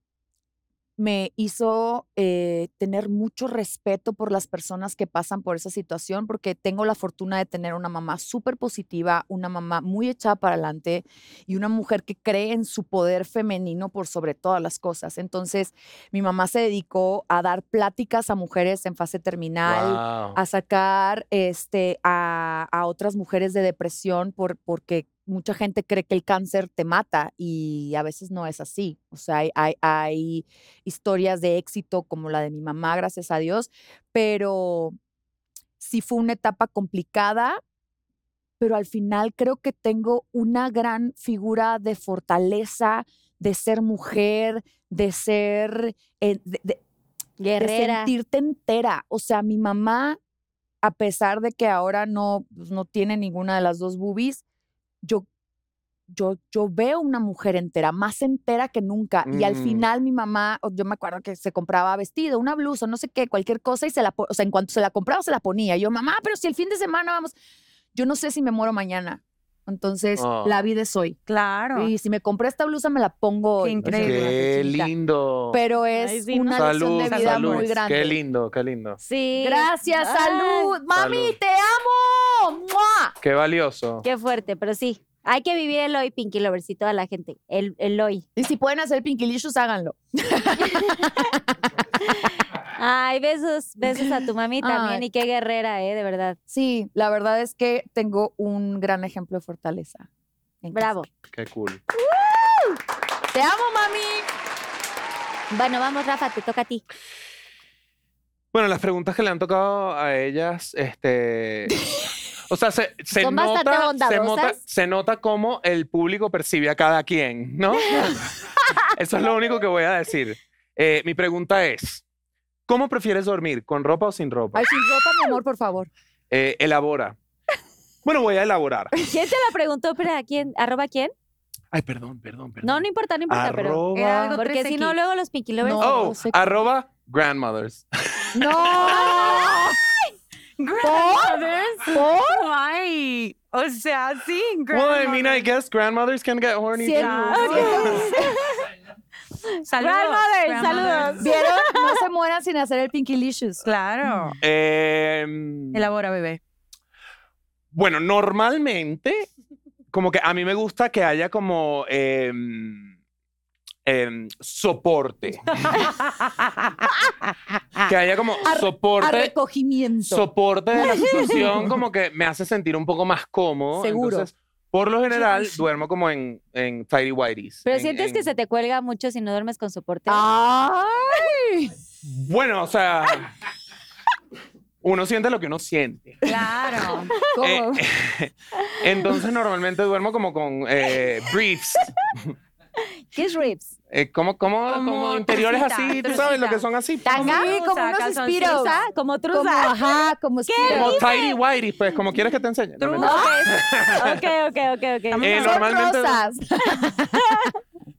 Speaker 5: me hizo eh, tener mucho respeto por las personas que pasan por esa situación, porque tengo la fortuna de tener una mamá súper positiva, una mamá muy echada para adelante y una mujer que cree en su poder femenino por sobre todas las cosas. Entonces, mi mamá se dedicó a dar pláticas a mujeres en fase terminal,
Speaker 7: wow.
Speaker 5: a sacar este, a, a otras mujeres de depresión por, porque mucha gente cree que el cáncer te mata y a veces no es así. O sea, hay, hay- hay historias de éxito como la de mi mamá, gracias a Dios, pero sí fue una etapa complicada, pero al final creo que tengo una gran figura de fortaleza, de ser mujer, de ser... eh, de- de-
Speaker 3: Guerrera.
Speaker 5: de sentirte entera. O sea, mi mamá, a pesar de que ahora no, pues, no tiene ninguna de las dos boobies, yo, yo, yo veo una mujer entera, más entera que nunca. Y al
Speaker 7: Mm.
Speaker 5: final mi mamá, o yo me acuerdo que se compraba vestido, una blusa, no sé qué, cualquier cosa, y se la, po- o sea, en cuanto se la compraba, se la ponía. Y yo, mamá, pero si el fin de semana vamos, yo no sé si me muero mañana. Entonces,
Speaker 7: Oh.
Speaker 5: la vida es hoy.
Speaker 4: Claro.
Speaker 5: Y si me compré esta blusa, me la pongo
Speaker 4: Qué
Speaker 5: hoy. O sea,
Speaker 4: increíble,
Speaker 7: Qué
Speaker 5: chiquita.
Speaker 7: lindo.
Speaker 5: Pero es
Speaker 3: Ay, sí, ¿no?
Speaker 5: una
Speaker 7: salud,
Speaker 5: lección de vida
Speaker 7: salud.
Speaker 5: muy grande.
Speaker 7: Qué lindo, qué lindo.
Speaker 3: Sí.
Speaker 5: Gracias,
Speaker 3: Ay,
Speaker 5: salud. Mami,
Speaker 7: Salud.
Speaker 5: te amo. ¡Mua!
Speaker 7: Qué valioso.
Speaker 3: Qué fuerte, pero sí. Hay que vivir el hoy, Pinky Lovers, y toda la gente. El, el hoy.
Speaker 5: Y si pueden hacer pinquilicious, háganlo.
Speaker 3: Ay, besos, besos a tu mami también.
Speaker 5: Ay.
Speaker 3: Y qué guerrera, ¿eh? De verdad.
Speaker 5: Sí, la verdad es que tengo un gran ejemplo de fortaleza. en casa.
Speaker 3: Bravo.
Speaker 7: Qué cool.
Speaker 5: Te amo, mami.
Speaker 3: Bueno, vamos, Rafa, te toca a ti.
Speaker 7: Bueno, las preguntas que le han tocado a ellas, este. O sea, se, se
Speaker 3: Son bastante
Speaker 7: nota, se, nota,
Speaker 3: bondadosas.
Speaker 7: se nota cómo el público percibe a cada quien, ¿no? Eso es lo único que voy a decir. Eh, mi pregunta es: ¿cómo prefieres dormir? ¿Con ropa o sin ropa?
Speaker 5: Ay, sin ropa, mi amor, por favor.
Speaker 7: Eh, elabora. Bueno, voy a elaborar.
Speaker 3: ¿Quién te la preguntó? Pero, ¿a quién? ¿Arroba quién?
Speaker 7: Ay, perdón, perdón, perdón.
Speaker 3: No, no importa, no importa, pero.
Speaker 7: Arroba.
Speaker 4: Era algo
Speaker 3: Porque
Speaker 4: 3X.
Speaker 3: si no, luego los Pinky Lovers.
Speaker 5: No.
Speaker 7: Oh,
Speaker 5: no sé qué.
Speaker 7: arroba grandmothers.
Speaker 5: ¡No!
Speaker 4: Grandmothers. Why? O sea, sí,
Speaker 7: Well, I mean, I
Speaker 4: grandmothers.
Speaker 7: guess grandmothers can get horny.
Speaker 5: Sí,
Speaker 7: too.
Speaker 4: Saludos.
Speaker 3: Grandmothers,
Speaker 4: grandmothers.
Speaker 5: ¿Vieron? No se mueran sin hacer el pinquilicious.
Speaker 4: Claro.
Speaker 7: Mm. Em,
Speaker 4: Elabora, bebé.
Speaker 7: Bueno, normalmente, como que a mí me gusta que haya como em, em, soporte. que haya como
Speaker 5: Ar- A
Speaker 7: soporte.
Speaker 5: recogimiento.
Speaker 7: Soporte de la situación como que me hace sentir un poco más cómodo.
Speaker 5: Seguro.
Speaker 7: Entonces, Por lo general, duermo como en, en tidy whities.
Speaker 3: Pero
Speaker 7: en-
Speaker 3: sientes
Speaker 7: en-
Speaker 3: que se te cuelga mucho si no duermes con soporte.
Speaker 5: Ah. ¡Ay!
Speaker 7: Bueno, o sea... Uno siente lo que uno siente.
Speaker 5: Claro. ¿Cómo?
Speaker 7: Eh, entonces normalmente duermo como con eh, briefs,
Speaker 3: ¿Qué es ribs?
Speaker 7: eh, como,
Speaker 3: Ah,
Speaker 7: como,
Speaker 4: Como
Speaker 7: como interiores
Speaker 4: trucita,
Speaker 7: así, tú
Speaker 4: trucita.
Speaker 7: sabes lo que son así.
Speaker 5: Tanga,
Speaker 4: Como
Speaker 5: como
Speaker 4: trusa,
Speaker 5: unos
Speaker 4: calzoncillo.
Speaker 5: espiros.
Speaker 3: Trusa, como
Speaker 5: Como,
Speaker 3: trusa.
Speaker 5: ajá, como
Speaker 7: Como
Speaker 5: espiros.
Speaker 7: tidy whities, pues como quieres que te enseñe. No,
Speaker 4: Trusa.
Speaker 7: mentira.
Speaker 3: Ok, ok, ok, ok.
Speaker 7: Eh,
Speaker 5: Son
Speaker 7: normalmente-
Speaker 5: rosas.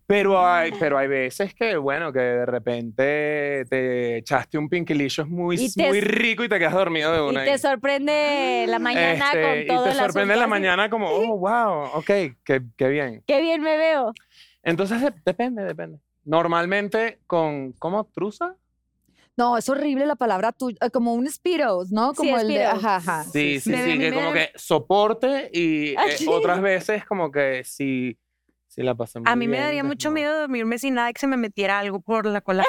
Speaker 7: Pero hay, pero hay veces que, bueno, que de repente te echaste un pinquilillo muy,
Speaker 3: Y te-
Speaker 7: muy rico y te quedas dormido de
Speaker 3: Y
Speaker 7: una.
Speaker 3: te sorprende la mañana
Speaker 7: Este,
Speaker 3: con todo
Speaker 7: y
Speaker 3: el
Speaker 7: te sorprende
Speaker 3: asunto
Speaker 7: en la
Speaker 3: así,
Speaker 7: mañana como, oh, wow, ok, qué, qué bien.
Speaker 3: Qué bien me veo.
Speaker 7: Entonces de- depende, depende. Normalmente con, ¿cómo? ¿Trusa?
Speaker 5: No, es horrible la palabra tuya. eh, Como un Spiros, ¿no? Como el de.
Speaker 3: Spiros.
Speaker 5: Ajá, ajá.
Speaker 7: Sí, sí,
Speaker 4: Me-
Speaker 7: sí,
Speaker 4: a mí
Speaker 7: que
Speaker 4: me-
Speaker 7: como que soporte y eh,
Speaker 3: Ah, sí.
Speaker 7: otras veces como que sí, sí la pasé muy
Speaker 4: A mí me
Speaker 7: bien,
Speaker 4: daría mucho
Speaker 7: desnudo.
Speaker 4: miedo dormirme sin nada que se me metiera algo por la cola.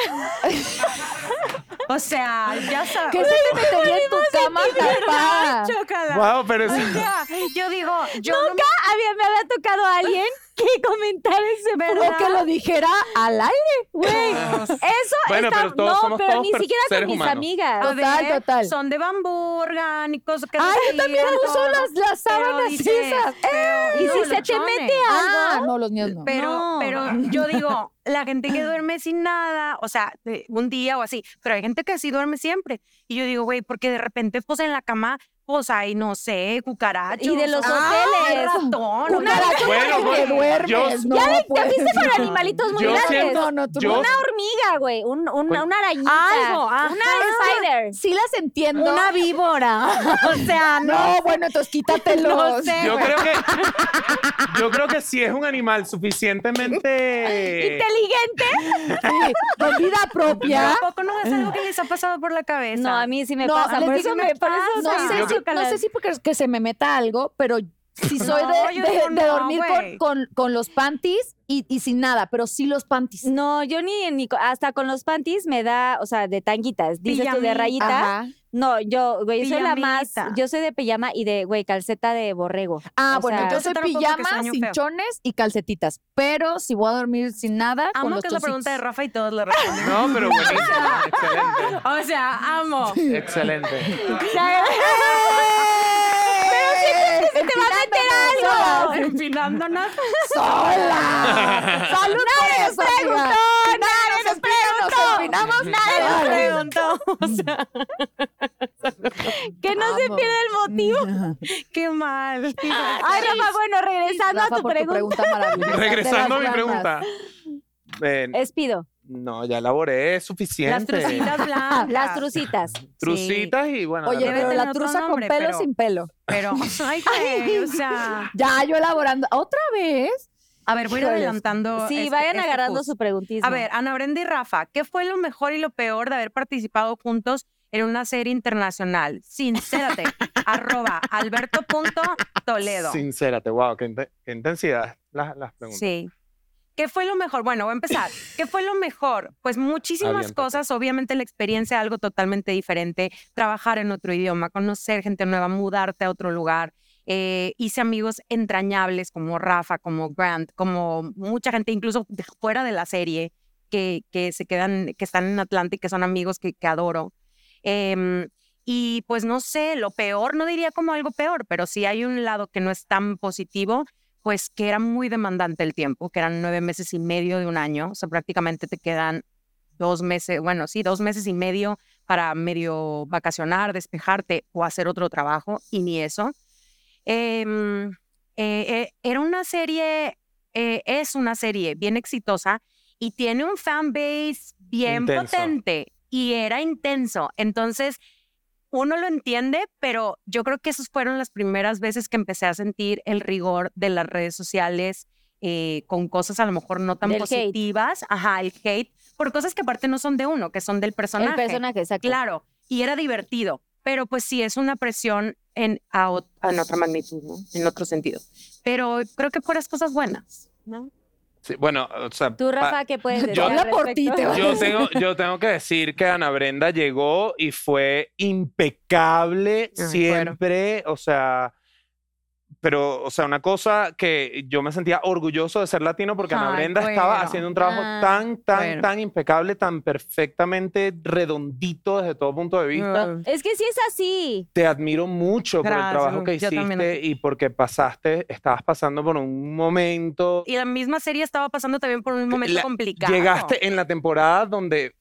Speaker 4: o sea, ya sabes.
Speaker 5: ¿Qué se te metería en tu cama tapada?
Speaker 4: Chócala.
Speaker 7: Wow, pero
Speaker 4: O
Speaker 7: sí.
Speaker 4: sea, yo digo, yo no
Speaker 3: Nunca había, Ah, me había tocado a alguien que comentara ese
Speaker 5: O que
Speaker 3: verdad.
Speaker 5: lo dijera al aire.
Speaker 3: Güey, eso
Speaker 7: Bueno,
Speaker 3: está.
Speaker 7: pero todos
Speaker 3: no,
Speaker 7: somos
Speaker 3: pero
Speaker 7: todos
Speaker 3: ni
Speaker 7: per-
Speaker 3: siquiera con
Speaker 7: seres
Speaker 3: mis
Speaker 7: humanos.
Speaker 3: amigas.
Speaker 4: lo
Speaker 5: Total,
Speaker 4: de-
Speaker 5: total.
Speaker 4: Son de bambú, orgánicos. Que
Speaker 5: Ay,
Speaker 4: se
Speaker 5: yo también
Speaker 4: tiran,
Speaker 5: uso
Speaker 4: todo.
Speaker 5: las, las
Speaker 4: Pero
Speaker 5: sábanas
Speaker 4: dices,
Speaker 5: esas.
Speaker 4: pero-
Speaker 3: ¡Eh! ¿Y
Speaker 4: no,
Speaker 3: si se te
Speaker 4: luchones.
Speaker 3: mete
Speaker 5: Ah, no, los míos no.
Speaker 4: Pero,
Speaker 3: No.
Speaker 4: pero yo digo, la gente que duerme sin nada, o sea, de un día o así, pero hay gente que sí duerme siempre. Y yo digo, güey, porque de repente, pues en la cama, pues hay, no sé, cucarachos.
Speaker 3: Y de los
Speaker 4: ay,
Speaker 3: hoteles.
Speaker 4: ratón.
Speaker 5: Una
Speaker 4: o-
Speaker 7: Bueno,
Speaker 5: araña con la que
Speaker 7: bueno,
Speaker 5: duermes,
Speaker 7: yo-
Speaker 5: no,
Speaker 3: ¿Te
Speaker 5: pues,
Speaker 3: viste
Speaker 5: no.
Speaker 3: con animalitos muy
Speaker 7: Yo
Speaker 3: grandes?
Speaker 7: siento-
Speaker 5: No, no, Ah, tú
Speaker 7: yo-
Speaker 5: no.
Speaker 3: Una hormiga, güey. un- una,
Speaker 7: Pues-
Speaker 3: una arañita.
Speaker 4: Algo, ajá.
Speaker 3: Una spider.
Speaker 5: Sí las entiendo.
Speaker 3: Una víbora.
Speaker 5: o sea, no. bueno, entonces quítatelos.
Speaker 4: No sé,
Speaker 7: Yo
Speaker 4: güey.
Speaker 7: creo que yo creo que si es un animal suficientemente
Speaker 3: Inteligente.
Speaker 5: Sí, con vida propia.
Speaker 4: Tampoco no es algo que les ha pasado por la cabeza.
Speaker 3: No, a mí sí me
Speaker 5: No,
Speaker 3: pasa.
Speaker 5: les
Speaker 3: Por
Speaker 5: digo
Speaker 3: eso
Speaker 5: una
Speaker 3: me por eso
Speaker 4: cosa,
Speaker 5: No
Speaker 3: soy
Speaker 5: sé,
Speaker 7: yo
Speaker 5: si,
Speaker 3: chocalada.
Speaker 5: no sé si porque que se me meta algo, pero si soy
Speaker 4: No,
Speaker 5: de,
Speaker 4: yo
Speaker 5: de-
Speaker 4: digo
Speaker 5: de
Speaker 4: no,
Speaker 5: dormir con,
Speaker 4: güey.
Speaker 5: con- con los panties y, y sin nada, pero sí los panties.
Speaker 3: No, yo ni, ni co- hasta con los panties me da, o sea, de tanguitas, dices tú de
Speaker 4: Pijamita.
Speaker 3: rayita. No, yo, güey, yo soy la más,
Speaker 4: Pijamita.
Speaker 3: yo soy de pijama y de, güey, calceta de borrego.
Speaker 5: Ah,
Speaker 3: O
Speaker 5: bueno,
Speaker 3: sea-
Speaker 5: yo soy
Speaker 4: Calceta no puedo porque
Speaker 5: pijamas,
Speaker 4: sueño feo.
Speaker 5: cinchones y calcetitas. Pero si voy a dormir sin nada, con
Speaker 4: Amo
Speaker 5: los
Speaker 4: que es la pregunta de
Speaker 5: chorcitos.
Speaker 4: Rafa y todos la responden.
Speaker 7: No, pero buenísimo,
Speaker 4: O sea, amo.
Speaker 7: excelente, excelente.
Speaker 5: ¡Eh!
Speaker 3: te va a meter algo.
Speaker 5: Sola.
Speaker 4: Empinándonos.
Speaker 5: ¡Sola! ¡Salud por eso, amiga!
Speaker 3: nadie nos preguntó.
Speaker 5: empinamos,
Speaker 3: Nadie nos
Speaker 5: sola.
Speaker 3: preguntó. O sea, que no se
Speaker 5: Amo.
Speaker 3: pierda el motivo.
Speaker 4: Qué mal.
Speaker 3: Ay, Rafa, bueno, regresando
Speaker 5: Rafa,
Speaker 3: a tu
Speaker 5: por
Speaker 3: pregunta.
Speaker 5: maravillosa.
Speaker 7: Regresando a
Speaker 5: De
Speaker 7: mi
Speaker 5: las
Speaker 7: pregunta.
Speaker 5: ranas.
Speaker 7: Eh,
Speaker 3: Espido,
Speaker 7: no, ya elaboré es
Speaker 4: Las
Speaker 7: suficiente.
Speaker 4: trucitas blancas.
Speaker 3: las trucitas.
Speaker 7: Trucitas y bueno, de
Speaker 5: Oye,
Speaker 7: repente-
Speaker 5: pero
Speaker 4: Debe
Speaker 5: la
Speaker 4: tener otro
Speaker 5: truza con
Speaker 4: nombre,
Speaker 5: pelo
Speaker 4: pero-
Speaker 5: sin pelo.
Speaker 4: Pero, ay, güey, o sea.
Speaker 5: Ya, yo elaborando. ¿Otra vez?
Speaker 4: A ver, voy a ir
Speaker 5: Híjoles.
Speaker 4: adelantando.
Speaker 3: Sí,
Speaker 4: este-
Speaker 3: vayan
Speaker 4: este
Speaker 3: agarrando
Speaker 4: quiz.
Speaker 3: su preguntismo.
Speaker 4: A ver, Ana Brenda y Rafa, ¿qué fue lo mejor y lo peor de haber participado juntos en una serie internacional? Sincérate, arroba alberto.toledo.
Speaker 7: Sincérate, wow, qué, inten- qué intensidad las, las preguntas.
Speaker 4: Sí. ¿Qué fue lo mejor? Bueno, voy a empezar. ¿Qué fue lo mejor? Pues muchísimas
Speaker 7: Aviéntate.
Speaker 4: cosas. Obviamente la experiencia, algo totalmente diferente. Trabajar en otro idioma, conocer gente nueva, mudarte a otro lugar. Eh, hice amigos entrañables como Rafa, como Grant, como mucha gente, incluso de fuera de la serie, que, que se quedan, que están en Atlanta y que son amigos que, que adoro. Em, y pues no sé, lo peor, no diría como algo peor, pero sí hay un lado que no es tan positivo, pues que era muy demandante el tiempo, que eran nueve meses y medio de un año, o sea, prácticamente te quedan dos meses, bueno, sí, dos meses y medio para medio vacacionar, despejarte o hacer otro trabajo, y ni eso. Em, eh, eh, era una serie, eh, es una serie bien exitosa y tiene un fan base bien
Speaker 7: Intenso.
Speaker 4: potente y era intenso. Entonces, uno lo entiende, pero yo creo que esas fueron las primeras veces que empecé a sentir el rigor de las redes sociales eh, con cosas a lo mejor no tan
Speaker 3: Del hate.
Speaker 4: positivas, ajá, el hate, por cosas que aparte no son de uno, que son del personaje.
Speaker 3: El personaje, exacto.
Speaker 4: Claro, y era divertido, pero pues sí es una presión en, a ot- en otra magnitud, ¿no? en otro sentido. Pero creo que puras cosas buenas, ¿no?
Speaker 7: Sí, bueno, o sea,
Speaker 3: Tú,
Speaker 7: pa-
Speaker 3: Rafa, ¿qué puedes decir?
Speaker 7: Yo-
Speaker 3: al
Speaker 5: Habla por ti,
Speaker 3: respecto?
Speaker 5: te va-
Speaker 7: Yo tengo, yo tengo que decir que Ana Brenda llegó y fue impecable
Speaker 4: Ay,
Speaker 7: siempre, o sea, Pero, o sea, una cosa que yo me sentía orgulloso de ser latino porque Ana
Speaker 4: Ay,
Speaker 7: Brenda estaba
Speaker 4: bueno.
Speaker 7: haciendo un trabajo
Speaker 3: Ah,
Speaker 7: tan, tan,
Speaker 4: bueno.
Speaker 7: tan impecable, tan perfectamente redondito desde todo punto de vista.
Speaker 4: Mm.
Speaker 3: Es que sí es así.
Speaker 7: Te admiro mucho
Speaker 4: Gracias,
Speaker 7: por el trabajo que
Speaker 4: yo también.
Speaker 7: hiciste y porque pasaste, estabas pasando por un momento.
Speaker 4: Y la misma serie estaba pasando también por un momento
Speaker 7: La-
Speaker 4: complicado.
Speaker 7: Llegaste en la temporada donde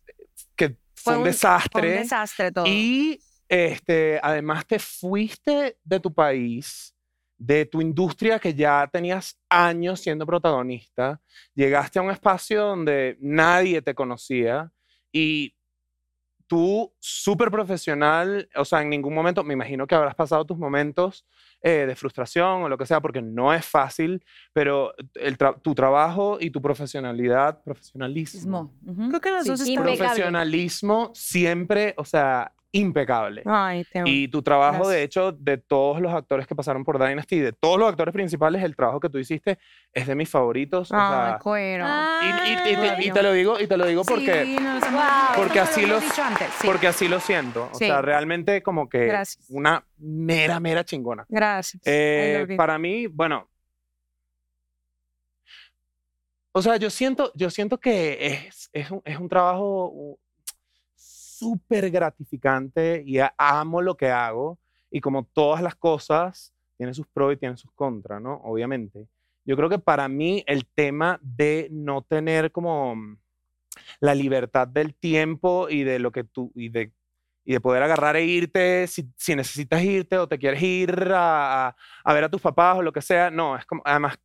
Speaker 7: que fue,
Speaker 4: Fue
Speaker 7: un,
Speaker 4: un-
Speaker 7: desastre.
Speaker 4: Fue un desastre todo.
Speaker 7: Y este, además te fuiste de tu país, de tu industria que ya tenías años siendo protagonista, llegaste a un espacio donde nadie te conocía y tú, súper profesional, o sea, en ningún momento, me imagino que habrás pasado tus momentos eh, de frustración o lo que sea, porque no es fácil, pero el tra- tu trabajo y tu profesionalidad, profesionalismo
Speaker 5: Mismo. Ujú.
Speaker 4: Creo que las
Speaker 5: Sí,
Speaker 4: dos
Speaker 3: impecable.
Speaker 4: estaban...
Speaker 7: profesionalismo siempre, o sea, impecable.
Speaker 4: Ay, te amo.
Speaker 7: Y tu trabajo, de
Speaker 4: Gracias.
Speaker 7: hecho, de todos los actores que pasaron por Dynasty, de todos los actores principales, el trabajo que tú hiciste es de mis favoritos. o
Speaker 4: Ay,
Speaker 7: sea,
Speaker 4: cuero.
Speaker 7: y, y- y te, y
Speaker 4: Ay,
Speaker 7: te lo digo, y te lo digo
Speaker 4: Ah, Sí,
Speaker 7: porque,
Speaker 4: no, no, no,
Speaker 7: porque
Speaker 4: eso me
Speaker 7: así
Speaker 4: lo
Speaker 7: los-
Speaker 4: habías dicho antes, sí.
Speaker 7: porque así lo siento. O
Speaker 4: Sí.
Speaker 7: sea, realmente como que
Speaker 4: Gracias.
Speaker 7: una mera, mera chingona.
Speaker 4: Gracias. I
Speaker 7: Eh,
Speaker 4: love you.
Speaker 7: para mí, bueno. O sea, yo siento, yo siento que es, es, un, es un trabajo uh, súper gratificante y a- amo lo que hago. Y como todas las cosas, tiene sus pros y tiene sus contras, ¿no? Obviamente. Yo creo que para mí el tema de no tener como mm, la libertad del tiempo y de lo que tú y de y de poder agarrar e irte si, si necesitas irte o te quieres ir a, a- a ver a tus papás o lo que sea. No, es como, además,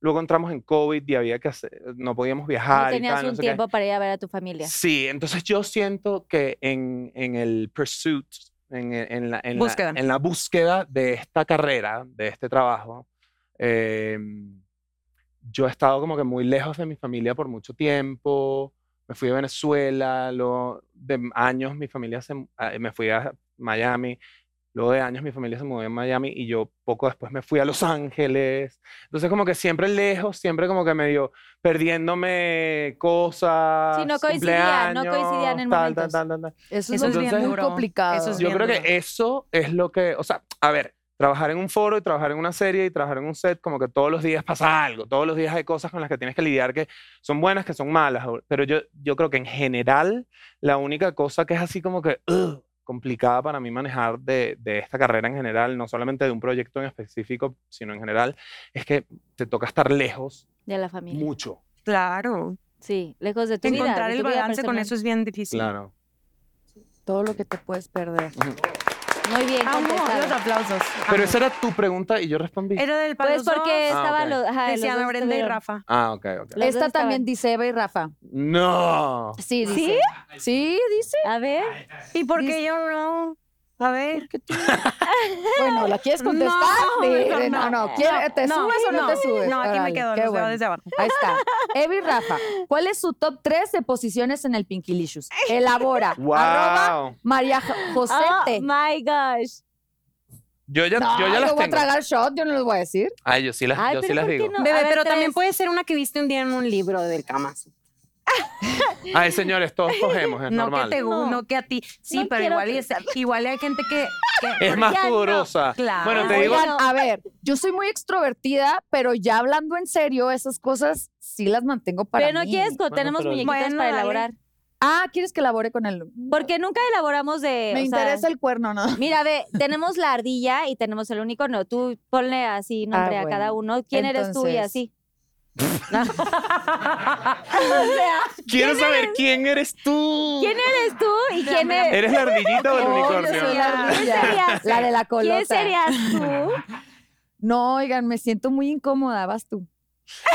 Speaker 7: luego entramos en COVID y había que hacer, no podíamos viajar.
Speaker 3: no
Speaker 7: y
Speaker 3: tenías
Speaker 7: tal, Ah, no
Speaker 3: un
Speaker 7: sé qué.
Speaker 3: tiempo para ir a ver a tu familia.
Speaker 7: Sí, entonces yo siento que en, en el pursuit, en, e- en la, en la-
Speaker 4: Búsqueda.
Speaker 7: en la búsqueda de esta carrera, de este trabajo, eh, yo he estado como que muy lejos de mi familia por mucho tiempo. Me fui a Venezuela, luego de años mi familia se, mu- ah, me fui a Miami, luego de años mi familia se mudó a Miami y yo poco después me fui a Los Ángeles. Entonces como que siempre lejos, siempre como que medio perdiéndome cosas.
Speaker 3: Sí, no coincidían, no
Speaker 7: cumpleaños,
Speaker 3: coincidían en
Speaker 7: tal,
Speaker 3: momentos.
Speaker 7: tal, tal, tal.
Speaker 5: Eso,
Speaker 4: Eso
Speaker 5: es
Speaker 7: es
Speaker 5: muy
Speaker 7: bien
Speaker 4: duro.
Speaker 5: complicado.
Speaker 4: Eso es
Speaker 7: Yo
Speaker 4: bien
Speaker 7: creo que
Speaker 4: duro.
Speaker 7: eso es lo que, o sea, a ver, trabajar en un foro y trabajar en una serie y trabajar en un set, como que todos los días pasa algo, todos los días hay cosas con las que tienes que lidiar que son buenas, que son malas, o- pero yo, yo creo que en general la única cosa que es así como que ugh, complicada para mí manejar de, de esta carrera en general, no solamente de un proyecto en específico, sino en general, es que te toca estar lejos
Speaker 3: De la familia.
Speaker 7: mucho.
Speaker 4: Claro.
Speaker 3: Sí, lejos de tu vida.
Speaker 4: Encontrar
Speaker 3: de
Speaker 4: el
Speaker 3: tu vida
Speaker 4: balance con
Speaker 3: personal.
Speaker 4: eso es bien difícil.
Speaker 7: Claro.
Speaker 5: Todo lo que te puedes perder.
Speaker 3: Muy bien
Speaker 4: Amo los
Speaker 3: contestado.
Speaker 4: aplausos.
Speaker 7: Pero
Speaker 4: amo.
Speaker 7: esa era tu pregunta y yo respondí.
Speaker 4: Era del para
Speaker 3: Pues
Speaker 4: los dos,
Speaker 3: porque
Speaker 7: Ah,
Speaker 3: estaban
Speaker 7: ok.
Speaker 3: los... ajá, los
Speaker 4: decían
Speaker 3: dos
Speaker 4: Ana Brenda y
Speaker 3: estuvieron.
Speaker 4: Rafa.
Speaker 7: Ah, ok, ok.
Speaker 3: Los
Speaker 5: Esta
Speaker 3: dos estaban-
Speaker 5: también dice Eva y Rafa.
Speaker 7: No.
Speaker 5: Sí, dice. ¿Sí? Sí, dice.
Speaker 3: A ver,
Speaker 4: ¿Y por qué yo no? A ver.
Speaker 5: Bueno, ¿la quieres
Speaker 4: No,
Speaker 5: contestar?
Speaker 4: mejor
Speaker 5: Sí, no, no.
Speaker 4: no.
Speaker 5: ¿Quiere- ¿Te
Speaker 4: No,
Speaker 5: subes o no,
Speaker 4: no,
Speaker 5: te subes?
Speaker 4: No, aquí me
Speaker 5: Órale,
Speaker 4: quedo.
Speaker 5: qué
Speaker 4: los veo
Speaker 5: bueno.
Speaker 4: desde abajo.
Speaker 5: Ahí está. Eva y Rafa, ¿cuál es su top 3 de posiciones en el Pinkilicious? Elabora.
Speaker 7: Wow.
Speaker 5: Arroba María
Speaker 3: oh
Speaker 5: Josete.
Speaker 3: my gosh.
Speaker 7: Yo ya,
Speaker 5: no,
Speaker 7: yo ya las
Speaker 5: voy a
Speaker 7: tengo.
Speaker 5: tragar shot, yo no les voy a decir.
Speaker 7: Ay, yo sí las,
Speaker 3: Ay,
Speaker 7: yo sí
Speaker 3: pero
Speaker 7: las
Speaker 3: ¿por qué
Speaker 7: digo.
Speaker 3: no?
Speaker 4: Bebé,
Speaker 3: A ver,
Speaker 4: pero también
Speaker 3: tres.
Speaker 4: puede ser una que viste un día en un libro del Kama Sutra.
Speaker 7: Ay, señores, todos cogemos, es
Speaker 4: No
Speaker 7: normal.
Speaker 4: que te gu-
Speaker 3: No.
Speaker 4: no que a ti. Sí,
Speaker 3: No
Speaker 4: pero
Speaker 3: quiero
Speaker 4: igual, y
Speaker 3: que-
Speaker 4: es- igual hay gente que. que-
Speaker 7: Es más
Speaker 3: Ya no.
Speaker 7: pudorosa.
Speaker 4: Claro.
Speaker 7: Bueno, te
Speaker 3: Oigan,
Speaker 7: digo,
Speaker 5: Oigan, a ver, yo soy muy extrovertida, pero ya hablando en serio, esas cosas sí las mantengo para
Speaker 3: Pero no
Speaker 5: mí.
Speaker 3: quieres, co-
Speaker 7: Bueno,
Speaker 3: tenemos
Speaker 7: pero-
Speaker 3: muñequitos
Speaker 4: Bueno,
Speaker 3: para
Speaker 4: dale.
Speaker 3: elaborar.
Speaker 5: Ah, ¿quieres que elabore con el...?
Speaker 3: Porque nunca elaboramos de...
Speaker 5: Me
Speaker 3: o sea,
Speaker 5: interesa el cuerno, ¿no?
Speaker 3: Mira, ve, tenemos la ardilla y tenemos el unicornio. Tú ponle así nombre
Speaker 5: Ah,
Speaker 3: a cada uno. ¿Quién eres tú y
Speaker 5: Entonces-
Speaker 3: así?
Speaker 7: quiero saber quién eres tú.
Speaker 3: ¿Quién eres tú y quién
Speaker 4: mira,
Speaker 3: eres?
Speaker 7: ¿Eres la ardillita o el
Speaker 5: Oh, yo soy
Speaker 7: unicornio?
Speaker 5: la
Speaker 3: ¿Quién
Speaker 5: ardilla.
Speaker 3: serías?
Speaker 5: La de la colota.
Speaker 3: ¿Quién serías tú?
Speaker 5: No, oigan, me siento muy incómoda, vas tú.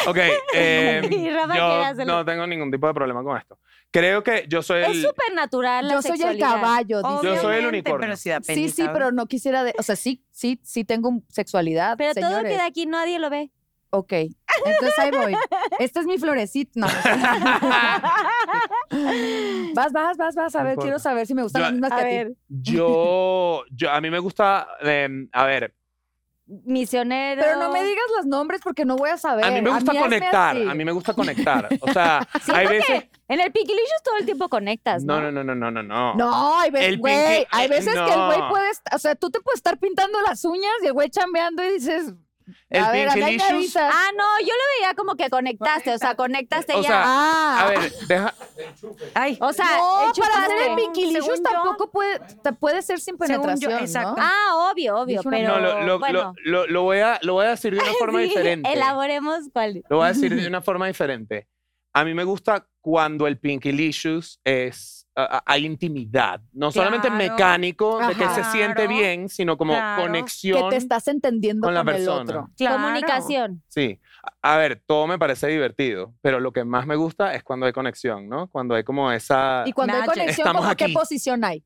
Speaker 7: Ok, eh,
Speaker 3: Y Rafa quiere
Speaker 7: yo
Speaker 3: hacerlo.
Speaker 7: no tengo ningún tipo de problema con esto. Creo que yo soy
Speaker 3: Es
Speaker 7: el...
Speaker 3: súper natural la
Speaker 5: Yo soy el
Speaker 3: sexualidad.
Speaker 5: caballo, dice.
Speaker 7: Yo soy el
Speaker 4: Obviamente,
Speaker 7: unicornio.
Speaker 4: Pero sí, da
Speaker 5: Sí, sí,
Speaker 4: penita.
Speaker 5: pero no quisiera... de- O sea, sí, sí, sí tengo un- sexualidad,
Speaker 3: Pero
Speaker 5: señores.
Speaker 3: todo queda aquí, nadie lo ve.
Speaker 5: Ok, entonces ahí voy. Esta es mi florecita. No, no sé. vas, vas, vas, vas. A
Speaker 7: No
Speaker 5: ver,
Speaker 7: importa.
Speaker 5: quiero saber si me gustan
Speaker 7: Yo-
Speaker 5: las mismas que a ti.
Speaker 7: Yo, yo, em, a mí me gusta, eh, a ver,
Speaker 3: misionero.
Speaker 5: Pero no me digas los nombres porque no voy Pues, a saber.
Speaker 7: A mí me gusta
Speaker 5: hazme
Speaker 7: conectar,
Speaker 5: así.
Speaker 7: a mí me gusta conectar. O sea, hay veces...
Speaker 3: En el Pinky Licious todo el tiempo conectas, ¿no?
Speaker 7: No, no, no, no, no, no, no.
Speaker 5: No, hay veces,
Speaker 7: El
Speaker 5: güey,
Speaker 7: pinky-
Speaker 5: hay
Speaker 7: eh,
Speaker 5: veces que el güey
Speaker 7: no.
Speaker 5: puede, est- o sea, tú te puedes estar pintando las uñas y el güey chambeando y dices,
Speaker 7: El
Speaker 5: a ver, a mí me
Speaker 7: Pinkylicious-
Speaker 5: avisas.
Speaker 3: Ah, no, yo lo veía como que conectaste, o sea, conectaste
Speaker 7: O
Speaker 3: ya.
Speaker 7: sea,
Speaker 5: Ah.
Speaker 7: A ver, deja...
Speaker 4: Ay,
Speaker 3: o sea,
Speaker 5: no,
Speaker 3: el
Speaker 5: para hacer el
Speaker 3: chupaste.
Speaker 5: pinquilicious
Speaker 3: Según yo-
Speaker 5: tampoco puede, te puede ser sin
Speaker 4: Según yo,
Speaker 5: penetración, ¿no?
Speaker 4: exacto.
Speaker 3: Ah, obvio, obvio,
Speaker 5: Dije una-
Speaker 3: pero
Speaker 7: No, lo, lo-
Speaker 3: bueno.
Speaker 7: lo- lo- lo voy a, lo voy a decir de una forma
Speaker 3: Sí,
Speaker 7: diferente.
Speaker 3: Elaboremos cuál.
Speaker 7: Lo voy a decir de una forma diferente. A mí me gusta cuando el Pinkylicious es a- a- hay intimidad, no solamente
Speaker 4: Claro.
Speaker 7: mecánico de que se
Speaker 4: Ajá.
Speaker 7: siente
Speaker 4: Claro.
Speaker 7: bien, sino como
Speaker 4: Claro.
Speaker 5: que
Speaker 7: conexión
Speaker 5: te estás entendiendo
Speaker 7: con
Speaker 5: con,
Speaker 7: la
Speaker 5: el
Speaker 7: persona.
Speaker 5: otro.
Speaker 4: claro.
Speaker 3: Comunicación.
Speaker 7: Sí, a a ver, todo me parece divertido, pero lo que más me gusta es cuando hay conexión, ¿no? Cuando hay como esa...
Speaker 5: Y cuando hay
Speaker 4: Magic.
Speaker 5: conexión,
Speaker 7: Estamos
Speaker 5: ¿cómo
Speaker 7: aquí.
Speaker 5: qué posición hay?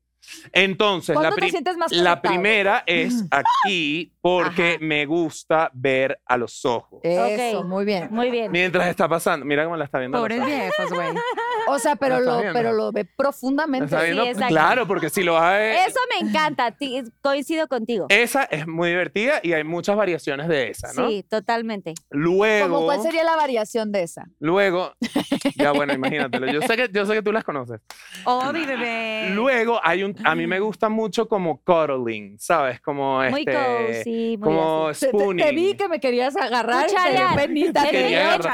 Speaker 7: Entonces, la,
Speaker 5: ¿Cuándo te
Speaker 7: pri-
Speaker 5: sientes más
Speaker 7: la
Speaker 5: conectado?
Speaker 7: primera es aquí porque me gusta ver a los ojos.
Speaker 5: Eso,
Speaker 3: Ok.
Speaker 5: muy bien.
Speaker 3: Muy bien.
Speaker 7: Mientras está pasando, mira cómo la está viendo. a los
Speaker 4: Pobres
Speaker 7: ojos.
Speaker 4: viejos, güey.
Speaker 5: O sea, pero
Speaker 7: Lo está
Speaker 5: lo,
Speaker 7: viendo.
Speaker 5: pero lo ve
Speaker 7: La
Speaker 5: profundamente.
Speaker 7: está
Speaker 3: Sí,
Speaker 7: viendo-
Speaker 3: exacto.
Speaker 7: claro, porque si lo hace...
Speaker 3: Eso me encanta, ti- coincido contigo.
Speaker 7: Esa es muy divertida y hay muchas variaciones de esa, ¿no?
Speaker 3: Sí, totalmente.
Speaker 7: Luego,
Speaker 5: ¿Cómo cuál sería la variación de esa?
Speaker 7: luego, ya bueno, imagínatelo. Yo sé que, yo sé que tú las conoces.
Speaker 4: Odi,
Speaker 5: Eh.
Speaker 4: bebé.
Speaker 7: Luego hay un, a mí me gusta mucho como cuddling, ¿sabes? Como este,
Speaker 3: Muy cozy, muy
Speaker 7: como
Speaker 5: Te, te-
Speaker 7: spooning.
Speaker 5: te vi que me querías agarrar. y te
Speaker 3: Cucharear.
Speaker 5: penita,
Speaker 3: Te
Speaker 5: te
Speaker 7: quería
Speaker 5: dio
Speaker 7: agarrar.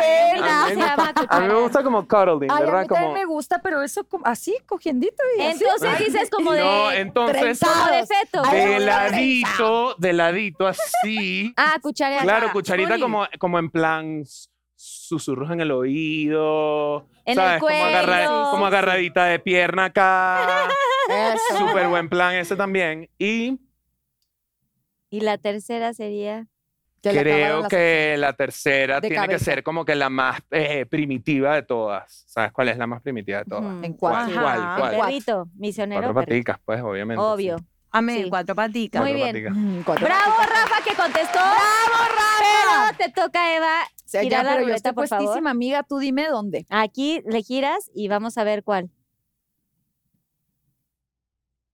Speaker 3: No,
Speaker 7: A
Speaker 5: pena.
Speaker 7: mí
Speaker 3: se
Speaker 7: me
Speaker 3: llama
Speaker 7: A mí me gusta como cuddling,
Speaker 5: Ay, a
Speaker 7: ¿verdad?
Speaker 5: mí
Speaker 7: Como,
Speaker 5: también me gusta, pero eso como- así, cogiendito y así.
Speaker 3: Entonces dices como de,
Speaker 7: no, entonces
Speaker 5: trenzado.
Speaker 3: como de feto.
Speaker 5: Ay,
Speaker 7: de
Speaker 5: me gusta
Speaker 7: ladito, de ladito así.
Speaker 3: Ah, cucharear.
Speaker 7: Claro,
Speaker 4: ah,
Speaker 7: cucharita
Speaker 4: spooning.
Speaker 7: como, como en plan s- susurros en el oído.
Speaker 3: En
Speaker 7: ¿sabes?
Speaker 3: el
Speaker 7: Como, agarra-
Speaker 3: cuello.
Speaker 7: como agarradita de pierna acá.
Speaker 5: Eso.
Speaker 7: Súper buen plan ese también. Y
Speaker 3: Y la tercera sería
Speaker 5: Que le acabaron
Speaker 7: creo
Speaker 5: las-
Speaker 7: que la tercera
Speaker 5: De
Speaker 7: tiene que
Speaker 5: cabeza.
Speaker 7: ser como que la más eh, primitiva de todas. ¿sabes cuál es la más primitiva de todas?
Speaker 3: Ujú.
Speaker 5: En
Speaker 7: ¿Cuál?
Speaker 5: cuatro.
Speaker 4: Ajá.
Speaker 7: ¿Cuál?
Speaker 4: El
Speaker 7: cuál?
Speaker 5: Cuatro.
Speaker 3: perrito, misionero.
Speaker 7: Cuatro
Speaker 3: perrito.
Speaker 7: paticas, pues, obviamente. sí.
Speaker 3: Obvio.
Speaker 4: Amén,
Speaker 3: Sí.
Speaker 4: cuatro patitas.
Speaker 3: Muy
Speaker 7: Cuatro
Speaker 3: bien.
Speaker 7: paticas.
Speaker 5: Mm, cuatro.
Speaker 3: Bravo, Rafa, que contestó. Bravo, Rafa. Pero te toca, Eva.
Speaker 5: O sea,
Speaker 3: Girar
Speaker 5: ya,
Speaker 3: la
Speaker 5: pero yo
Speaker 3: ruleta,
Speaker 5: estoy
Speaker 3: por favor.
Speaker 5: puestísima, amiga. Tú dime dónde.
Speaker 3: Aquí le giras y vamos a ver cuál.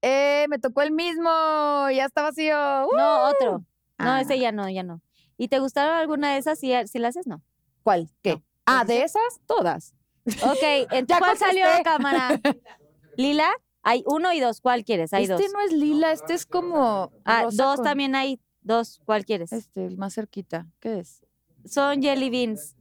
Speaker 5: Eh, me tocó el mismo. Ya está vacío. Uh,
Speaker 3: No, otro. No,
Speaker 5: Ah.
Speaker 3: ese ya no, ya no. ¿Y te gustaron alguna de esas? Si, eh, si la haces, no. pues
Speaker 5: ¿Cuál? ¿Qué? Ah, de esas, todas.
Speaker 3: Ok, ¿en
Speaker 5: Ya
Speaker 3: ¿cuál salió
Speaker 5: contesté.
Speaker 3: cámara? ¿Lila? Hay uno y dos. ¿Cuál quieres? Hay
Speaker 5: este
Speaker 3: dos.
Speaker 5: no es lila, este es como.
Speaker 3: Ah,
Speaker 5: rosa
Speaker 3: dos
Speaker 5: con-
Speaker 3: también hay. Dos. ¿Cuál quieres?
Speaker 5: Este, el más cerquita. ¿Qué es?
Speaker 3: Son jelly beans.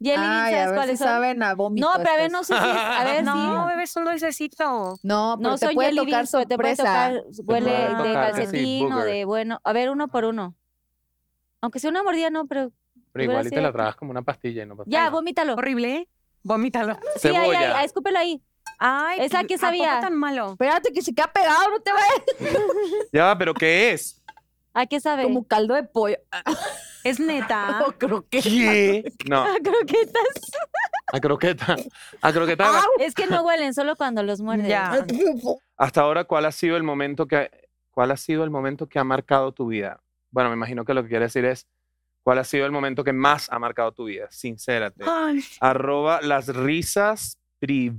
Speaker 3: Jelly beans,
Speaker 5: Ay, a
Speaker 3: ¿sabes
Speaker 5: ver si
Speaker 3: cuáles son?
Speaker 5: saben a vómito
Speaker 3: No, pero a ver,
Speaker 5: estos.
Speaker 3: no sé si es- A ver,
Speaker 4: No,
Speaker 3: sí.
Speaker 4: bebé, es un dulcecito.
Speaker 5: No, pero
Speaker 3: No
Speaker 5: te
Speaker 3: son
Speaker 5: puede
Speaker 3: jelly
Speaker 5: tocar
Speaker 3: beans, pero te puede
Speaker 5: sorpresa.
Speaker 3: tocar, huele
Speaker 7: puede
Speaker 3: de
Speaker 7: tocar, que sí,
Speaker 3: calcetín o
Speaker 7: booger.
Speaker 3: de bueno. A ver, uno por uno. Aunque sea una mordida, no, pero
Speaker 7: Pero igual y
Speaker 3: Hubiera
Speaker 7: te la
Speaker 3: sido-
Speaker 7: tragas como una pastilla y no pasa
Speaker 3: ya,
Speaker 7: nada.
Speaker 3: vomítalo.
Speaker 4: Horrible. Vomítalo.
Speaker 3: Sí, ahí, ahí,
Speaker 7: Cebolla.
Speaker 3: ahí, escúpelo ahí.
Speaker 4: Ay,
Speaker 3: Esa que
Speaker 4: ¿a poco
Speaker 3: sabía.
Speaker 4: tan malo?
Speaker 5: Espérate que se queda pegado, no te vayas.
Speaker 7: Ya, va, pero ¿qué es?
Speaker 3: ¿A qué sabe?
Speaker 5: Como caldo de pollo.
Speaker 4: Es neta.
Speaker 5: No creo que.
Speaker 7: ¿Qué? No,
Speaker 3: Ah, croquetas.
Speaker 7: a croqueta. A croqueta.
Speaker 3: Es que no huelen, solo cuando los muerden.
Speaker 4: Ya.
Speaker 7: Hasta ahora, ¿cuál ha sido el momento que cuál ha sido el momento que ha marcado tu vida? Bueno, me imagino que lo que quiere decir es ¿cuál ha sido el momento que más ha marcado tu vida? Sincérate.
Speaker 4: Ay,
Speaker 7: Arroba las risas priv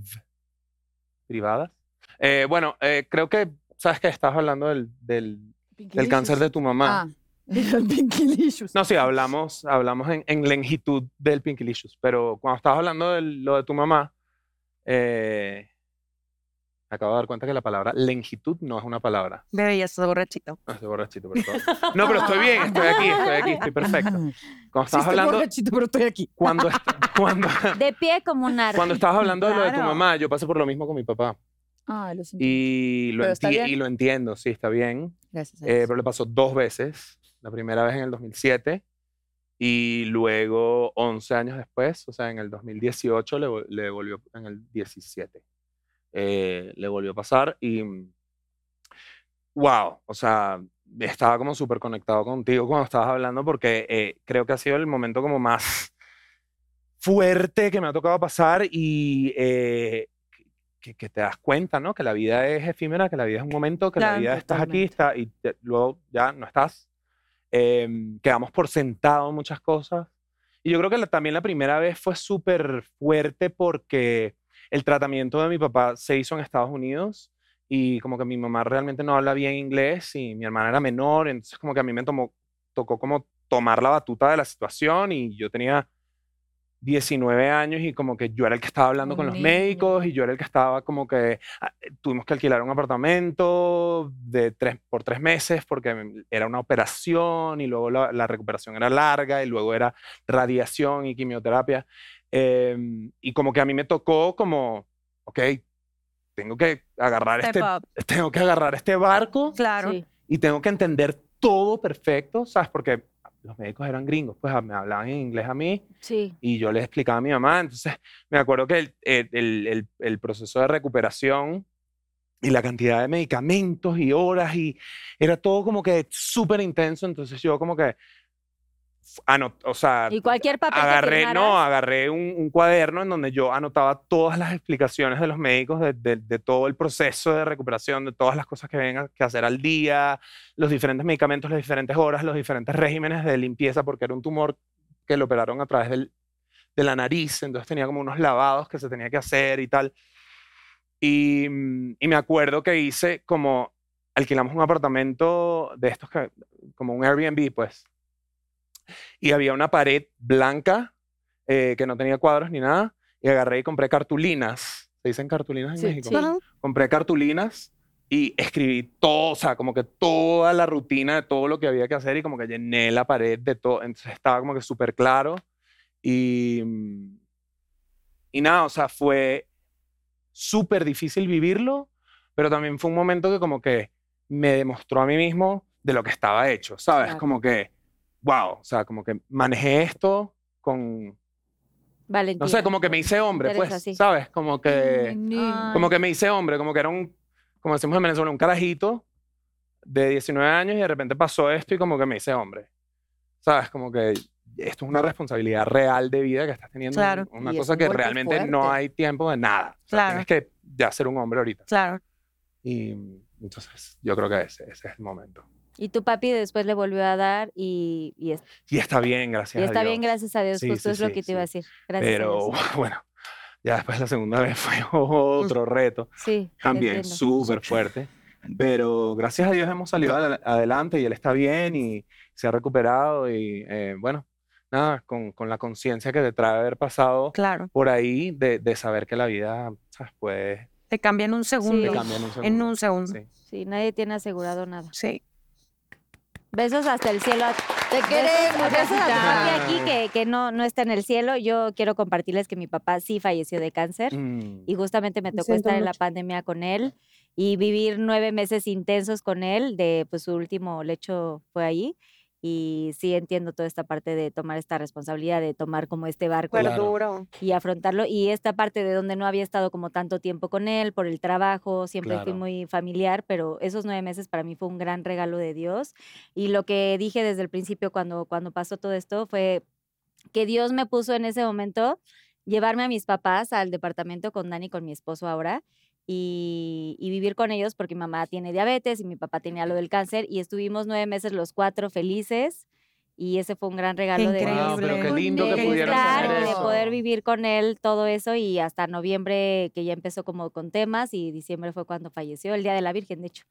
Speaker 7: privadas. Eh, bueno, eh, creo que sabes que estabas hablando del, del, del cáncer de tu mamá.
Speaker 5: Ah, el Pinkylicious.
Speaker 7: No, sí, hablamos, hablamos en, en longitud del Pinkylicious, pero cuando estabas hablando de lo de tu mamá, eh, me acabo de dar cuenta que la palabra longitud no es una palabra.
Speaker 4: bebé, ya estás borrachito.
Speaker 7: No, estoy borrachito, pero todo- No, pero estoy bien, estoy aquí, estoy aquí, estoy perfecto. Cuando
Speaker 5: Sí,
Speaker 7: estabas
Speaker 5: estoy
Speaker 7: hablando,
Speaker 5: borrachito, pero estoy aquí.
Speaker 7: cuando, est- cuando,
Speaker 3: De pie como un árbol.
Speaker 7: cuando estabas hablando de lo de tu
Speaker 4: Claro.
Speaker 7: mamá, yo pasé por lo mismo con mi papá.
Speaker 5: Ay, lo siento.
Speaker 7: Y lo,
Speaker 5: Pero está
Speaker 7: enti-
Speaker 5: bien.
Speaker 7: y lo entiendo, sí, está bien.
Speaker 5: Gracias. a
Speaker 7: Eh,
Speaker 5: Dios.
Speaker 7: pero le pasó dos veces. La primera vez en el 2007 y luego 11 años después, o sea, en el 2018 le, vol- le volvió, en el 17, eh, le volvió a pasar y wow, o sea, estaba como súper conectado contigo cuando estabas hablando porque eh, creo que ha sido el momento como más fuerte que me ha tocado pasar y eh, que, que te das cuenta, ¿no? Que la vida es efímera, que la vida es un momento, que la
Speaker 4: Claro,
Speaker 7: vida estás aquí está, y te- luego ya no estás. Em, quedamos por sentado en muchas cosas. Y yo creo que la- también la primera vez fue súper fuerte porque el tratamiento de mi papá se hizo en Estados Unidos y como que mi mamá realmente no habla bien inglés y mi hermana era menor, entonces como que a mí me tomó tocó como tomar la batuta de la situación y yo tenía 19 años y como que yo era el que estaba hablando
Speaker 5: Un
Speaker 7: con los
Speaker 5: niño.
Speaker 7: médicos y yo era el que estaba como que ah, tuvimos que alquilar un apartamento de tres, por tres meses porque era una operación y luego la, la recuperación era larga y luego era radiación y quimioterapia. Em, y como que a mí me tocó como, ok, tengo que agarrar,
Speaker 4: Step
Speaker 7: este,
Speaker 4: up.
Speaker 7: tengo que agarrar este barco
Speaker 4: Claro.
Speaker 3: Sí.
Speaker 7: y tengo que entender todo perfecto, ¿sabes? Porque los médicos eran gringos, pues me hablaban en inglés a mí
Speaker 3: Sí.
Speaker 7: y yo les explicaba a mi mamá. Entonces, me acuerdo que el, el- el- el- el proceso de recuperación y la cantidad de medicamentos y horas y era todo como que súper intenso. Entonces, yo como que, ano- o sea,
Speaker 3: Y cualquier papel que
Speaker 7: agarré,
Speaker 3: firmaras,
Speaker 7: no, agarré un, un cuaderno en donde yo anotaba todas las explicaciones de los médicos de, de- de todo el proceso de recuperación, de todas las cosas que vengan que hacer al día, los diferentes medicamentos, las diferentes horas, los diferentes regímenes de limpieza, porque era un tumor que lo operaron a través del, de la nariz, entonces tenía como unos lavados que se tenía que hacer y tal. Y, mm, y me acuerdo que hice como, alquilamos un apartamento de estos, que, como un Airbnb, pues, y había una pared blanca eh, que no tenía cuadros ni nada, y agarré y compré cartulinas, se dicen cartulinas en
Speaker 3: Sí,
Speaker 7: México,
Speaker 3: sí.
Speaker 4: Ajá.
Speaker 7: compré cartulinas y escribí todo, o sea, como que toda la rutina de todo lo que había que hacer y como que llené la pared de todo, entonces estaba como que súper claro y, mm, y nada, o sea, fue súper difícil vivirlo, pero también fue un momento que como que me demostró a mí mismo de lo que estaba hecho, ¿sabes?
Speaker 5: Claro.
Speaker 7: Como que, wow, o sea, como que manejé esto con,
Speaker 3: Valentina.
Speaker 7: no sé, como que me hice hombre,
Speaker 3: Eres
Speaker 7: pues,
Speaker 3: así.
Speaker 7: ¿sabes? Como que...
Speaker 5: Mm, Ay,
Speaker 7: Eh, Como que me hice hombre, como que era un, como decimos en Venezuela, un carajito de 19 años y de repente pasó esto y como que me hice hombre. ¿Sabes? Como que esto es una responsabilidad real de vida que estás teniendo. un-
Speaker 4: Claro.
Speaker 7: Una
Speaker 5: Y es
Speaker 7: cosa
Speaker 5: un
Speaker 7: que
Speaker 5: golpe
Speaker 7: realmente no
Speaker 5: fuerte.
Speaker 7: hay tiempo de nada. O sea,
Speaker 4: Claro.
Speaker 7: Tienes que ya ser un hombre ahorita.
Speaker 4: Claro.
Speaker 7: Y mm, entonces yo creo que ese, ese es el momento.
Speaker 3: Y tu papi después le volvió a dar y, y, es-
Speaker 7: Y está bien,
Speaker 3: y
Speaker 7: gracias a
Speaker 3: está bien,
Speaker 7: Dios.
Speaker 3: gracias a Dios.
Speaker 7: Sí,
Speaker 3: justo
Speaker 7: sí,
Speaker 3: es lo
Speaker 7: sí,
Speaker 3: que te
Speaker 7: sí.
Speaker 3: iba a decir. Gracias a
Speaker 7: Pero
Speaker 3: Dios.
Speaker 7: bueno, ya después la segunda vez fue otro reto.
Speaker 3: Sí. te
Speaker 7: También
Speaker 3: entiendo.
Speaker 7: súper fuerte. Pero gracias a Dios hemos salido adela- adelante y él está bien y se ha recuperado y eh, bueno, nada, con, con la conciencia que te trae haber pasado
Speaker 4: Claro.
Speaker 7: por ahí de, de saber que la vida ¿sabes? puede
Speaker 4: Te cambia en un
Speaker 7: te
Speaker 4: segundo.
Speaker 3: Sí.
Speaker 7: cambia en un segundo.
Speaker 4: en un segundo.
Speaker 7: Sí.
Speaker 3: Sí, nadie tiene asegurado nada.
Speaker 4: Sí.
Speaker 3: Besos hasta el cielo. a-
Speaker 5: Te queremos,
Speaker 3: Besos a tu papi
Speaker 5: Rosita.
Speaker 3: aquí que, que no, no está en el cielo. Yo quiero compartirles que mi papá sí falleció de cáncer.
Speaker 7: Mm,
Speaker 3: y justamente me tocó
Speaker 4: siento
Speaker 3: estar en la
Speaker 4: mucho.
Speaker 3: pandemia con él y vivir nueve meses intensos con él, de pues su último lecho fue ahí. Y sí entiendo toda esta parte de tomar esta responsabilidad, de tomar como este barco
Speaker 7: Claro.
Speaker 4: Duro.
Speaker 3: y afrontarlo. Y esta parte de donde no había estado como tanto tiempo con él, por el trabajo, siempre fui
Speaker 7: Claro.
Speaker 3: muy familiar, pero esos nueve meses para mí fue un gran regalo de Dios. Y lo que dije desde el principio cuando, cuando pasó todo esto fue que Dios me puso en ese momento llevarme a mis papás al departamento con Dani, con mi esposo ahora. Y, y vivir con ellos porque mi mamá tiene diabetes y mi papá tenía lo del cáncer y estuvimos nueve meses los cuatro felices y ese fue un gran regalo de Dios
Speaker 7: Wow, pero qué
Speaker 4: Increíble.
Speaker 7: lindo
Speaker 3: de
Speaker 7: que pudieron
Speaker 3: estar
Speaker 7: hacer
Speaker 3: y de
Speaker 7: eso.
Speaker 3: poder vivir con él todo eso y hasta noviembre que ya empezó como con temas y diciembre fue cuando falleció, el Día de la Virgen de hecho.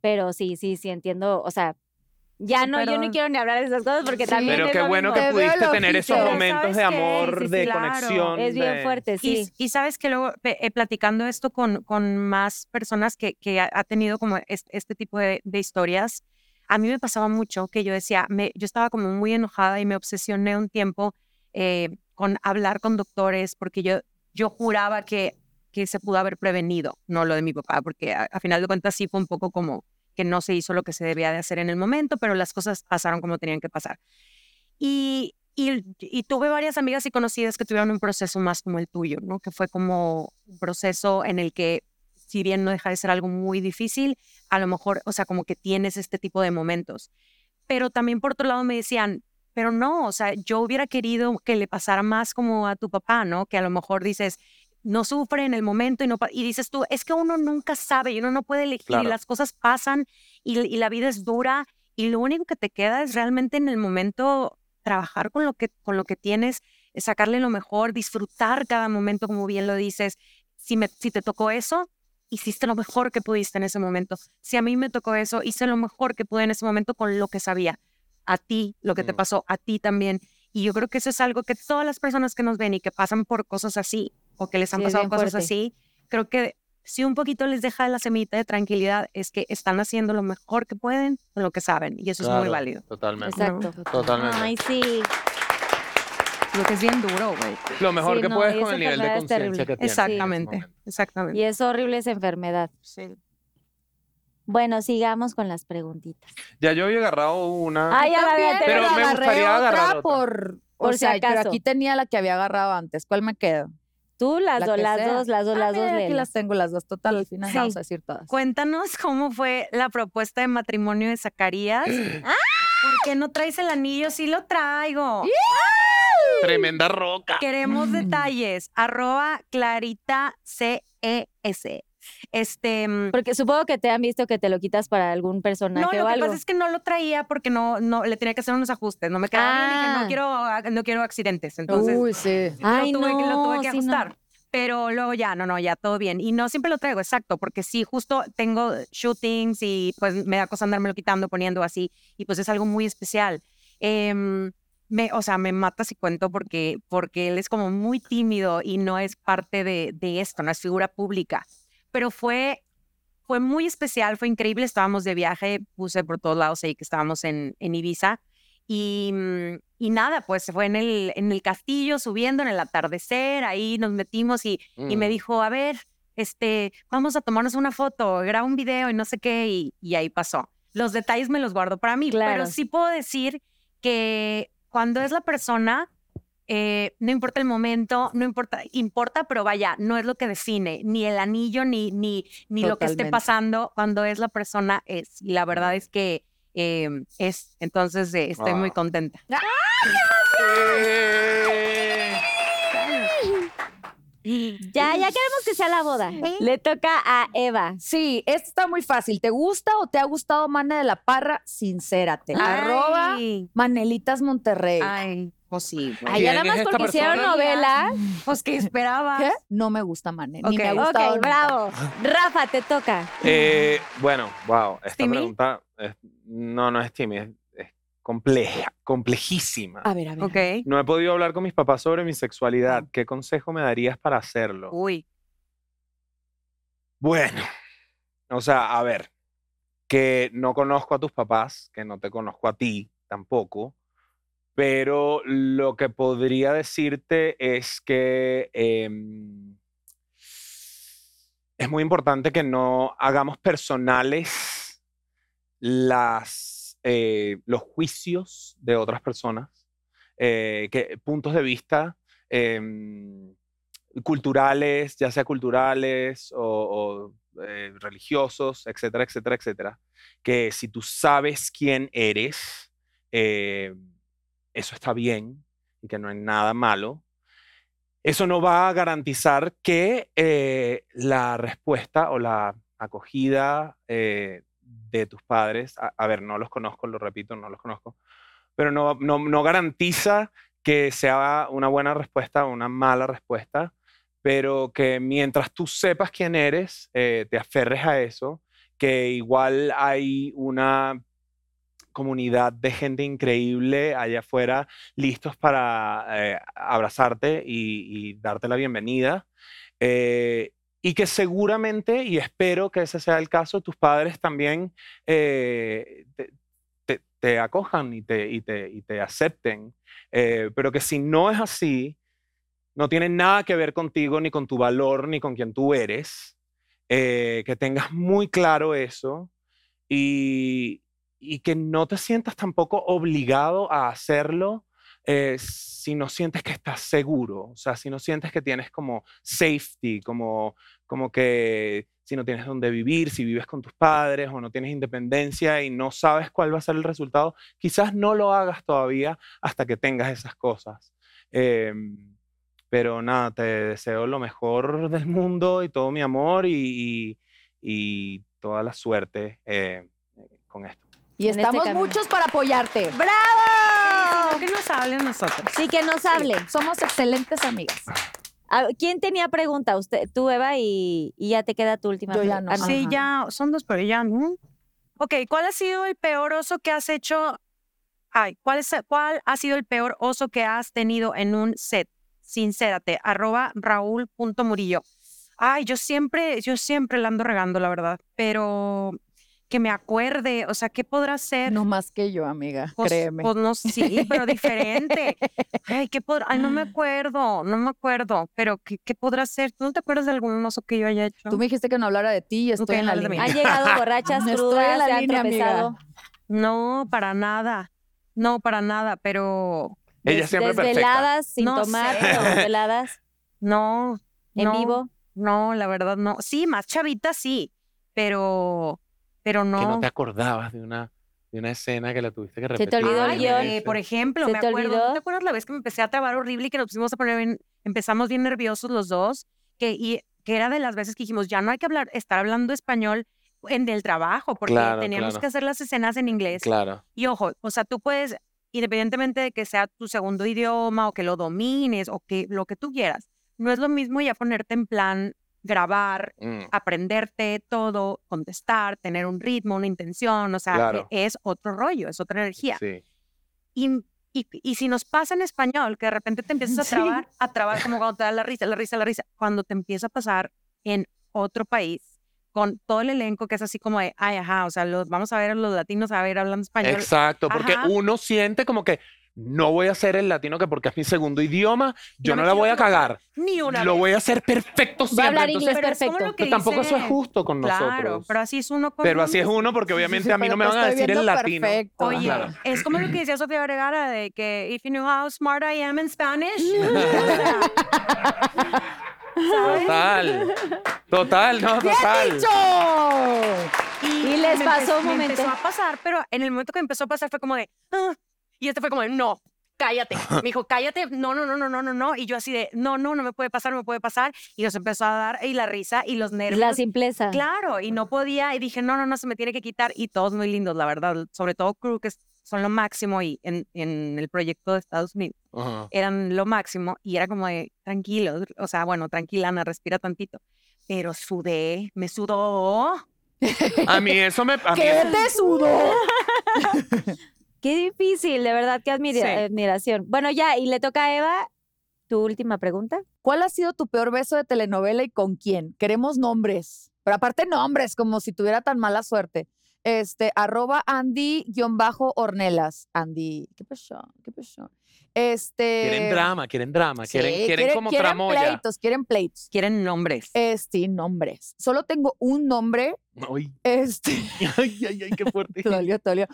Speaker 3: Pero sí, sí, sí entiendo, o sea, ya no, yo
Speaker 4: Pero-
Speaker 3: no quiero ni hablar de esas cosas porque también
Speaker 7: Pero
Speaker 3: es
Speaker 7: qué
Speaker 3: lo
Speaker 7: bueno
Speaker 3: mismo.
Speaker 7: que
Speaker 5: Te veo
Speaker 7: pudiste
Speaker 5: el
Speaker 7: tener
Speaker 5: ojito.
Speaker 7: esos
Speaker 5: Pero
Speaker 7: momentos
Speaker 4: ¿sabes
Speaker 7: de
Speaker 4: qué? Sí,
Speaker 7: amor,
Speaker 4: sí,
Speaker 7: de
Speaker 4: claro.
Speaker 7: conexión.
Speaker 3: Es bien
Speaker 7: de-
Speaker 3: fuerte,
Speaker 4: Y,
Speaker 3: sí.
Speaker 4: y sabes que luego pe- eh, platicando esto con, con más personas que, que ha, ha tenido como es- este, tipo de, de historias, a mí me pasaba mucho que yo decía, me, yo estaba como muy enojada y me obsesioné un tiempo eh, con hablar con doctores porque yo, yo juraba que, que se pudo haber prevenido, no lo de mi papá, porque a, a final de cuentas sí fue un poco como que no se hizo lo que se debía de hacer en el momento, pero las cosas pasaron como tenían que pasar. Y, y, y tuve varias amigas y conocidas que tuvieron un proceso más como el tuyo, ¿no? Que fue como un proceso en el que, si bien no deja de ser algo muy difícil, a lo mejor, o sea, como que tienes este tipo de momentos. Pero también por otro lado me decían, pero no, o sea, yo hubiera querido que le pasara más como a tu papá, ¿no? Que a lo mejor dices, no sufre en el momento y no pa- y dices tú, es que uno nunca sabe y uno no puede elegir y
Speaker 7: Claro.
Speaker 4: las cosas pasan y, y la vida es dura y lo único que te queda es realmente en el momento trabajar con lo que con lo que tienes, eh, sacarle lo mejor, disfrutar cada momento como bien lo dices. Si me si te tocó eso, hiciste lo mejor que pudiste en ese momento. Si a mí me tocó eso, hice lo mejor que pude en ese momento con lo que sabía. a ti, lo que te
Speaker 7: Mm.
Speaker 4: pasó a ti también. Y yo creo que eso es algo que todas las personas que nos ven y que pasan por cosas así o que les han
Speaker 3: Sí, es
Speaker 4: pasado
Speaker 3: bien
Speaker 4: cosas
Speaker 3: fuerte.
Speaker 4: así, creo que si un poquito les deja la semillita de tranquilidad es que están haciendo lo mejor que pueden con lo que saben y eso es muy
Speaker 7: Claro,
Speaker 4: válido.
Speaker 7: Totalmente.
Speaker 3: Exacto.
Speaker 7: Totalmente.
Speaker 3: Ay, sí.
Speaker 4: Lo que es bien duro, güey.
Speaker 7: Lo mejor
Speaker 3: Sí,
Speaker 7: que
Speaker 3: no,
Speaker 7: puedes
Speaker 3: y
Speaker 7: con
Speaker 3: esa
Speaker 7: el nivel de
Speaker 3: enfermedad es
Speaker 7: conciencia
Speaker 3: terrible.
Speaker 7: que tienes. en ese
Speaker 4: Exactamente,
Speaker 7: momento.
Speaker 4: exactamente.
Speaker 3: Y es horrible esa enfermedad.
Speaker 4: Sí.
Speaker 3: Bueno, sigamos con las preguntitas.
Speaker 7: Ya yo había agarrado una.
Speaker 3: Ay, ya la había
Speaker 7: Pero
Speaker 3: terminado.
Speaker 7: me gustaría agarrar otra.
Speaker 5: por,
Speaker 3: Por
Speaker 5: o
Speaker 3: si
Speaker 5: sea, pero
Speaker 3: acaso.
Speaker 5: aquí tenía la que había agarrado antes. ¿Cuál me quedo?
Speaker 3: Tú, las
Speaker 5: la
Speaker 3: dos,
Speaker 5: que
Speaker 3: las
Speaker 5: sea.
Speaker 3: dos, las dos,
Speaker 5: Ah,
Speaker 3: las dos,
Speaker 5: mira, aquí
Speaker 3: léelas.
Speaker 5: las tengo las dos. Total, al final
Speaker 3: Sí.
Speaker 5: vamos a decir todas.
Speaker 4: Cuéntanos cómo fue la propuesta de matrimonio de Zacarías. ¡Ah! ¿Por qué no traes el anillo? Sí lo traigo.
Speaker 7: Tremenda roca.
Speaker 4: Queremos
Speaker 5: Mm.
Speaker 4: detalles. Arroba Clarita CES. Este, mm,
Speaker 3: Porque supongo que te han visto que te lo quitas para algún personaje
Speaker 4: no, lo
Speaker 3: o
Speaker 4: que
Speaker 3: algo.
Speaker 4: pasa es que no lo traía porque no, no le tenía que hacer unos ajustes. No me quedaba bien, dije,
Speaker 3: Ah.
Speaker 4: no quiero, no quiero accidentes. Entonces,
Speaker 5: Uy, sí.
Speaker 3: Ay,
Speaker 4: lo tuve, que- lo
Speaker 3: no,
Speaker 4: tuve que
Speaker 3: sí, no.
Speaker 4: ajustar. Pero luego ya, no, no, ya todo bien. Y no siempre lo traigo, exacto, porque sí, justo tengo shootings y pues me da cosa andármelo quitando, poniendo así, y pues es algo muy especial. Em, me, o sea, me mata si cuento porque, porque él es como muy tímido y no es parte de, de esto, no es figura pública. Pero fue, fue muy especial, fue increíble, estábamos de viaje, puse por todos lados ahí que estábamos en, en Ibiza. Y, mm, y nada, pues se fue en el, en el castillo subiendo en el atardecer, ahí nos metimos y, y me
Speaker 7: Mm.
Speaker 4: dijo, a ver, este, vamos a tomarnos una foto, graba un video y no sé qué, y, y ahí pasó. Los detalles me los guardo para mí,
Speaker 3: Claro.
Speaker 4: pero sí puedo decir que cuando es la persona, eh, no importa el momento, no importa, importa, pero vaya, no es lo que define, ni el anillo, ni, ni, ni lo que esté
Speaker 5: Totalmente.
Speaker 4: pasando, cuando es la persona es. Y la verdad es que eh, es, entonces eh, estoy muy
Speaker 7: Ah.
Speaker 4: contenta.
Speaker 7: Eh,
Speaker 3: Ya, ya queremos que sea la boda. Le toca a Eva.
Speaker 5: Sí, esta está muy fácil. ¿Te gusta o te ha gustado Mana de la Parra? Sincérate. Arroba
Speaker 4: Ay,
Speaker 5: Manelitas Monterrey.
Speaker 4: ay, pues sí. güey.
Speaker 3: Ay, ya nada
Speaker 7: ¿Quién es
Speaker 3: más
Speaker 7: esta
Speaker 3: porque hicieron
Speaker 7: persona?
Speaker 3: novela.
Speaker 4: Pues que esperaba.
Speaker 5: ¿Qué? No me gusta Mane. Ni
Speaker 4: Ok,
Speaker 5: me ha
Speaker 3: Ok,
Speaker 5: gustado. nunca.
Speaker 3: bravo.
Speaker 7: Ah.
Speaker 3: Rafa, te toca.
Speaker 7: eh, bueno, wow. Esta
Speaker 4: ¿Timmy?
Speaker 7: pregunta es- no, no es tímida, es, es compleja, complejísima.
Speaker 5: A ver, a ver. a ver.
Speaker 4: Ok.
Speaker 7: No he podido hablar con mis papás sobre mi sexualidad. ¿Qué consejo me darías para hacerlo?
Speaker 4: Uy,
Speaker 7: Bueno, o sea, a ver, que no conozco a tus papás, que no te conozco a ti tampoco, pero lo que podría decirte es que em, es muy importante que no hagamos personales las, eh, los juicios de otras personas, eh, que, puntos de vista. em, culturales, ya sea culturales o, o, eh, religiosos, etcétera, etcétera, etcétera, que si tú sabes quién eres, eh, eso está bien y que no hay nada malo. Eso no va a garantizar que eh, la respuesta o la acogida eh, de tus padres, a, a ver, no los conozco, lo repito, no los conozco, pero no, no, no garantiza que sea una buena respuesta o una mala respuesta, pero que mientras tú sepas quién eres, eh, te aferres a eso, que igual hay una comunidad de gente increíble allá afuera listos para eh, abrazarte y, y darte la bienvenida. eh, y que seguramente, y espero que ese sea el caso, tus padres también eh, te, te- te acojan y te, y te- y te acepten. eh, pero que si no es así, no tiene nada que ver contigo, ni con tu valor, ni con quien tú eres. eh, que tengas muy claro eso y, y que no te sientas tampoco obligado a hacerlo eh, si no sientes que estás seguro, o sea, si no sientes que tienes como safety, como, como que si no tienes dónde vivir, si vives con tus padres o no tienes independencia y no sabes cuál va a ser el resultado, quizás no lo hagas todavía hasta que tengas esas cosas. Em, pero nada, te deseo lo mejor del mundo y todo mi amor y, y- y toda la suerte eh, con esto.
Speaker 5: Y
Speaker 3: En este
Speaker 5: estamos
Speaker 3: camino.
Speaker 5: muchos para apoyarte.
Speaker 4: Ah, que nos hablen nosotros.
Speaker 3: Sí, que nos hable.
Speaker 5: Somos excelentes amigas.
Speaker 3: A- ¿Quién tenía pregunta? Usted, tú, Eva, y, y ya te queda tu última.
Speaker 5: Yo ya
Speaker 3: pre-
Speaker 5: no.
Speaker 3: Ah,
Speaker 5: Ajá.
Speaker 4: Sí, ya son dos, pero ya no. Ok, ¿cuál ha sido el peor oso que has hecho Ay, ¿cuál, es, ¿Cuál ha sido el peor oso que has tenido en un set? Sincérate, arroba raúl.murillo. Ay, yo siempre, yo siempre la ando regando, la verdad, pero que me acuerde, o sea, ¿qué podrá ser?
Speaker 5: No más que yo, amiga,
Speaker 4: Pues-
Speaker 5: créeme.
Speaker 4: pues no, sí, pero diferente. Ay, ¿qué podrá? Ay, no me acuerdo, no me acuerdo, pero ¿qué, qué podrá ser? ¿Tú no te acuerdas de algún oso que yo haya hecho?
Speaker 5: Tú me dijiste que no hablara de ti y estoy
Speaker 4: Ok,
Speaker 5: en la
Speaker 4: habla de mí.
Speaker 5: línea.
Speaker 3: Han llegado borrachas
Speaker 5: Estoy en
Speaker 3: crudas,
Speaker 5: la
Speaker 3: se han
Speaker 5: línea, amiga.
Speaker 3: tropezado.
Speaker 4: No, para nada. No, para nada, pero
Speaker 7: Ella
Speaker 3: Des-
Speaker 7: siempre perfecta.
Speaker 3: desveladas, sin
Speaker 4: No
Speaker 3: tomar,
Speaker 4: sé.
Speaker 3: pero desveladas,
Speaker 4: no.
Speaker 3: en
Speaker 4: no,
Speaker 3: vivo.
Speaker 4: No, la verdad no. Sí, más chavita sí, pero, pero no.
Speaker 7: Que no te acordabas de una, de una escena que la tuviste que
Speaker 3: te
Speaker 7: repetir.
Speaker 3: olvidó el
Speaker 7: varias
Speaker 3: guión.
Speaker 7: veces.
Speaker 4: Eh, por ejemplo,
Speaker 3: ¿Se
Speaker 4: me
Speaker 3: te
Speaker 4: acuerdo, ¿no
Speaker 3: olvidó?
Speaker 4: te acuerdas la vez que me empecé a trabar horrible y que nos pusimos a poner bien, empezamos bien nerviosos los dos? Que, y, que era de las veces que dijimos, ya no hay que hablar, estar hablando español en el trabajo, porque
Speaker 7: Claro,
Speaker 4: teníamos
Speaker 7: claro.
Speaker 4: que hacer las escenas en inglés.
Speaker 7: Claro.
Speaker 4: Y ojo, o sea, tú puedes, independientemente de que sea tu segundo idioma o que lo domines o que lo que tú quieras, no es lo mismo ya ponerte en plan grabar,
Speaker 7: Mm.
Speaker 4: aprenderte todo, contestar, tener un ritmo, una intención, o sea, e-
Speaker 7: Claro.
Speaker 4: es otro rollo, es otra energía.
Speaker 7: Sí.
Speaker 4: Y, y, y si nos pasa en español, que de repente te empiezas a
Speaker 5: Sí.
Speaker 4: trabar, a trabar como cuando te da la risa, la risa, la risa, cuando te empieza a pasar en otro país con todo el elenco que es así como de, ay, ajá, o sea, los, vamos a ver a los latinos a ver hablando español.
Speaker 7: Exacto, porque
Speaker 4: Ajá.
Speaker 7: uno siente como que no voy a ser el latino que porque es mi segundo idioma, yo
Speaker 4: No
Speaker 7: no,
Speaker 4: me
Speaker 7: la
Speaker 4: quiero
Speaker 7: voy a cagar.
Speaker 4: Ni una
Speaker 7: Lo
Speaker 4: vez.
Speaker 7: voy a hacer perfecto siempre.
Speaker 3: hablar
Speaker 7: Entonces,
Speaker 3: inglés
Speaker 4: Pero es como
Speaker 3: perfecto.
Speaker 4: lo que
Speaker 7: tampoco eso es
Speaker 4: dice-
Speaker 7: justo con
Speaker 4: Claro,
Speaker 7: nosotros.
Speaker 4: pero así es uno con
Speaker 7: Pero
Speaker 4: uno
Speaker 7: así es
Speaker 4: mismo.
Speaker 7: uno, porque obviamente a mí no
Speaker 5: Pero
Speaker 7: me
Speaker 5: te
Speaker 7: van a
Speaker 5: estoy
Speaker 7: decir el
Speaker 5: viendo
Speaker 7: latino.
Speaker 5: perfecto.
Speaker 4: Oye,
Speaker 7: Claro.
Speaker 4: es como lo que decía Sofía Vergara de que if you knew how smart I am in Spanish. O sea,
Speaker 7: Total. Total, no, total.
Speaker 5: ¡Dicho!
Speaker 4: y,
Speaker 3: Y les
Speaker 4: me
Speaker 3: pasó
Speaker 4: empe-
Speaker 3: un
Speaker 4: me
Speaker 3: momento.
Speaker 4: empezó a pasar, pero en el momento que empezó a pasar fue como de "Ah", y este fue como de no. Cállate, me dijo, cállate, no, no, no, no, no, no, no. Y yo así de, no, no, no me puede pasar, no me puede pasar. Y nos empezó a dar, y la risa, y los nervios.
Speaker 3: La simpleza.
Speaker 4: Claro, y no podía, y dije, no, no, no, se me tiene que quitar. Y todos muy lindos, la verdad, sobre todo crew, que es- son lo máximo, y en, en el proyecto de Estados Unidos
Speaker 7: Ajá.
Speaker 4: eran lo máximo, y era como de, tranquilo, o sea, bueno, tranquila, Ana, respira tantito. Pero sudé, me sudó.
Speaker 7: A mí eso me. a mí
Speaker 5: ¿Qué
Speaker 7: eso-
Speaker 5: te sudó?
Speaker 3: Qué difícil, de verdad, qué admira-
Speaker 4: Sí.
Speaker 3: admiración. Bueno, ya, y le toca a Eva tu última pregunta.
Speaker 5: ¿Cuál ha sido tu peor beso de telenovela y con quién? Queremos nombres. Pero aparte nombres, como si tuviera tan mala suerte. Este, arroba Andy-Ornelas. Andy, ¿qué pasó? ¿Qué pasó? Este.
Speaker 7: Quieren drama, quieren drama,
Speaker 5: sí,
Speaker 7: quieren, quieren, como
Speaker 5: quieren
Speaker 7: tramoya.
Speaker 5: pleitos, quieren pleitos.
Speaker 4: Quieren nombres.
Speaker 5: Este, nombres. Solo tengo un nombre.
Speaker 7: Ay,
Speaker 5: Este.
Speaker 7: ay, ay, ay, qué fuerte.
Speaker 5: te dolió, te dolió.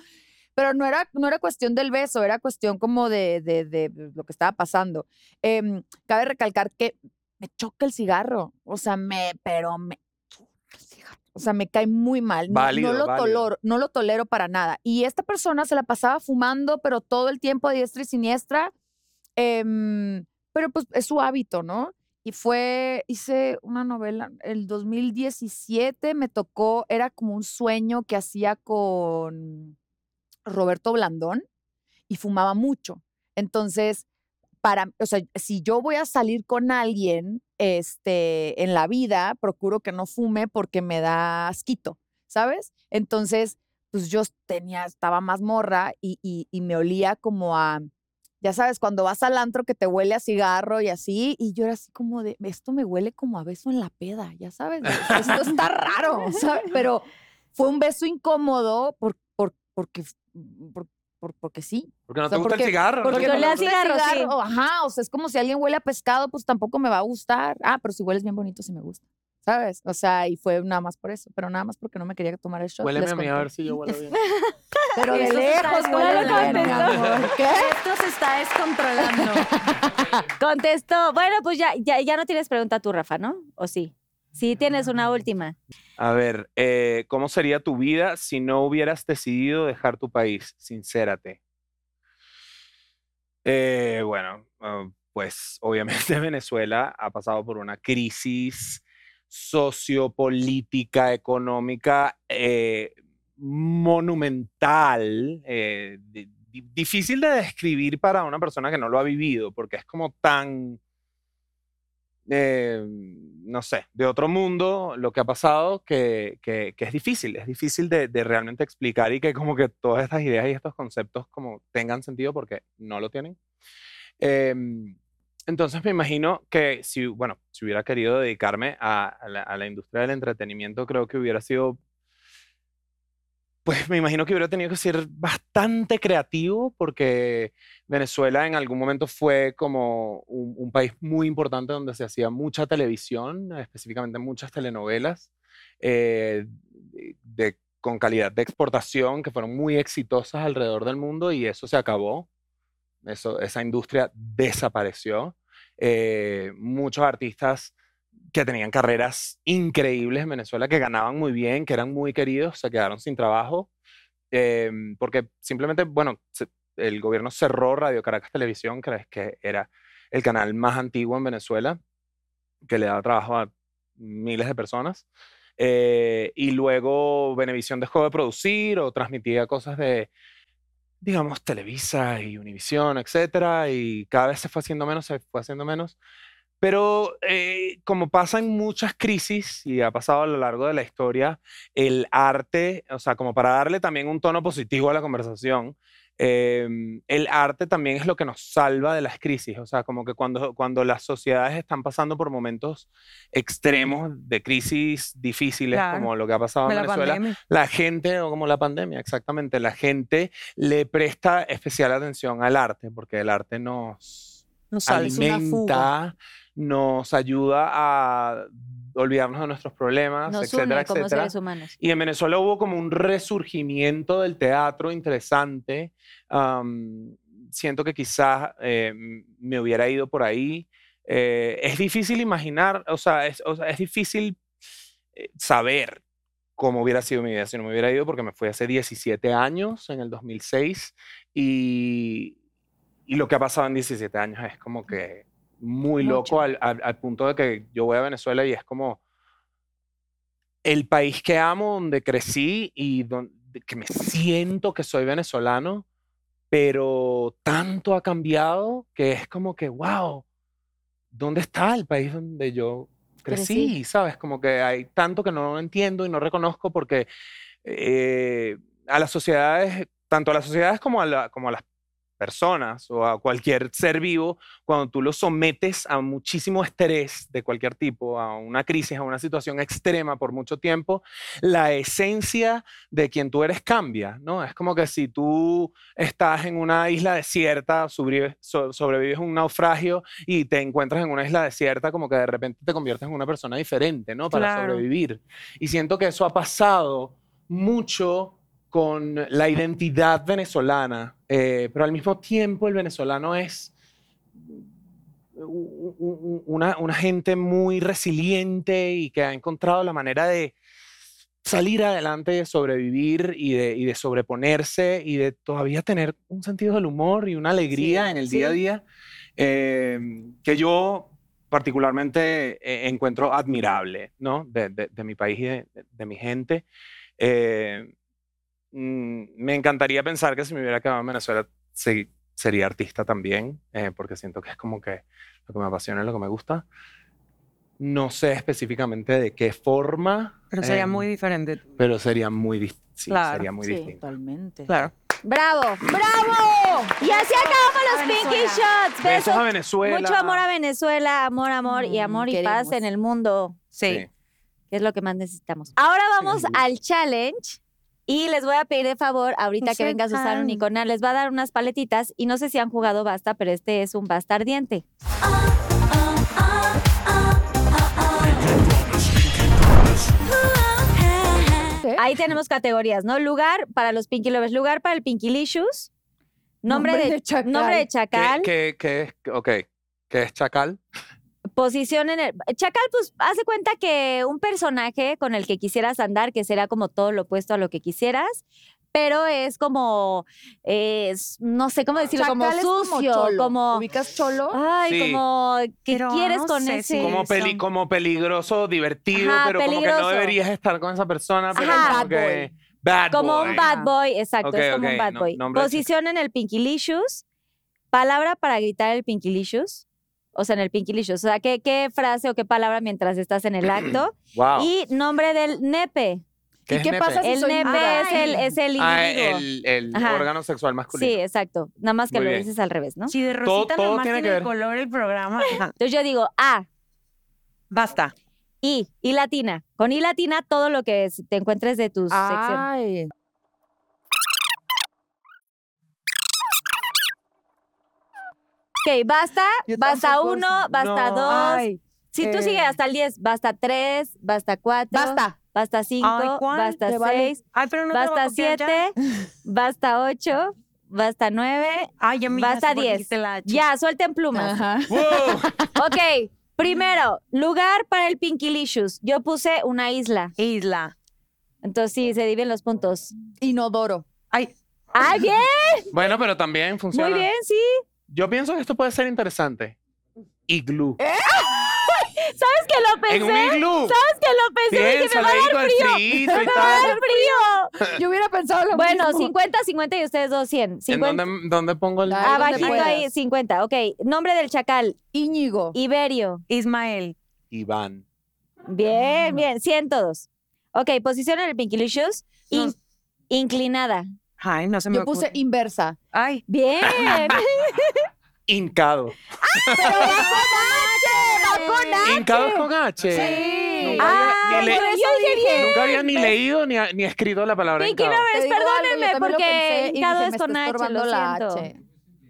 Speaker 5: Pero no era, no era cuestión del beso, era cuestión como de, de- de lo que estaba pasando. Em, cabe recalcar que me choca el cigarro, o sea, me, pero me choca el cigarro. O sea, me cae muy mal. no-
Speaker 7: Válido,
Speaker 5: no, lo
Speaker 7: válido.
Speaker 5: tolero, no lo tolero para nada. Y esta persona se la pasaba fumando, pero todo el tiempo a diestra y siniestra. Em, pero pues es su hábito, ¿no? Y fue, hice una novela, el 2017 me tocó, era como un sueño que hacía con Roberto Blandón y fumaba mucho. Entonces, para, o sea, si yo voy a salir con alguien este, en la vida, procuro que no fume porque me da asquito, ¿sabes? Entonces, pues yo tenía, estaba más morra y, y, y me olía como a, ya sabes, cuando vas al antro que te huele a cigarro y así, y yo era así como de, esto me huele como a beso en la peda, ya sabes, de, esto está raro, ¿sabes? Pero fue un beso incómodo por, por, porque, por- por- porque sí,
Speaker 7: Porque no
Speaker 5: O sea,
Speaker 7: te gusta
Speaker 5: porque-
Speaker 7: el cigarro.
Speaker 3: porque
Speaker 7: no te
Speaker 3: olía a
Speaker 7: gusta-
Speaker 3: cigarro, sí.
Speaker 5: Ajá, o sea, es como si alguien huele a pescado, pues tampoco me va a gustar. Ah, pero si hueles bien bonito, sí me gusta. ¿Sabes? O sea, y fue nada más por eso, pero nada más porque no me quería tomar el shot.
Speaker 7: Huéleme
Speaker 5: les
Speaker 7: a mí a
Speaker 5: conté.
Speaker 7: ver si yo huelo bien.
Speaker 5: Pero de
Speaker 4: Eso se está
Speaker 5: lejos huele
Speaker 3: descontrolando.
Speaker 5: bien, mi amor. ¿Qué?
Speaker 4: Esto se está descontrolando.
Speaker 3: Contestó. Bueno, pues ya, ya, ya no tienes pregunta tú, Rafa, ¿no? ¿O sí? Sí, tienes
Speaker 7: Ah,
Speaker 3: una última.
Speaker 7: A ver, eh, ¿cómo sería tu vida si no hubieras decidido dejar tu país? Sincérate. Eh, bueno, ah, pues obviamente Venezuela ha pasado por una crisis sociopolítica, económica, eh, monumental, eh, di- di- difícil de describir para una persona que no lo ha vivido, porque es como tan eh, no sé, de otro mundo lo que ha pasado, que, que- que es difícil, es difícil de, de realmente explicar y que como que todas estas ideas y estos conceptos como tengan sentido porque no lo tienen. Em, entonces me imagino que si, bueno, si hubiera querido dedicarme a, a la, a la industria del entretenimiento, creo que hubiera sido, pues me imagino que hubiera tenido que ser bastante creativo porque Venezuela en algún momento fue como un, un país muy importante donde se hacía mucha televisión, específicamente muchas telenovelas, eh, de- de- con calidad de exportación que fueron muy exitosas alrededor del mundo y eso se acabó. Eso, esa industria desapareció. Eh, muchos artistas que tenían carreras increíbles en Venezuela, que ganaban muy bien, que eran muy queridos, se quedaron sin trabajo, em, porque simplemente, bueno, se- el gobierno cerró Radio Caracas Televisión, que era- que era el canal más antiguo en Venezuela, que le daba trabajo a miles de personas. Eh, y luego Venevisión dejó de producir o transmitía cosas de, digamos, Televisa y Univisión, etcétera, y cada vez se fue haciendo menos, se fue haciendo menos. Pero eh, como pasa en muchas crisis y ha pasado a lo largo de la historia, el arte, o sea, como para darle también un tono positivo a la conversación, em, el arte también es lo que nos salva de las crisis, o sea, como que cuando, cuando las sociedades están pasando por momentos extremos de crisis difíciles,
Speaker 4: Claro.
Speaker 7: como lo que ha pasado
Speaker 4: de
Speaker 7: en
Speaker 4: la
Speaker 7: Venezuela,
Speaker 4: pandemia.
Speaker 7: la gente, o como la pandemia, exactamente, la gente le presta especial atención al arte, porque el arte nos
Speaker 4: No sales una fuga.
Speaker 7: alimenta, nos ayuda a olvidarnos de nuestros problemas,
Speaker 3: Nos
Speaker 7: etcétera,
Speaker 3: une como
Speaker 7: etcétera.
Speaker 3: seres humanos.
Speaker 7: Y en Venezuela hubo como un resurgimiento del teatro interesante. Am, siento que quizás eh, m- me hubiera ido por ahí. Eh, es difícil imaginar, o sea, es, o sea, es difícil eh, saber cómo hubiera sido mi vida si no me hubiera ido, porque me fui hace 17 años, en el 2006, y, y lo que ha pasado en 17 años es como que muy loco al, al- al punto de que yo voy a Venezuela y es como el país que amo, donde crecí y donde, que me siento que soy venezolano, pero tanto ha cambiado que es como que, wow, ¿dónde está el país donde yo crecí? ¿Sabes? Como que hay tanto que no entiendo y no reconozco porque eh, a las sociedades, tanto a las sociedades como a, la- como a las personas o a cualquier ser vivo, cuando tú lo sometes a muchísimo estrés de cualquier tipo, a una crisis, a una situación extrema por mucho tiempo, la esencia de quien tú eres cambia, ¿no? Es como que si tú estás en una isla desierta, sobrevives, so- sobrevives a un naufragio y te encuentras en una isla desierta, como que de repente te conviertes en una persona diferente, ¿no? Para
Speaker 4: Claro.
Speaker 7: sobrevivir. Y siento que eso ha pasado mucho con la identidad venezolana, eh, pero al mismo tiempo el venezolano es u- u- u- una, una gente muy resiliente y que ha encontrado la manera de salir adelante, de sobrevivir y de, y de sobreponerse y de todavía tener un sentido del humor y una alegría en el día a día eh, que yo particularmente eh, encuentro admirable, ¿no? De, de- de mi país y de, de- de mi gente. Eh, mm, me encantaría pensar que si me hubiera quedado en Venezuela se- sería artista también, eh, porque siento que es como que lo que me apasiona es lo que me gusta. No sé específicamente de qué forma.
Speaker 4: Pero sería
Speaker 7: em,
Speaker 4: muy diferente.
Speaker 7: Pero sería muy, dis- sí,
Speaker 4: Claro,
Speaker 7: sería muy
Speaker 5: Sí,
Speaker 7: distinto.
Speaker 5: totalmente.
Speaker 4: Claro.
Speaker 3: ¡Bravo!
Speaker 5: ¡Bravo!
Speaker 3: Y así acabamos los Pinky Shots.
Speaker 7: Besos a
Speaker 3: Besos.
Speaker 7: Venezuela.
Speaker 3: Mucho amor a Venezuela, amor, amor y
Speaker 5: Mm,
Speaker 3: amor y
Speaker 5: queremos.
Speaker 3: paz en el mundo,
Speaker 4: Sí.
Speaker 7: Sí.
Speaker 3: que es lo que más necesitamos. Ahora vamos al challenge y les voy a pedir de favor, ahorita que
Speaker 4: Ese
Speaker 3: venga Susana
Speaker 4: challenge.
Speaker 3: Unicornar, les va a dar unas paletitas y no sé si han jugado basta, pero este es un basta ardiente.
Speaker 5: ¿Qué?
Speaker 3: Ahí tenemos categorías, ¿no? Lugar para los Pinky Lovers, lugar para el Pinky Licious, nombre,
Speaker 5: Nombre
Speaker 3: de,
Speaker 5: de chacal.
Speaker 3: nombre de
Speaker 7: ¿Qué,
Speaker 3: chacal,
Speaker 7: qué- qué es, ok, ¿qué es Chacal?
Speaker 3: posición en el... Chacal, pues, hace cuenta que un personaje con el que quisieras andar, que será como todo lo opuesto a lo que quisieras, pero es como, eh, es- no sé cómo decirlo, como
Speaker 5: Chacal es
Speaker 3: sucio,
Speaker 5: cholo.
Speaker 3: como...
Speaker 5: ¿Ubicas cholo?
Speaker 3: Ay,
Speaker 7: Sí.
Speaker 3: como que
Speaker 4: Pero
Speaker 3: quieres
Speaker 4: no
Speaker 3: con
Speaker 4: sé
Speaker 3: ese...
Speaker 4: si-
Speaker 7: Como, peli-
Speaker 4: son-
Speaker 7: como peligroso, divertido,
Speaker 3: Ajá,
Speaker 7: pero como
Speaker 3: peligroso.
Speaker 7: que no deberías estar con esa persona, pero
Speaker 3: Ajá.
Speaker 7: como
Speaker 5: Bad
Speaker 7: que... Bad
Speaker 3: Como
Speaker 7: boy.
Speaker 3: un bad boy, exacto,
Speaker 7: Ok,
Speaker 3: es como
Speaker 7: ok,
Speaker 3: un bad
Speaker 7: no-
Speaker 3: boy.
Speaker 7: nombre de
Speaker 3: Posición en el Pinkilicious, palabra para gritar el Pinkilicious, O sea, en el Pinkilicious. O sea, ¿qué, qué frase o qué palabra mientras estás en el acto.
Speaker 7: Wow.
Speaker 3: Y nombre del nepe.
Speaker 5: ¿Y
Speaker 7: es
Speaker 5: qué
Speaker 7: nepe?
Speaker 5: pasa si
Speaker 3: El
Speaker 5: soy
Speaker 3: nepe
Speaker 5: mala?
Speaker 3: es el, es el
Speaker 7: Ah,
Speaker 3: individuo.
Speaker 7: el, el
Speaker 3: Ajá.
Speaker 7: órgano sexual masculino.
Speaker 3: sí, exacto. Nada más que
Speaker 7: Muy
Speaker 3: lo
Speaker 7: bien.
Speaker 3: dices al revés, ¿no?
Speaker 4: Si de
Speaker 7: Todo-
Speaker 4: Rosita
Speaker 7: todo
Speaker 4: nomás
Speaker 7: tiene
Speaker 4: tiene,
Speaker 7: que ver.
Speaker 4: el color el programa, ajá,
Speaker 3: Entonces yo digo A,
Speaker 4: basta.
Speaker 3: I, I latina. Con I latina todo lo que es- te encuentres de tu
Speaker 5: Ah, pues,
Speaker 4: Ah,
Speaker 3: sección.
Speaker 5: Ay.
Speaker 3: Ok, basta,
Speaker 5: Yo
Speaker 3: basta
Speaker 5: tampoco
Speaker 3: uno,
Speaker 5: sé.
Speaker 3: basta
Speaker 7: No.
Speaker 3: dos.
Speaker 5: Ay,
Speaker 3: si tú
Speaker 5: eh.
Speaker 3: sigues hasta el 10, basta tres, basta cuatro.
Speaker 5: basta.
Speaker 3: Basta
Speaker 4: Ay,
Speaker 3: cinco,
Speaker 4: ¿cuál?
Speaker 3: basta
Speaker 5: Te
Speaker 3: seis,
Speaker 5: vale.
Speaker 4: Ay, pero no te voy a
Speaker 3: basta
Speaker 4: copiar ya.
Speaker 3: siete, basta ocho, basta nueve.
Speaker 4: Ay, amiga,
Speaker 3: Basta
Speaker 4: sí, porque
Speaker 3: diez.
Speaker 4: dijiste la H.
Speaker 3: Ya, suelten plumas.
Speaker 5: Ajá.
Speaker 7: ¡Wow!
Speaker 3: Ok, primero, lugar para el Pinkilicious. Yo puse una isla.
Speaker 4: Isla.
Speaker 3: Entonces sí, se dividen los puntos.
Speaker 5: Inodoro.
Speaker 4: Ay,
Speaker 3: ¡Ay, bien!
Speaker 7: bueno, pero también funciona.
Speaker 3: Muy bien, sí.
Speaker 7: Yo pienso que esto puede ser interesante. Iglú.
Speaker 3: Eh, ¿Sabes que lo
Speaker 7: En un
Speaker 3: pensé?
Speaker 7: iglú.
Speaker 3: ¿Sabes que lo pensé? Dije, me
Speaker 7: Piénsalo
Speaker 3: va a
Speaker 7: ahí
Speaker 3: dar
Speaker 7: con el
Speaker 3: frío.
Speaker 7: frito y
Speaker 3: Me va a
Speaker 7: tal.
Speaker 3: dar frío.
Speaker 5: Yo hubiera pensado lo
Speaker 3: Bueno,
Speaker 5: mismo.
Speaker 3: 50, 50 y ustedes dos 100.
Speaker 7: ¿En
Speaker 3: 50.
Speaker 7: dónde, dónde pongo el.?
Speaker 5: Ay, ¿dónde
Speaker 3: Abajito
Speaker 5: puedas?
Speaker 3: ahí, 50. Ok, nombre del chacal,
Speaker 5: Íñigo.
Speaker 3: Iberio.
Speaker 4: Ismael.
Speaker 7: Iván.
Speaker 5: Ah.
Speaker 3: Bien, bien, 100 todos. Ok, posición en el Pinkilicious, in-
Speaker 4: No.
Speaker 3: inclinada.
Speaker 4: Ay, no se me
Speaker 5: Yo puse
Speaker 4: ocurre.
Speaker 5: inversa.
Speaker 4: Ay,
Speaker 3: Bien.
Speaker 7: Hincado. Hincado es con H.
Speaker 5: Sí.
Speaker 7: Nunca había-
Speaker 3: Ah,
Speaker 7: ni le-
Speaker 3: por eso dije.
Speaker 7: Nunca había ni leído ni, ni escrito la palabra
Speaker 3: Pinky
Speaker 7: hincado.
Speaker 3: Lovers,
Speaker 5: Te digo algo, yo
Speaker 3: Pues perdónenme,
Speaker 5: también lo pensé
Speaker 3: porque
Speaker 5: y dije,
Speaker 3: hincado
Speaker 5: me
Speaker 3: es
Speaker 5: está
Speaker 3: con H,
Speaker 5: estorbando
Speaker 3: lo
Speaker 5: la
Speaker 3: siento.
Speaker 5: H.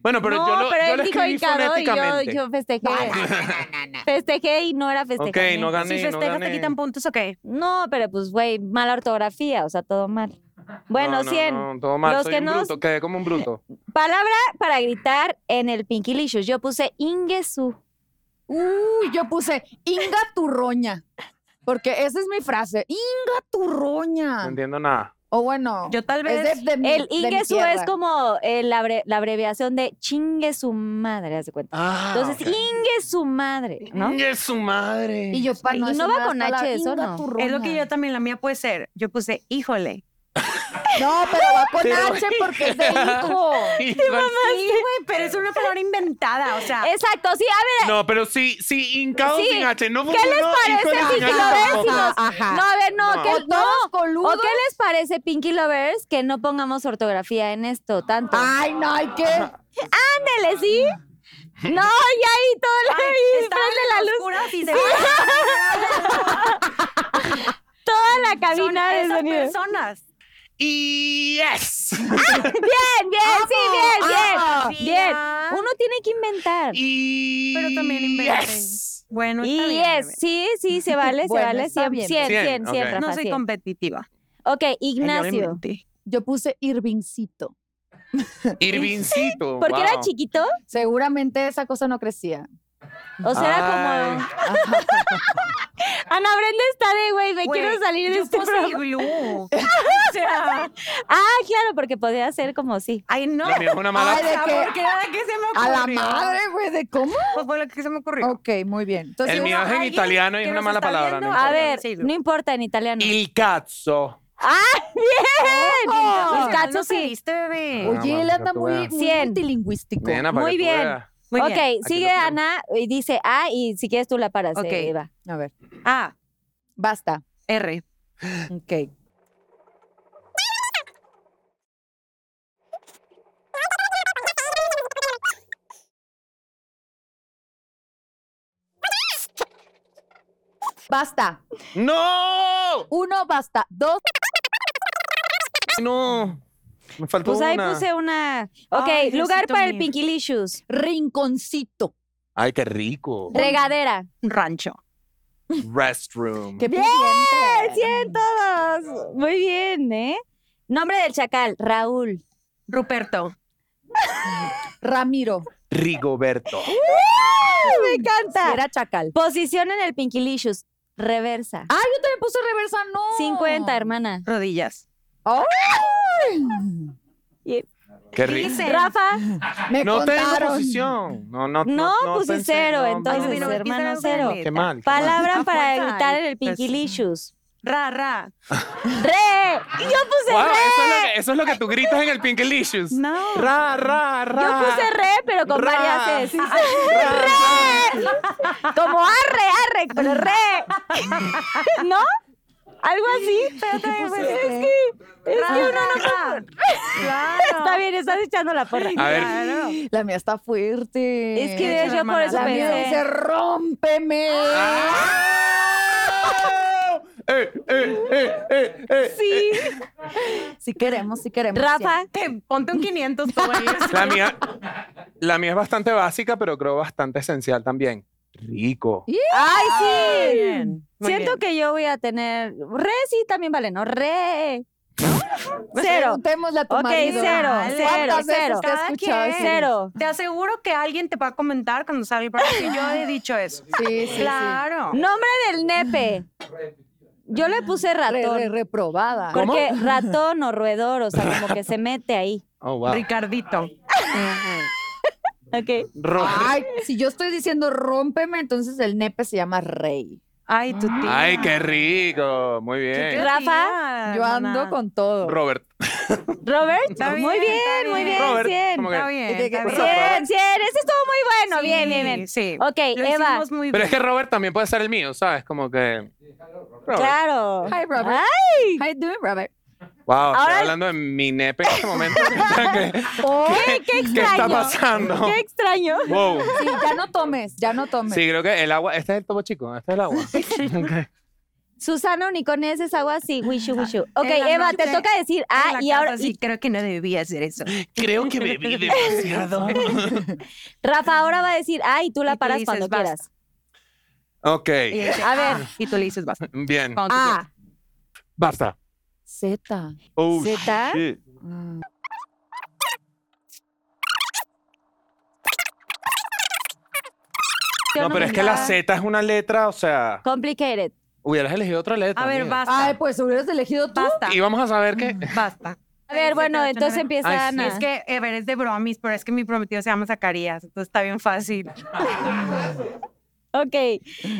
Speaker 7: Bueno, pero
Speaker 3: no,
Speaker 7: yo lo,
Speaker 3: pero
Speaker 7: yo
Speaker 3: él
Speaker 7: lo
Speaker 3: dijo
Speaker 7: escribí
Speaker 3: hincado y yo,
Speaker 7: fonéticamente.
Speaker 3: yo festejé. Festejé y no era festejé.
Speaker 7: Ok, no gané,
Speaker 4: si
Speaker 7: no
Speaker 4: festejas
Speaker 7: gané.
Speaker 4: te quitan puntos, ok.
Speaker 3: No, pero pues, güey, mala ortografía, o sea, todo mal. Bueno,
Speaker 7: No, no,
Speaker 3: 100.
Speaker 7: no, todo mal,
Speaker 3: Los
Speaker 7: soy
Speaker 3: que
Speaker 7: un
Speaker 3: no-
Speaker 7: bruto, quedé como un bruto.
Speaker 3: Palabra para gritar en el Pinkilicious. Yo puse Ingesu.
Speaker 5: Uy, yo puse Inga Turroña. Porque esa es mi frase. Inga
Speaker 7: No
Speaker 3: Ah.
Speaker 5: Turroña.
Speaker 7: entiendo nada.
Speaker 5: O bueno,
Speaker 4: Yo tal vez...
Speaker 5: es
Speaker 7: Mm,
Speaker 5: de, de mi-
Speaker 3: El
Speaker 5: de mi
Speaker 3: Ingesu
Speaker 5: tierra.
Speaker 3: es como eh, la, abre- la abreviación de chingue su madre, haz de cuenta.
Speaker 7: Ah,
Speaker 3: Entonces, ingue su madre, ¿no?
Speaker 7: ¡Ingue su madre!
Speaker 5: Y yo, pa,
Speaker 3: ¿Y
Speaker 5: no, eso
Speaker 3: no va
Speaker 5: me da
Speaker 3: con
Speaker 5: hasta la
Speaker 3: H eso,
Speaker 5: Inga
Speaker 3: no?
Speaker 5: Turroña.
Speaker 4: Es lo que yo también, la mía puede ser. Yo puse, híjole.
Speaker 5: No, pero va con
Speaker 7: Pero-
Speaker 5: H porque es de hijo.
Speaker 4: Sí, güey, pero es una palabra inventada, o sea.
Speaker 3: Exacto, sí, a ver.
Speaker 7: No, pero sí, sí, hincado
Speaker 3: Sí.
Speaker 7: sin H. No
Speaker 3: ¿Qué les
Speaker 7: funcionó,
Speaker 3: parece,
Speaker 7: hijo de
Speaker 3: Pinky
Speaker 7: H
Speaker 3: Lovers? si
Speaker 7: tampoco.
Speaker 3: nos-
Speaker 5: Ajá.
Speaker 3: No, a ver, no,
Speaker 7: No.
Speaker 3: que
Speaker 5: O
Speaker 3: no.
Speaker 5: todos
Speaker 3: ¿O
Speaker 5: coludos.
Speaker 3: qué les parece, Pinky Lovers, que no pongamos ortografía en esto tanto?
Speaker 5: Ay, no, hay que.
Speaker 3: Ándele, ¿sí? No, ya ahí todo lo vi.
Speaker 4: Estaba
Speaker 3: Prende la
Speaker 4: en
Speaker 3: luz.
Speaker 4: oscuras y se-
Speaker 3: Toda la
Speaker 4: Son
Speaker 3: cabina de
Speaker 4: esas
Speaker 3: sonido.
Speaker 4: personas.
Speaker 7: Y yes.
Speaker 3: Bien, bien, sí, bien, bien.
Speaker 5: Ah,
Speaker 3: Bien.
Speaker 4: Fía.
Speaker 3: Uno tiene que inventar.
Speaker 7: Y
Speaker 4: Pero también inventen.
Speaker 7: yes.
Speaker 4: Bueno,
Speaker 3: Y
Speaker 4: está bien,
Speaker 3: es,
Speaker 4: bebé.
Speaker 3: sí, sí, se vale,
Speaker 5: Bueno,
Speaker 3: se vale.
Speaker 5: está
Speaker 3: 100,
Speaker 5: bien.
Speaker 3: 100, 100,
Speaker 7: 100,
Speaker 3: 100,
Speaker 7: ok.
Speaker 3: Rafa,
Speaker 4: No soy
Speaker 3: 100.
Speaker 4: competitiva.
Speaker 3: Ok,
Speaker 4: Ay, ya me
Speaker 3: Ignacio.
Speaker 4: mentí.
Speaker 5: Yo puse Irvincito.
Speaker 7: Irvincito.
Speaker 3: ¿Porque era
Speaker 7: wow.
Speaker 3: chiquito?
Speaker 5: Seguramente esa cosa no crecía.
Speaker 3: O sea, era
Speaker 7: Ay.
Speaker 3: como... Ana Brenda está de, güey, me
Speaker 4: Güey,
Speaker 3: quiero salir de
Speaker 4: yo
Speaker 3: este
Speaker 4: puse
Speaker 3: programa.
Speaker 4: iglú. O sea,
Speaker 3: Ah, claro, porque podría ser como sí.
Speaker 4: ay, no.
Speaker 7: La mía es una mala.
Speaker 5: Ay, de
Speaker 4: Ah,
Speaker 5: que-
Speaker 4: porque era la que se me
Speaker 5: A
Speaker 4: ocurrió.
Speaker 5: la madre, güey, ¿de cómo?
Speaker 4: Pues fue lo que se me ocurrió.
Speaker 5: Ok, muy bien. Entonces,
Speaker 7: el mío es en
Speaker 4: alguien
Speaker 7: italiano y es
Speaker 4: que
Speaker 7: una
Speaker 4: nos
Speaker 7: mala
Speaker 4: está
Speaker 7: palabra.
Speaker 4: viendo-
Speaker 7: ¿no?
Speaker 3: A
Speaker 4: importa,
Speaker 3: ver,
Speaker 4: sí,
Speaker 3: no importa en italiano. ¡Eh,
Speaker 7: Il cazzo.
Speaker 3: ¡Ah, bien!
Speaker 4: Ojo,
Speaker 3: Los
Speaker 4: Ah, ¿no
Speaker 3: cachos
Speaker 4: nos
Speaker 3: sí.
Speaker 4: pediste, bebé?
Speaker 7: Uy,
Speaker 5: oye, él
Speaker 7: Ah,
Speaker 5: anda
Speaker 7: tú
Speaker 5: muy,
Speaker 7: veas.
Speaker 5: muy
Speaker 3: Cien.
Speaker 5: multilingüístico.
Speaker 7: Nena, para
Speaker 3: Muy
Speaker 7: que tú
Speaker 3: bien.
Speaker 7: veas.
Speaker 4: Muy
Speaker 3: ok,
Speaker 4: bien.
Speaker 7: lo
Speaker 3: sigue
Speaker 7: tenemos.
Speaker 3: Ana y dice ah, y si quieres tú la paras,
Speaker 4: Ok.
Speaker 3: eh, Eva.
Speaker 5: A ver,
Speaker 4: Ah,
Speaker 5: basta.
Speaker 4: R.
Speaker 5: Ok. Basta.
Speaker 7: ¡No!
Speaker 5: Uno, basta. Dos,
Speaker 7: No. Me faltó
Speaker 3: Pues ahí
Speaker 7: una.
Speaker 3: puse una. Ok,
Speaker 4: Ay,
Speaker 3: lugar
Speaker 4: Diosito
Speaker 3: para el
Speaker 4: mío.
Speaker 3: Pinkilicious.
Speaker 5: rinconcito.
Speaker 7: Ay, qué rico.
Speaker 3: Regadera.
Speaker 4: Rancho.
Speaker 7: Restroom.
Speaker 5: ¡Qué
Speaker 3: ¡Bien!
Speaker 5: pudiente!
Speaker 3: ¡Cien todos! Muy bien, ¿eh? Nombre del chacal, Raúl.
Speaker 4: Ruperto.
Speaker 5: Ramiro.
Speaker 7: Rigoberto.
Speaker 3: ¡Me encanta!
Speaker 5: Era chacal.
Speaker 3: Posición en el Pinkilicious, reversa.
Speaker 5: Ah, yo también puse reversa, no.
Speaker 3: 50, hermana.
Speaker 4: Rodillas.
Speaker 5: ¡Ay!
Speaker 7: Qué rico.
Speaker 4: Dicen.
Speaker 3: Rafa,
Speaker 5: Me
Speaker 7: No tengo
Speaker 5: contaron.
Speaker 7: posición. No, no,
Speaker 3: no, puse
Speaker 7: pensé,
Speaker 3: cero,
Speaker 7: no,
Speaker 3: entonces,
Speaker 7: no, no.
Speaker 4: me
Speaker 3: hermano,
Speaker 4: pisaron
Speaker 3: cero.
Speaker 4: con el
Speaker 7: Qué mal. qué mal.
Speaker 3: Palabra
Speaker 4: Ah,
Speaker 3: para
Speaker 4: fuerza,
Speaker 3: gritar
Speaker 4: ay,
Speaker 3: en el
Speaker 4: pues sí.
Speaker 3: Pinkilicious.
Speaker 4: Ra, ra.
Speaker 3: ¡Re!
Speaker 7: Wow, eso, es lo que, eso es lo que tú gritas en el Pinkelicious.
Speaker 4: No.
Speaker 7: Ra, ra, ra.
Speaker 3: Yo puse re, pero con
Speaker 7: Ra.
Speaker 3: varias S.
Speaker 7: Ra, ra.
Speaker 3: Como arre, arre, pero re. ¿No? Algo así. es que, es que uno no Está bien, estás echando la porra.
Speaker 7: A ver.
Speaker 5: La mía está fuerte.
Speaker 3: Es que de- yo por eso
Speaker 5: la mía
Speaker 3: pensé.
Speaker 5: dice, rómpeme.
Speaker 7: Ah. Eh, eh, eh, eh, eh.
Speaker 3: Sí.
Speaker 5: Si queremos, si queremos.
Speaker 3: Rafa,
Speaker 4: Te- Ponte un 500 tú ahí.
Speaker 7: La mía, la mía es bastante básica, pero creo bastante esencial también. Rico.
Speaker 3: ay, sí.
Speaker 4: Bien, muy
Speaker 3: Siento
Speaker 4: bien.
Speaker 3: que yo voy a tener. Re, sí, también vale, ¿no? Re. Cero.
Speaker 5: Preguntémosle a Pues tu
Speaker 3: Ok,
Speaker 5: marido.
Speaker 3: cero, cero,
Speaker 5: ¿Cuántas veces
Speaker 3: cero.
Speaker 5: te ha escuchado decir
Speaker 3: Cero.
Speaker 4: Te aseguro que alguien te va a comentar cuando salga el programa que yo he dicho eso.
Speaker 5: eso? Sí, sí, sí.
Speaker 4: Claro.
Speaker 3: Nombre del nepe. Yo le puse
Speaker 5: Re-
Speaker 3: ratón.
Speaker 5: re- reprobada.
Speaker 3: Porque ratón o roedor, o sea, como que se mete ahí.
Speaker 7: Oh, wow.
Speaker 4: Ricardito.
Speaker 3: Ok.
Speaker 7: Ro-
Speaker 5: Ay, si yo estoy diciendo rómpeme, entonces el nepe se llama rey.
Speaker 4: Ay, tu tía.
Speaker 7: Ay, qué rico. Muy bien.
Speaker 3: Rafa,
Speaker 5: Yo ando con todo.
Speaker 7: Robert.
Speaker 3: Robert,
Speaker 4: Está bien,
Speaker 3: muy bien,
Speaker 4: está
Speaker 3: muy bien,
Speaker 4: bien.
Speaker 7: Robert.
Speaker 3: 100.
Speaker 7: ¿cómo que?
Speaker 4: Está bien.
Speaker 5: de que-
Speaker 4: está bien.
Speaker 3: Bien, 100, ese estuvo muy bueno,
Speaker 4: Sí,
Speaker 3: bien, bien, bien.
Speaker 4: Sí.
Speaker 3: Ok,
Speaker 4: Lo
Speaker 3: Eva,
Speaker 4: hicimos muy
Speaker 7: Pero
Speaker 4: bien.
Speaker 7: es que Robert también puede ser el mío, ¿sabes? Como que. Robert.
Speaker 3: claro.
Speaker 5: Hi, Robert.
Speaker 3: Ay,
Speaker 5: How you doing, Robert?
Speaker 7: Wow,
Speaker 3: Ahora-
Speaker 7: estoy hablando de mi nepe en este momento. O sea, ¿Qué,
Speaker 3: qué, qué
Speaker 7: qué está
Speaker 3: extraño,
Speaker 7: pasando?
Speaker 3: qué extraño.
Speaker 7: Wow.
Speaker 5: Sí, ya no tomes, ya no tomes.
Speaker 7: Sí, creo que el agua. Este es el topo chico. Este es el agua. Ok.
Speaker 3: Susana Unicornes es agua así, wishu, wishu. Ok,
Speaker 4: En la
Speaker 3: Ah, Eva, te
Speaker 4: noche,
Speaker 3: toca decir,
Speaker 4: En
Speaker 3: ah,
Speaker 4: la
Speaker 3: y
Speaker 4: casa
Speaker 3: ahora,
Speaker 4: sí, creo que no debía hacer eso.
Speaker 2: Creo que bebí demasiado.
Speaker 3: y Rafa ahora va a decir, ah, y tú
Speaker 4: Y
Speaker 3: la
Speaker 4: tú
Speaker 3: paras
Speaker 4: dices,
Speaker 3: cuando
Speaker 4: basta.
Speaker 3: quieras.
Speaker 7: Ok.
Speaker 4: Y ella dice,
Speaker 3: A ver.
Speaker 4: "Ah", Y tú le dices, basta.
Speaker 7: Bien.
Speaker 4: Cuando tú
Speaker 3: Ah,
Speaker 7: Basta.
Speaker 5: Z.
Speaker 7: Oh,
Speaker 3: Zeta.
Speaker 7: shit.
Speaker 5: Mm.
Speaker 3: yo
Speaker 7: No, pero es que la
Speaker 3: pensaba.
Speaker 7: Z es una letra, o sea.
Speaker 3: Complicated.
Speaker 7: Hubieras elegido otra letra.
Speaker 4: A ver,
Speaker 7: amiga.
Speaker 4: basta.
Speaker 5: Ay, pues hubieras elegido tú.
Speaker 4: basta.
Speaker 7: Y vamos a saber
Speaker 3: Mm.
Speaker 7: que.
Speaker 4: Basta.
Speaker 3: A ver, bueno, entonces empieza
Speaker 7: Ay, sí.
Speaker 3: Ana.
Speaker 4: Es que, a ver, es de bromis, pero es que mi prometido se llama Zacarías, entonces está bien fácil.
Speaker 3: Ok,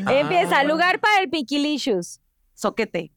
Speaker 7: Ah,
Speaker 3: empieza. Lugar para el Piquilicious.
Speaker 4: Soquete.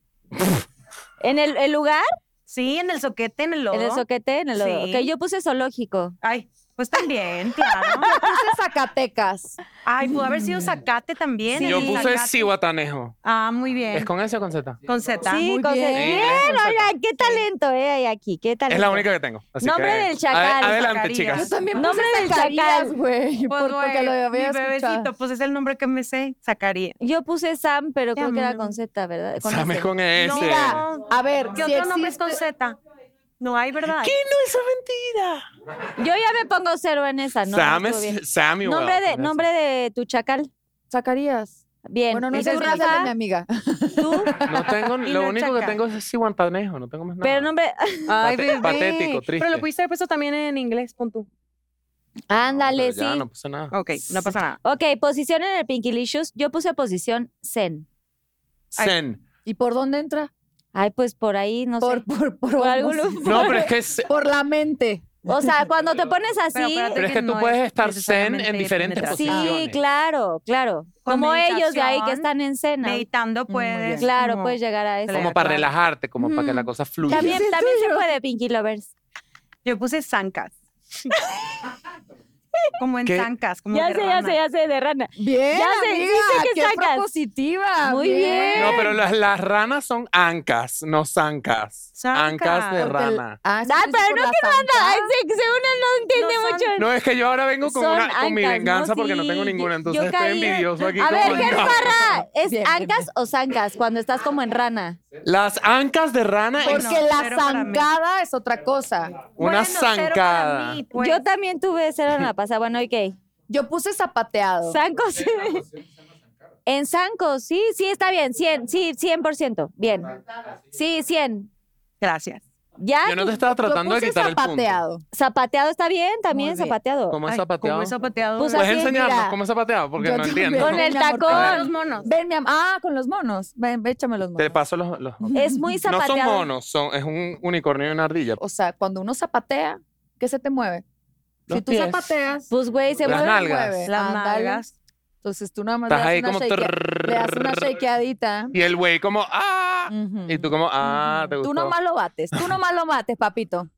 Speaker 3: ¿En el, el lugar?
Speaker 4: Sí, en el soquete, en el lodo.
Speaker 3: En el soquete, en el lodo.
Speaker 4: Sí.
Speaker 3: Ok, yo puse zoológico.
Speaker 4: Ay, pues también, claro.
Speaker 5: Puse Zacatecas.
Speaker 4: Ay, pudo haber sido Zacate también.
Speaker 7: Yo
Speaker 4: el
Speaker 7: puse
Speaker 4: Zacate.
Speaker 7: cihuatanejo.
Speaker 4: Ah, muy bien.
Speaker 7: ¿Es con S o con Z?
Speaker 4: Con Z.
Speaker 3: Sí,
Speaker 5: muy
Speaker 3: con
Speaker 5: bien.
Speaker 3: bien.
Speaker 7: Sí, es con Z.
Speaker 3: oigan, qué talento eh, hay aquí, qué talento.
Speaker 7: Es la única que tengo. así
Speaker 3: Nombre
Speaker 7: que-
Speaker 3: del chacal,
Speaker 7: Ade- Adelante,
Speaker 4: Zacarías.
Speaker 5: Yo
Speaker 7: chicas.
Speaker 5: también puse
Speaker 3: Nombre del
Speaker 5: Zacarías,
Speaker 3: chacal.
Speaker 5: güey.
Speaker 4: Pues,
Speaker 5: por- porque
Speaker 4: güey,
Speaker 5: lo
Speaker 4: mi
Speaker 5: había
Speaker 4: bebecito,
Speaker 5: escuchado.
Speaker 4: pues es el nombre que me sé, Zacarías.
Speaker 3: Yo puse Sam, pero creo que era
Speaker 4: Llámalo.
Speaker 3: con Z, ¿verdad? Con
Speaker 7: Sam es
Speaker 3: S.
Speaker 7: con S.
Speaker 5: Mira, a ver,
Speaker 4: ¿Qué
Speaker 5: si
Speaker 4: otro nombre es con
Speaker 5: existe-
Speaker 4: Z? No hay, ¿verdad?
Speaker 3: Yo ya me pongo cero en esa, ¿no?
Speaker 7: Sam
Speaker 3: Estuvo bien.
Speaker 7: es Samuel.
Speaker 3: Nombre de, nombre de tu chacal.
Speaker 5: Zacarías.
Speaker 3: Bien.
Speaker 5: Bueno, no
Speaker 3: ¿Y
Speaker 5: sé
Speaker 3: tú,
Speaker 5: si es el de mi
Speaker 3: Rafa?
Speaker 5: amiga.
Speaker 3: ¿Tú?
Speaker 7: No tengo,
Speaker 4: Y
Speaker 7: lo
Speaker 4: no
Speaker 7: único que
Speaker 4: chacal.
Speaker 7: tengo es cihuatanejo, no tengo más nada.
Speaker 3: Pero nombre...
Speaker 4: Ay,
Speaker 7: Pate-
Speaker 4: bebé.
Speaker 7: Patético, triste.
Speaker 4: Pero lo pudiste haber puesto también en inglés, pon tú.
Speaker 3: Ándale,
Speaker 7: No, pero ya,
Speaker 3: sí.
Speaker 7: no puse nada.
Speaker 4: Ok, no pasa nada.
Speaker 3: Ok, posición en el Pinkilicious. Yo puse posición Zen.
Speaker 4: Ay.
Speaker 7: Zen.
Speaker 5: ¿Y por dónde entra?
Speaker 3: Ay, pues por ahí, no
Speaker 5: Por,
Speaker 3: sé.
Speaker 5: por, por,
Speaker 3: Por algún
Speaker 5: por-
Speaker 7: No, pero es que, es-
Speaker 5: por la mente.
Speaker 3: O sea, cuando te pones así...
Speaker 4: Pero espérate
Speaker 7: pero es que tú
Speaker 4: no
Speaker 7: puedes
Speaker 4: es
Speaker 7: estar zen en
Speaker 4: necesariamente
Speaker 7: diferentes
Speaker 4: penetración.
Speaker 7: posiciones.
Speaker 3: Sí, claro, claro.
Speaker 4: Con
Speaker 3: Como ellos de ahí que
Speaker 4: meditación,
Speaker 3: están en cena.
Speaker 4: Meditando puedes.
Speaker 3: Claro, pues,
Speaker 4: como-
Speaker 3: puedes llegar a eso.
Speaker 7: Como para relajarte, como para que la cosa fluya.
Speaker 3: Mm. También, también se puede, Pinky Lovers.
Speaker 4: Yo puse zancas. como en
Speaker 7: ¿Qué?
Speaker 4: zancas. Como
Speaker 3: Ya
Speaker 4: de
Speaker 3: sé, ya
Speaker 4: rana.
Speaker 3: sé, ya sé, de
Speaker 5: Ah,
Speaker 3: rana.
Speaker 5: Bien,
Speaker 3: Ya sé,
Speaker 5: amiga,
Speaker 3: dice que
Speaker 5: qué
Speaker 3: sacas.
Speaker 5: propositiva.
Speaker 3: Muy bien.
Speaker 7: No, pero las, las ranas son ancas, no zancas.
Speaker 4: Zancas.
Speaker 7: Ancas de
Speaker 4: Porque
Speaker 5: Porque el-
Speaker 7: rana.
Speaker 5: Ah, sí,
Speaker 3: Ah,
Speaker 5: sí,
Speaker 3: pero
Speaker 5: por
Speaker 3: no
Speaker 5: la
Speaker 3: que no anda.
Speaker 5: santa.
Speaker 3: Ay, sí, que se una no entiende
Speaker 4: No son-
Speaker 3: mucho.
Speaker 7: No, es que yo ahora vengo con,
Speaker 3: Son
Speaker 7: una, con mi
Speaker 3: ancas, ¿no?
Speaker 7: venganza porque no
Speaker 3: Sí,
Speaker 7: tengo ninguna,
Speaker 3: yo-
Speaker 7: entonces
Speaker 3: yo
Speaker 7: estoy
Speaker 3: caí.
Speaker 7: envidioso aquí.
Speaker 3: A ver,
Speaker 7: como-
Speaker 3: ¿qué es parra? ¿Es
Speaker 5: Bien, bien,
Speaker 3: ancas o zancas cuando estás como en rana?
Speaker 7: Las ancas de rana es
Speaker 5: Porque
Speaker 4: No,
Speaker 5: la
Speaker 4: cero para mí.
Speaker 5: zancada es otra cosa.
Speaker 7: una
Speaker 4: Bueno, cero para
Speaker 7: zancada.
Speaker 4: mí, pues.
Speaker 3: Yo también tuve cero en la pasada. Bueno, ok.
Speaker 5: Yo puse zapateado.
Speaker 3: Zancos. En zancos, sí, sí, está bien. 100, sí, 100%. Bien. Sí, 100.
Speaker 4: Gracias.
Speaker 3: Ya,
Speaker 7: Yo no
Speaker 3: tú-
Speaker 7: te estaba
Speaker 5: Yo
Speaker 7: tratando de
Speaker 5: puse
Speaker 7: quitar el
Speaker 5: zapateado.
Speaker 3: zapateado está bien, también
Speaker 5: Muy bien.
Speaker 3: zapateado.
Speaker 7: punto. ¿Cómo es
Speaker 4: Ay,
Speaker 7: zapateado?
Speaker 4: ¿Cómo es zapateado?
Speaker 3: Pues
Speaker 7: ¿Puedes
Speaker 3: así,
Speaker 7: enseñarnos
Speaker 5: mira.
Speaker 7: cómo es zapateado? Porque
Speaker 5: Yo
Speaker 7: no
Speaker 5: también.
Speaker 7: entiendo.
Speaker 3: Con el
Speaker 5: Mi amor,
Speaker 3: tacón.
Speaker 5: a ver,
Speaker 4: los monos.
Speaker 5: Ven, mi am- Ah, con los monos. Ven, ven, échame los
Speaker 7: Te
Speaker 5: monos.
Speaker 7: paso los... los-
Speaker 3: Es muy
Speaker 7: No
Speaker 3: zapateado.
Speaker 7: son monos, son, es un unicornio y una ardilla.
Speaker 5: O sea, cuando uno zapatea, ¿qué se te mueve?
Speaker 7: Los
Speaker 5: si tú
Speaker 7: pies.
Speaker 5: zapateas,
Speaker 3: Pues, güey, se
Speaker 7: Las
Speaker 3: mueve.
Speaker 7: nalgas.
Speaker 5: mueve.
Speaker 4: Las
Speaker 5: Ándale.
Speaker 4: nalgas.
Speaker 5: Entonces tú nada más le
Speaker 7: Estás
Speaker 5: das,
Speaker 7: ahí
Speaker 5: una
Speaker 7: como...
Speaker 5: shakea- le das una shakeadita.
Speaker 7: Y el güey como... ¡Ah! ¡Ah! Y tú como, ah, te gustó.
Speaker 5: Mm. Tú nomás lo bates, tú nomás lo mates, papito.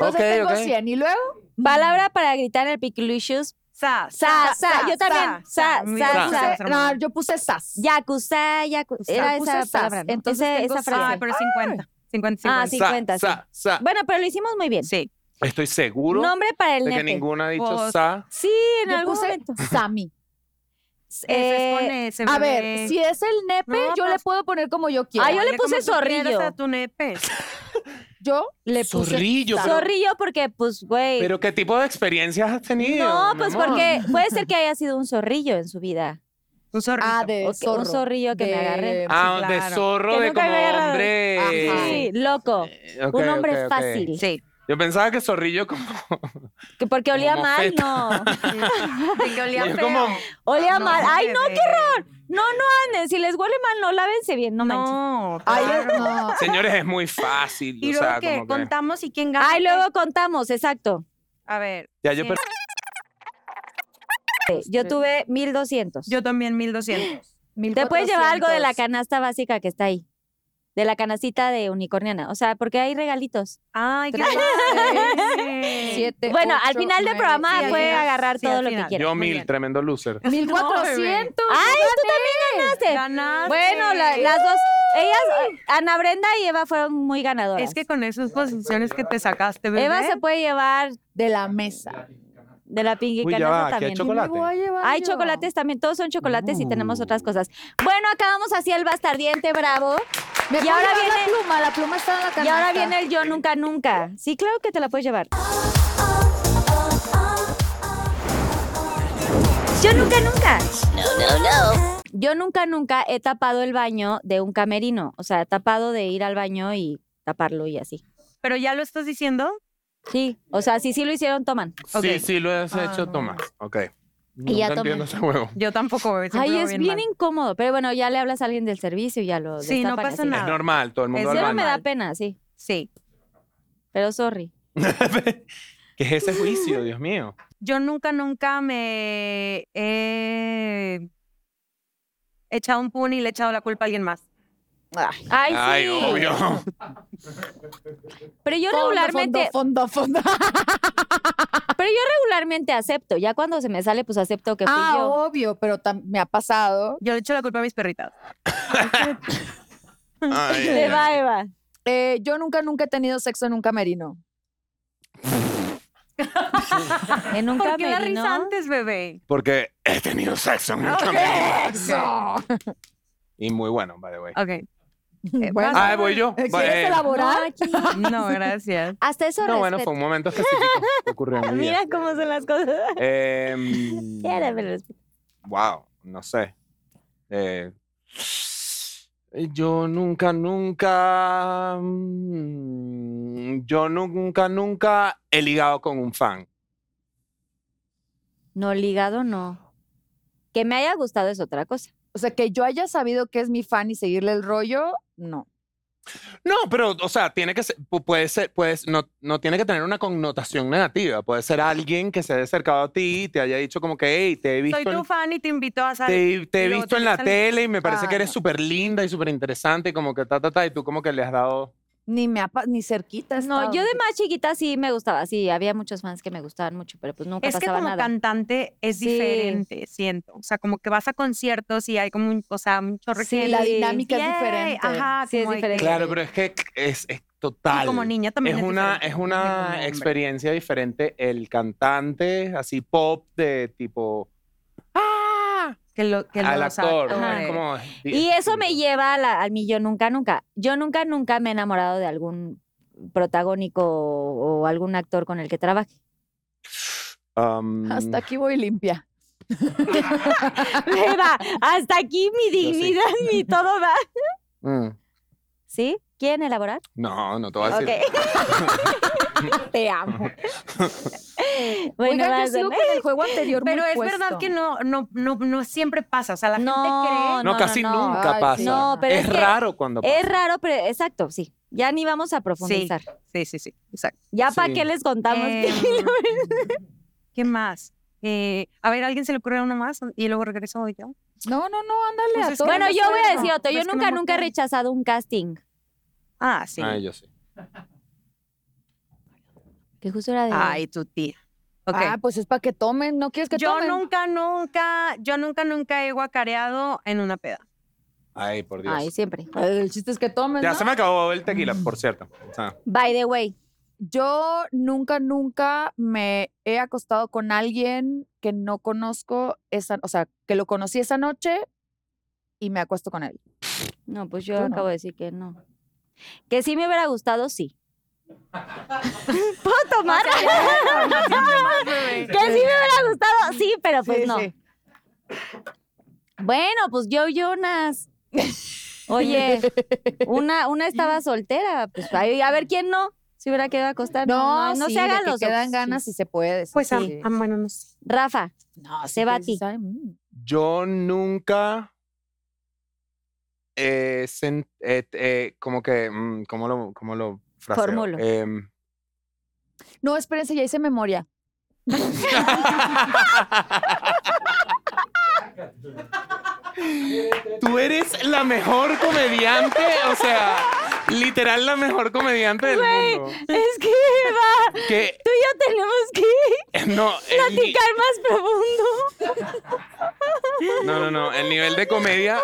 Speaker 5: Entonces
Speaker 7: Ok,
Speaker 5: tengo
Speaker 7: ok.
Speaker 5: 100 y luego
Speaker 3: Palabra para gritar en el Piculicious.
Speaker 4: Sa,
Speaker 3: Sa, sa, yo también. Sa,
Speaker 4: Mi-
Speaker 3: sa,
Speaker 7: Sa.
Speaker 3: sa.
Speaker 5: puse- no, yo puse sas.
Speaker 3: Yakuza, yakuza. Era
Speaker 5: Yakuza,
Speaker 3: esa
Speaker 5: sas.
Speaker 3: palabra. ¿no?
Speaker 5: Entonces
Speaker 3: Ese-
Speaker 5: tengo
Speaker 3: esa
Speaker 5: sas.
Speaker 3: frase.
Speaker 4: Ay, pero 50. 50, 50.
Speaker 3: Ah, sí.
Speaker 7: Sa,
Speaker 3: 50,
Speaker 7: sa, sa.
Speaker 3: Bueno, pero lo hicimos muy bien.
Speaker 4: Sí.
Speaker 7: Estoy seguro
Speaker 3: Nombre para el
Speaker 7: de que
Speaker 3: nepe.
Speaker 7: ninguna ha dicho
Speaker 4: Pues,
Speaker 7: sa.
Speaker 3: Sí, en
Speaker 5: yo
Speaker 3: algún
Speaker 5: puse
Speaker 3: momento.
Speaker 5: Sami.
Speaker 4: Ese es con E,
Speaker 3: Eh,
Speaker 4: ese,
Speaker 5: A
Speaker 4: bebé.
Speaker 5: ver, si es el nepe,
Speaker 4: No,
Speaker 5: yo le
Speaker 4: pues-
Speaker 5: puedo poner como yo quiera.
Speaker 3: Ay, ah, yo le
Speaker 4: Ponle como
Speaker 3: puse
Speaker 4: tú quieras
Speaker 3: zorrillo.
Speaker 4: a tu nepe.
Speaker 5: yo le puse
Speaker 2: Zorrillo,
Speaker 5: sas.
Speaker 3: Zorrillo porque, pues, güey.
Speaker 7: Pero ¿qué tipo de experiencias has tenido?
Speaker 3: No,
Speaker 7: mi
Speaker 3: pues
Speaker 7: amor?
Speaker 3: porque puede ser que haya sido un zorrillo en su vida.
Speaker 4: Un zorrillo.
Speaker 5: Ah, de
Speaker 3: Ok,
Speaker 5: zorro.
Speaker 3: un zorrillo que me
Speaker 5: De-
Speaker 3: agarré.
Speaker 7: Ah, de Ah,
Speaker 4: Claro.
Speaker 7: zorro,
Speaker 3: Que
Speaker 7: de
Speaker 3: nunca
Speaker 7: como
Speaker 3: me había agarrado.
Speaker 7: hombre.
Speaker 5: Ajá.
Speaker 3: Sí, loco.
Speaker 7: Eh, ok,
Speaker 3: un hombre
Speaker 7: ok, ok.
Speaker 3: fácil.
Speaker 4: Sí.
Speaker 7: Yo pensaba que zorrillo como...
Speaker 3: Que porque olía
Speaker 7: Como
Speaker 3: mal,
Speaker 7: feta.
Speaker 3: no.
Speaker 4: De que olía
Speaker 7: yo
Speaker 4: feo.
Speaker 7: como
Speaker 4: Ah,
Speaker 3: Olía mal. Ay, no,
Speaker 4: bebé.
Speaker 3: qué horror. No, no anden. Si les huele mal, no lávense bien, no, manches.
Speaker 4: No,
Speaker 5: Ay,
Speaker 4: claro.
Speaker 5: no.
Speaker 7: Señores, es muy fácil.
Speaker 4: Y
Speaker 7: o sea,
Speaker 4: luego que
Speaker 7: como que-
Speaker 4: contamos y quién gana.
Speaker 3: Ay,
Speaker 4: ¿qué?
Speaker 3: luego contamos, exacto.
Speaker 4: A ver,
Speaker 7: Ya yo
Speaker 4: Sí.
Speaker 7: per-
Speaker 3: Yo tuve 1200.
Speaker 4: yo también 1200.
Speaker 3: Te puedes llevar algo de la
Speaker 5: 1400.
Speaker 3: canasta básica que está ahí. De la canastita de unicorniana. O sea, porque hay regalitos.
Speaker 4: Ay, qué
Speaker 5: Tres,
Speaker 4: padre.
Speaker 5: Siete,
Speaker 3: bueno, al
Speaker 5: ocho,
Speaker 3: final del
Speaker 5: nueve,
Speaker 3: programa
Speaker 4: sí, al
Speaker 5: diez.
Speaker 3: pueden
Speaker 4: final,
Speaker 3: agarrar
Speaker 4: sí,
Speaker 3: todo
Speaker 4: al
Speaker 3: lo que
Speaker 4: final.
Speaker 3: quieran.
Speaker 7: yo
Speaker 4: Muy
Speaker 7: mil,
Speaker 4: bien.
Speaker 7: tremendo loser.
Speaker 5: 1400.
Speaker 3: ¡Ay, tú también ganaste!
Speaker 4: Ganaste.
Speaker 3: Bueno, la- las dos. Ellas, Ana Brenda y Eva fueron muy ganadoras.
Speaker 4: Es que con esas posiciones que te sacaste, bebé.
Speaker 3: Eva se puede llevar
Speaker 5: de la mesa.
Speaker 3: de la pinky
Speaker 7: Uy, ya
Speaker 3: canasta
Speaker 7: va, que hay
Speaker 3: también.
Speaker 5: ¿Qué me voy a
Speaker 7: chocolate.
Speaker 5: llevar
Speaker 3: Hay
Speaker 5: yo?
Speaker 3: chocolates también, todos son chocolates y tenemos otras cosas. Bueno, acabamos así el bastardiente, bravo.
Speaker 5: Me
Speaker 3: Y
Speaker 5: puedo
Speaker 3: ahora
Speaker 5: llevar
Speaker 3: viene-
Speaker 5: la pluma, la pluma está en la canasta.
Speaker 3: Y ahora viene el yo nunca nunca. Sí, claro que te la puedes llevar. Yo nunca nunca. Yo nunca nunca he tapado el baño de un camerino, o sea, tapado de ir al baño y taparlo y así.
Speaker 4: Pero ya lo estás diciendo.
Speaker 3: Sí, o sea, si sí lo hicieron, toman.
Speaker 4: Ok.
Speaker 7: Sí, sí, lo has
Speaker 4: Ah.
Speaker 7: hecho, Tomás. Ok.
Speaker 3: Y ya
Speaker 7: Nunca
Speaker 3: tomé.
Speaker 7: entiendo ese juego.
Speaker 4: Yo tampoco, bebé. siempre
Speaker 3: Ay,
Speaker 4: lo
Speaker 3: es
Speaker 4: veo
Speaker 3: bien, incómodo, pero bueno, ya le hablas a alguien del servicio y ya lo
Speaker 4: Sí, no
Speaker 3: destapan
Speaker 4: pasa
Speaker 3: así.
Speaker 4: nada.
Speaker 7: Es normal, todo el mundo
Speaker 4: Es
Speaker 7: lo
Speaker 3: Solo
Speaker 4: normal.
Speaker 3: me da pena, sí,
Speaker 4: Sí.
Speaker 3: pero sorry.
Speaker 7: ¿Qué es ese juicio, Dios mío?
Speaker 4: Yo nunca, nunca me he echado un pun y le he echado la culpa a alguien más.
Speaker 5: Ay,
Speaker 3: Ay, sí.
Speaker 7: Ay, obvio.
Speaker 3: Pero yo
Speaker 5: fondo,
Speaker 3: regularmente,
Speaker 5: Fondo, fondo, fondo.
Speaker 3: pero yo regularmente acepto. Ya cuando se me sale, pues acepto que fui
Speaker 5: Ah,
Speaker 3: yo.
Speaker 5: obvio, pero tam- me ha pasado.
Speaker 4: Yo le echo la culpa a mis perritas.
Speaker 7: Ay,
Speaker 3: Te va, Eva.
Speaker 5: Eh, yo nunca, nunca he tenido sexo en un camerino.
Speaker 3: En un
Speaker 4: ¿Por qué la risa
Speaker 3: camerino.
Speaker 4: antes, bebé?
Speaker 7: Porque he tenido sexo en el camino. Y muy bueno, by the way.
Speaker 4: Ok.
Speaker 3: Eh,
Speaker 5: Bueno.
Speaker 4: vas-
Speaker 7: Ah, voy yo.
Speaker 5: ¿Quieres
Speaker 7: Eh,
Speaker 5: elaborar?
Speaker 4: No, gracias.
Speaker 3: Hasta eso
Speaker 7: No, bueno,
Speaker 3: respeto.
Speaker 7: fue un momento específico. que Ocurrió en mi vida.
Speaker 3: Mira cómo son las cosas.
Speaker 7: Em,
Speaker 3: Quiéreme el respeto.
Speaker 7: Wow, no sé. Eh, yo nunca, nunca. mm, Yo nunca, nunca he ligado con un fan.
Speaker 3: No, ligado no. Que me haya gustado es otra cosa.
Speaker 5: O sea, que yo haya sabido que es mi fan y seguirle el rollo, no.
Speaker 7: No, pero, o sea, tiene que ser, pu- puede ser, pues, no, no tiene que tener una connotación negativa. Puede ser alguien que se haya acercado a ti y te haya dicho como que, hey, te he visto,
Speaker 4: Soy tu
Speaker 7: en,
Speaker 4: fan y te invito a salir.
Speaker 7: te, te
Speaker 4: y
Speaker 7: he
Speaker 4: luego
Speaker 7: visto
Speaker 4: te
Speaker 7: en la
Speaker 4: empiezan-
Speaker 7: tele y me parece
Speaker 5: Ah,
Speaker 7: que eres
Speaker 5: no.
Speaker 7: súper linda y súper interesante y como que ta, ta, ta, y tú como que le has dado...
Speaker 5: Ni me ha pa- ni cerquita. he
Speaker 3: No,
Speaker 5: estado.
Speaker 3: yo de más chiquita sí me gustaba. Sí, había muchos fans que me gustaban mucho, pero pues nunca
Speaker 4: Es que
Speaker 3: pasaba
Speaker 4: como
Speaker 3: nada.
Speaker 4: cantante es
Speaker 3: Sí.
Speaker 4: diferente, siento. O sea, como que vas a conciertos y hay como un, o sea, un chorro de
Speaker 3: Sí,
Speaker 4: gente.
Speaker 5: La
Speaker 3: Sí.
Speaker 5: dinámica
Speaker 4: Yay,
Speaker 5: es diferente.
Speaker 4: Ajá,
Speaker 3: Sí, es
Speaker 4: como de que-
Speaker 3: diferente.
Speaker 7: Claro, pero es que es, es total.
Speaker 4: Y como niña también.
Speaker 7: es una, es
Speaker 4: diferente, como
Speaker 7: una
Speaker 4: hombre.
Speaker 7: experiencia diferente el cantante así pop de tipo ¡Ah!
Speaker 4: Que lo, que
Speaker 7: al
Speaker 4: lo
Speaker 7: actor.
Speaker 4: saca
Speaker 3: Ajá.
Speaker 7: Es
Speaker 4: de-
Speaker 7: como,
Speaker 3: Y eso me lleva a la- al mi yo nunca, nunca. Yo nunca, nunca me he enamorado de algún protagónico o, o algún actor con el que trabaje.
Speaker 7: Um,
Speaker 5: Hasta aquí voy limpia.
Speaker 3: Eva, hasta aquí mi
Speaker 7: sí.
Speaker 3: dignidad, mi todo va.
Speaker 7: mm,
Speaker 3: ¿Sí? ¿Quieren elaborar?
Speaker 7: No, no te voy a decir.
Speaker 5: Te amo.
Speaker 3: Bueno,
Speaker 5: Oigan,
Speaker 3: vas,
Speaker 5: yo sigo
Speaker 3: ¿eh?
Speaker 5: con el juego anterior. muy
Speaker 4: Pero es
Speaker 5: puesto.
Speaker 4: verdad que no, no, no, no siempre pasa. O sea, la
Speaker 3: No,
Speaker 4: gente cree.
Speaker 7: No,
Speaker 3: no,
Speaker 7: casi
Speaker 3: no.
Speaker 7: nunca
Speaker 5: Ay,
Speaker 7: pasa.
Speaker 5: sí.
Speaker 3: No, pero
Speaker 7: es
Speaker 3: es que-
Speaker 7: raro cuando pasa.
Speaker 3: Es raro, pero exacto, sí. Ya ni vamos a profundizar.
Speaker 4: Sí, sí, sí. Exacto.
Speaker 3: Ya para
Speaker 7: Sí.
Speaker 3: qué les contamos.
Speaker 4: Em, ¿Qué más? Eh, a ver, ¿a alguien se le ocurre una más? Y luego regreso yo.
Speaker 5: No, no, no, ándale
Speaker 4: Pues
Speaker 5: a
Speaker 4: es
Speaker 5: todo.
Speaker 4: que-
Speaker 3: Bueno,
Speaker 4: no
Speaker 3: yo voy a
Speaker 4: sé,
Speaker 3: decir
Speaker 4: no,
Speaker 3: otro. Yo
Speaker 4: pues que no
Speaker 3: nunca,
Speaker 4: me
Speaker 3: nunca he
Speaker 4: acuerdo.
Speaker 3: rechazado un casting.
Speaker 4: Ah, sí.
Speaker 7: Ah, yo sí.
Speaker 3: Que justo era de...
Speaker 4: Ay, tu tía. Ok.
Speaker 5: Ah, pues es para que tomen, no quieres que
Speaker 4: yo
Speaker 5: tomen.
Speaker 4: nunca, nunca, yo nunca, nunca he guacareado en una peda.
Speaker 7: Ay, por Dios.
Speaker 3: Ay, siempre.
Speaker 5: Eh, El chiste es que tomen.
Speaker 7: ya
Speaker 5: ¿no?
Speaker 7: se me acabó el tequila, por cierto. Ah,
Speaker 3: By the way,
Speaker 5: Yo nunca, nunca me he acostado con alguien que no conozco esa, o sea, que lo conocí esa noche y me acuesto con él.
Speaker 3: no, pues yo
Speaker 5: Tú no.
Speaker 3: acabo de decir que no. Que sí me hubiera gustado, sí. ¿Puedo tomar? que sí me hubiera gustado, sí, pero pues no. Bueno, pues yo, Jonas. Oye, una, una estaba soltera. Pues ay, a ver quién no. Se hubiera quedado a acostar.
Speaker 5: No,
Speaker 3: no, no
Speaker 5: sí,
Speaker 3: se
Speaker 5: de
Speaker 3: hagan
Speaker 5: que
Speaker 3: los
Speaker 5: quedan
Speaker 3: obs-
Speaker 5: ganas y se puede. sí,
Speaker 4: Pues, ah,
Speaker 5: sí.
Speaker 4: ah, bueno, no sé.
Speaker 3: Rafa,
Speaker 5: No,
Speaker 3: se va a ti.
Speaker 5: mm.
Speaker 7: Yo nunca he sen- eh, eh, como que, mm, ¿cómo lo, cómo lo fraseo?
Speaker 3: Formulo.
Speaker 7: Em,
Speaker 5: No, espérense, ya hice memoria.
Speaker 7: Tú eres la mejor comediante, o sea, literal la mejor comediante del mundo.
Speaker 3: Es que, Eva,
Speaker 7: Que eh,
Speaker 3: tú y yo tenemos que
Speaker 7: no, el, ni-
Speaker 3: platicar más profundo.
Speaker 7: no, no, no, el nivel de comedia,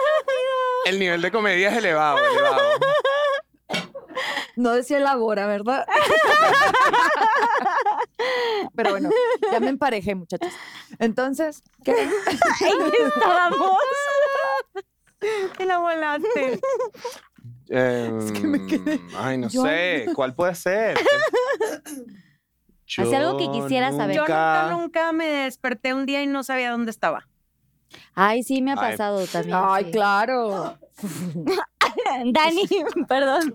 Speaker 7: el nivel de comedia es elevado, elevado.
Speaker 5: No decía la hora, ¿verdad? Pero bueno, ya me emparejé, muchachos. Entonces, ¿qué?
Speaker 3: ¿En qué estábamos?
Speaker 4: Te la volaste.
Speaker 7: Es
Speaker 5: que me quedé-
Speaker 7: Em, Ay, no
Speaker 5: yo-
Speaker 7: sé, ¿cuál puede ser?
Speaker 3: Hace algo que quisiera saber.
Speaker 4: Yo nunca, nunca me desperté un día y no sabía dónde estaba.
Speaker 3: Ay, sí, me ha
Speaker 7: Ay.
Speaker 3: pasado también.
Speaker 5: Ay,
Speaker 3: sí.
Speaker 5: claro.
Speaker 3: Dani, perdón.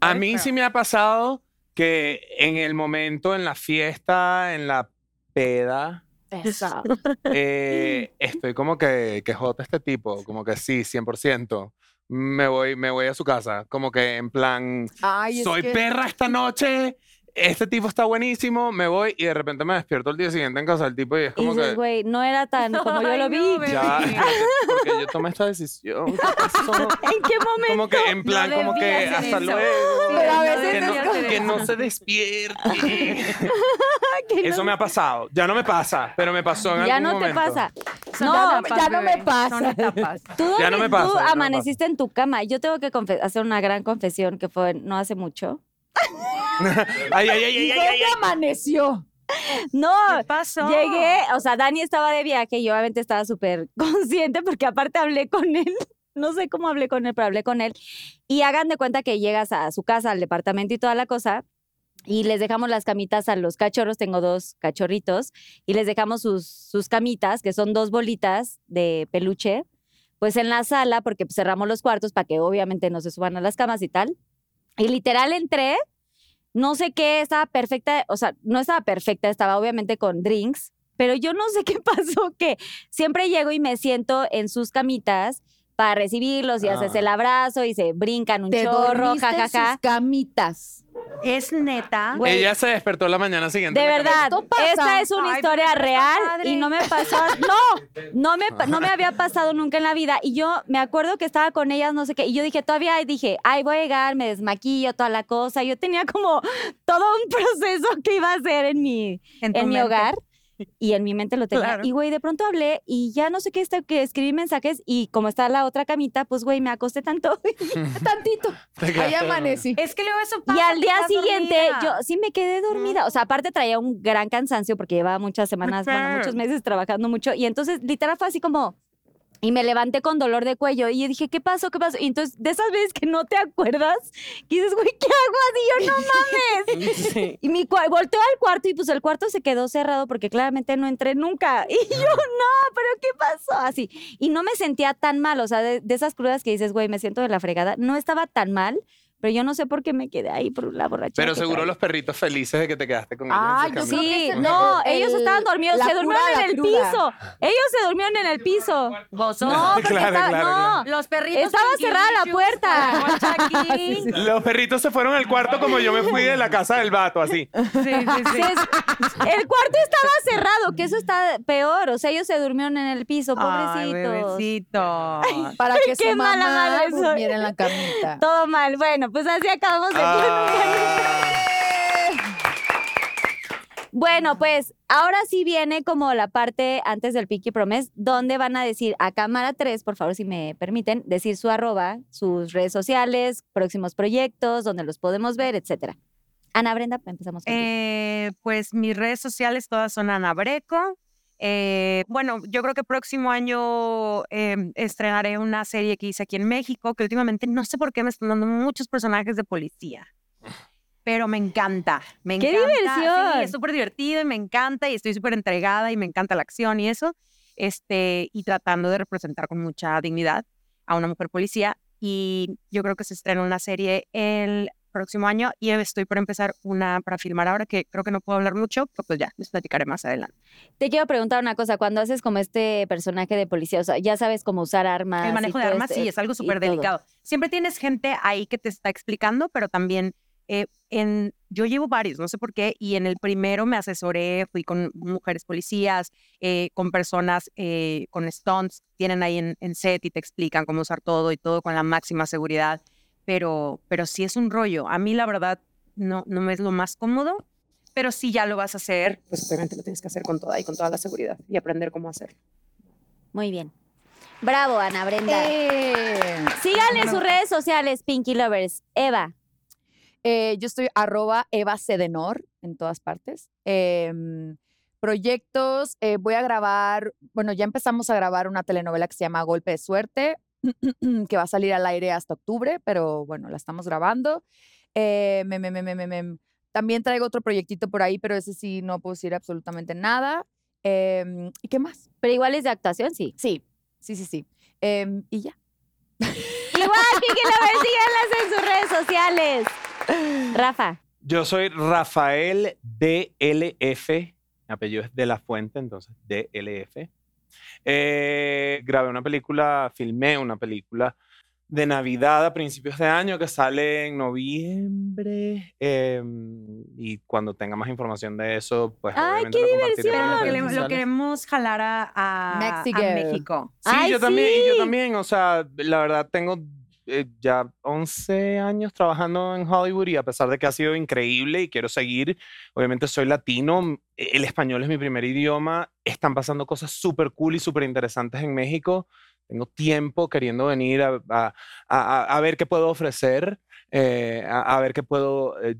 Speaker 7: A mí sí me ha pasado que en el momento, en la fiesta, en la peda,
Speaker 5: Esa.
Speaker 7: eh, estoy como que, que jota este tipo, como que sí, 100%. Me voy, me voy a su casa, como que en plan,
Speaker 5: Ay, es
Speaker 7: soy
Speaker 5: que-
Speaker 7: perra esta noche, este tipo está buenísimo, me voy y de repente me despierto el día siguiente en casa del tipo y es
Speaker 3: Y
Speaker 7: como
Speaker 3: dices,
Speaker 7: que...
Speaker 3: güey, no era tan como yo
Speaker 4: Ay,
Speaker 3: lo
Speaker 4: no,
Speaker 3: vi.
Speaker 4: bebé.
Speaker 7: Ya, porque yo tomé esta decisión. ¿qué pasó?
Speaker 3: ¿En qué momento?
Speaker 7: Como que en plan,
Speaker 3: No
Speaker 7: como que
Speaker 3: debía hacer
Speaker 7: hasta
Speaker 3: eso.
Speaker 7: luego.
Speaker 5: Pero a
Speaker 4: no
Speaker 5: veces
Speaker 7: que,
Speaker 4: debía
Speaker 7: no,
Speaker 4: hacer
Speaker 7: que
Speaker 4: eso.
Speaker 7: no se despierte. Eso me ha pasado. Ya no me pasa, pero me pasó en
Speaker 3: Ya
Speaker 7: algún
Speaker 3: no te
Speaker 7: momento.
Speaker 3: pasa.
Speaker 4: Son
Speaker 3: No,
Speaker 4: etapas,
Speaker 5: ya no me
Speaker 4: bebé, Son
Speaker 5: pasa.
Speaker 4: etapas.
Speaker 3: tú,
Speaker 7: Ya no
Speaker 3: dormi-
Speaker 7: me pasa,
Speaker 3: tú
Speaker 7: ya no me
Speaker 3: amaneciste en tu cama. Yo tengo que confe- hacer una gran confesión que fue no hace mucho.
Speaker 7: Ay, ay, ay, ay, ay,
Speaker 5: ¿Y
Speaker 7: ay,
Speaker 5: dónde
Speaker 7: ay.
Speaker 5: amaneció?
Speaker 3: No,
Speaker 4: ¿Qué pasó?
Speaker 3: llegué, o sea, Dani estaba de viaje y yo obviamente estaba súper consciente porque aparte hablé con él. No sé cómo hablé con él, pero hablé con él. Y hagan de cuenta que llegas a su casa, al departamento y toda la cosa. Y les dejamos las camitas a los cachorros. Tengo dos cachorritos. Y les dejamos sus, sus camitas, que son dos bolitas de peluche, pues en la sala, porque pues, cerramos los cuartos para que obviamente no se suban a las camas y tal. Y literal entré, no sé qué, estaba perfecta, o sea, no estaba perfecta, estaba obviamente con drinks, pero yo no sé qué pasó, que siempre llego y me siento en sus camitas para recibirlos y
Speaker 7: Ah.
Speaker 3: haces el abrazo y se brincan un
Speaker 5: Te
Speaker 3: chorro,
Speaker 5: dormiste
Speaker 3: jajaja.
Speaker 5: en sus camitas.
Speaker 4: Es neta.
Speaker 3: Güey,
Speaker 7: Ella se despertó la mañana siguiente.
Speaker 3: de
Speaker 7: en la
Speaker 3: verdad,
Speaker 5: Esto pasa.
Speaker 3: esta es una
Speaker 4: Ay,
Speaker 3: historia
Speaker 4: pero está
Speaker 3: real
Speaker 4: padre.
Speaker 3: y no me pasó, no, no me, pa- no me había pasado nunca en la vida y yo me acuerdo que estaba con ellas, no sé qué, y yo dije, todavía dije, ay, voy a llegar, me desmaquillo, toda la cosa, yo tenía como todo un proceso que iba a hacer en mi,
Speaker 4: en tu
Speaker 3: en mi
Speaker 4: mente.
Speaker 3: hogar y en mi mente lo tenía.
Speaker 4: Claro.
Speaker 3: Y güey, de pronto hablé y ya no sé qué, está, que escribí mensajes y como está la otra camita, pues güey, me acosté tanto
Speaker 5: Tantito.
Speaker 7: Te quedaste
Speaker 5: Ahí
Speaker 7: dormida.
Speaker 5: amanecí.
Speaker 4: Es que luego eso pasa.
Speaker 3: Y al
Speaker 4: que
Speaker 3: día
Speaker 4: estás
Speaker 3: siguiente
Speaker 4: dormida.
Speaker 3: yo sí me quedé dormida. O sea, aparte traía un gran cansancio porque llevaba muchas semanas, bueno,
Speaker 4: Claro.
Speaker 3: muchos meses trabajando mucho. Y entonces literal fue así como... Y me levanté con dolor de cuello y dije, ¿qué pasó? ¿Qué pasó? Y entonces, de esas veces que no te acuerdas, que dices, güey, ¿qué hago? Así yo, no mames.
Speaker 4: Sí.
Speaker 3: Y mi cua- volteo al cuarto y pues el cuarto se quedó cerrado porque claramente no entré nunca. Y yo, no, pero ¿qué pasó? Así. Y no me sentía tan mal, o sea, de, de esas crudas que dices, güey, me siento de la fregada, no estaba tan mal, Pero yo no sé por qué me quedé ahí por la borrachera.
Speaker 7: Pero
Speaker 3: que
Speaker 7: seguro
Speaker 3: traía.
Speaker 7: los perritos felices de que te quedaste con ellos. en
Speaker 5: Ah,
Speaker 7: ese
Speaker 5: yo
Speaker 7: camino.
Speaker 5: creo que
Speaker 3: Sí,
Speaker 5: ese-
Speaker 3: no,
Speaker 5: el-
Speaker 3: ellos estaban dormidos,
Speaker 5: la
Speaker 3: se
Speaker 5: cura de
Speaker 3: durmieron
Speaker 5: la
Speaker 3: en el
Speaker 5: cruda.
Speaker 3: piso. Ellos se durmieron en el piso.
Speaker 4: Gozó.
Speaker 3: No, porque
Speaker 7: Claro,
Speaker 3: estaba,
Speaker 7: claro,
Speaker 3: no,
Speaker 4: Los perritos.
Speaker 3: Estaba
Speaker 4: con
Speaker 3: cerrada la
Speaker 4: Kilimanjaro,
Speaker 3: puerta.
Speaker 4: con
Speaker 5: Ah,
Speaker 4: Bocha King.
Speaker 7: Los perritos se fueron al cuarto como yo me fui de la casa del vato, así.
Speaker 4: Sí, sí, sí.
Speaker 3: el cuarto estaba cerrado, que eso está peor. O sea, ellos se durmieron en el piso,
Speaker 4: Ay,
Speaker 3: pobrecitos.
Speaker 4: bebecitos.
Speaker 5: Para que
Speaker 3: Qué
Speaker 5: su mamá
Speaker 3: mala madre soy.
Speaker 5: durmiera en la camita.
Speaker 3: Todo mal. Bueno, pues así acabamos el
Speaker 7: Ah,
Speaker 3: Bueno, pues ahora sí viene como la parte antes del Pinky Promise, donde van a decir a cámara 3, por favor, si me permiten, decir su arroba, sus redes sociales, próximos proyectos, donde los podemos ver, etcétera. Ana Brenda, empezamos contigo.
Speaker 4: Eh, pues mis redes sociales todas son Ana Breco. Eh, bueno, yo creo que próximo año eh, estrenaré una serie que hice aquí en México, que últimamente no sé por qué me están dando muchos personajes de policía. Pero me encanta, me
Speaker 3: ¡Qué
Speaker 4: encanta.
Speaker 3: diversión!
Speaker 4: Sí, es súper divertido y me encanta y estoy súper entregada y me encanta la acción y eso. Este, y tratando de representar con mucha dignidad a una mujer policía. Y yo creo que se estrena una serie el próximo año y estoy por empezar una para filmar ahora que creo que no puedo hablar mucho, pero pues ya, les platicaré más adelante.
Speaker 3: Te quiero preguntar una cosa, cuando haces como este personaje de policía, o sea, ya sabes cómo usar armas.
Speaker 4: el
Speaker 3: y
Speaker 4: manejo de
Speaker 3: todo
Speaker 4: armas
Speaker 3: este-
Speaker 4: sí es algo
Speaker 3: y
Speaker 4: súper
Speaker 3: todo.
Speaker 4: delicado. Siempre tienes gente ahí que te está explicando, pero también eh, en, yo llevo varios, no sé por qué, y en el primero me asesoré, fui con mujeres policías, eh, con personas eh, con stunts, tienen ahí en, en set y te explican cómo usar todo y todo con la máxima seguridad, pero, pero sí es un rollo. A mí la verdad no, no me es lo más cómodo, pero si ya lo vas a hacer, pues obviamente lo tienes que hacer con toda y con toda la seguridad y aprender cómo hacerlo.
Speaker 3: Muy bien. Bravo, Ana Brenda.
Speaker 5: Eh,
Speaker 3: Síganle en sus redes sociales, Pinky Lovers. Eva,
Speaker 5: eh, yo estoy arroba Eva Sedenor en todas partes. Em, proyectos, eh, voy a grabar, bueno, ya empezamos a grabar una telenovela que se llama Golpe de Suerte, que va a salir al aire hasta octubre, pero bueno, la estamos grabando. Eh, mem, mem, mem, mem, mem. También traigo otro proyectito por ahí, pero ese sí no puedo decir absolutamente nada. Em, ¿Y qué más?
Speaker 3: pero igual es de actuación, sí.
Speaker 5: Sí, sí, sí, sí. Em, y ya.
Speaker 3: Igual, Pinky Lovers, síganlas en sus redes sociales. Rafa,
Speaker 7: Yo soy Rafael DLF. Mi apellido es de la fuente, entonces DLF. Eh, grabé una película, filmé una película de Navidad a principios de año que sale en noviembre. eh, y cuando tenga más información de eso, pues.
Speaker 3: ¡Ay, qué
Speaker 7: obviamente lo compartiré en
Speaker 3: diversión!
Speaker 7: las
Speaker 4: Pero
Speaker 7: redes
Speaker 4: lo,
Speaker 7: sociales.
Speaker 4: queremos jalar a, a,
Speaker 5: Mexico.
Speaker 4: a México.
Speaker 7: Sí,
Speaker 3: ¡Ay,
Speaker 7: yo también, y yo
Speaker 3: sí!
Speaker 7: también. O sea, la verdad tengo eh, ya 11 años trabajando en Hollywood y a pesar de que ha sido increíble y quiero seguir, obviamente soy latino, m- el español es mi primer idioma, están pasando cosas súper cool y súper interesantes en México. Tengo tiempo queriendo venir a, a- a- a- a ver qué puedo ofrecer, eh, a, a ver qué puedo eh,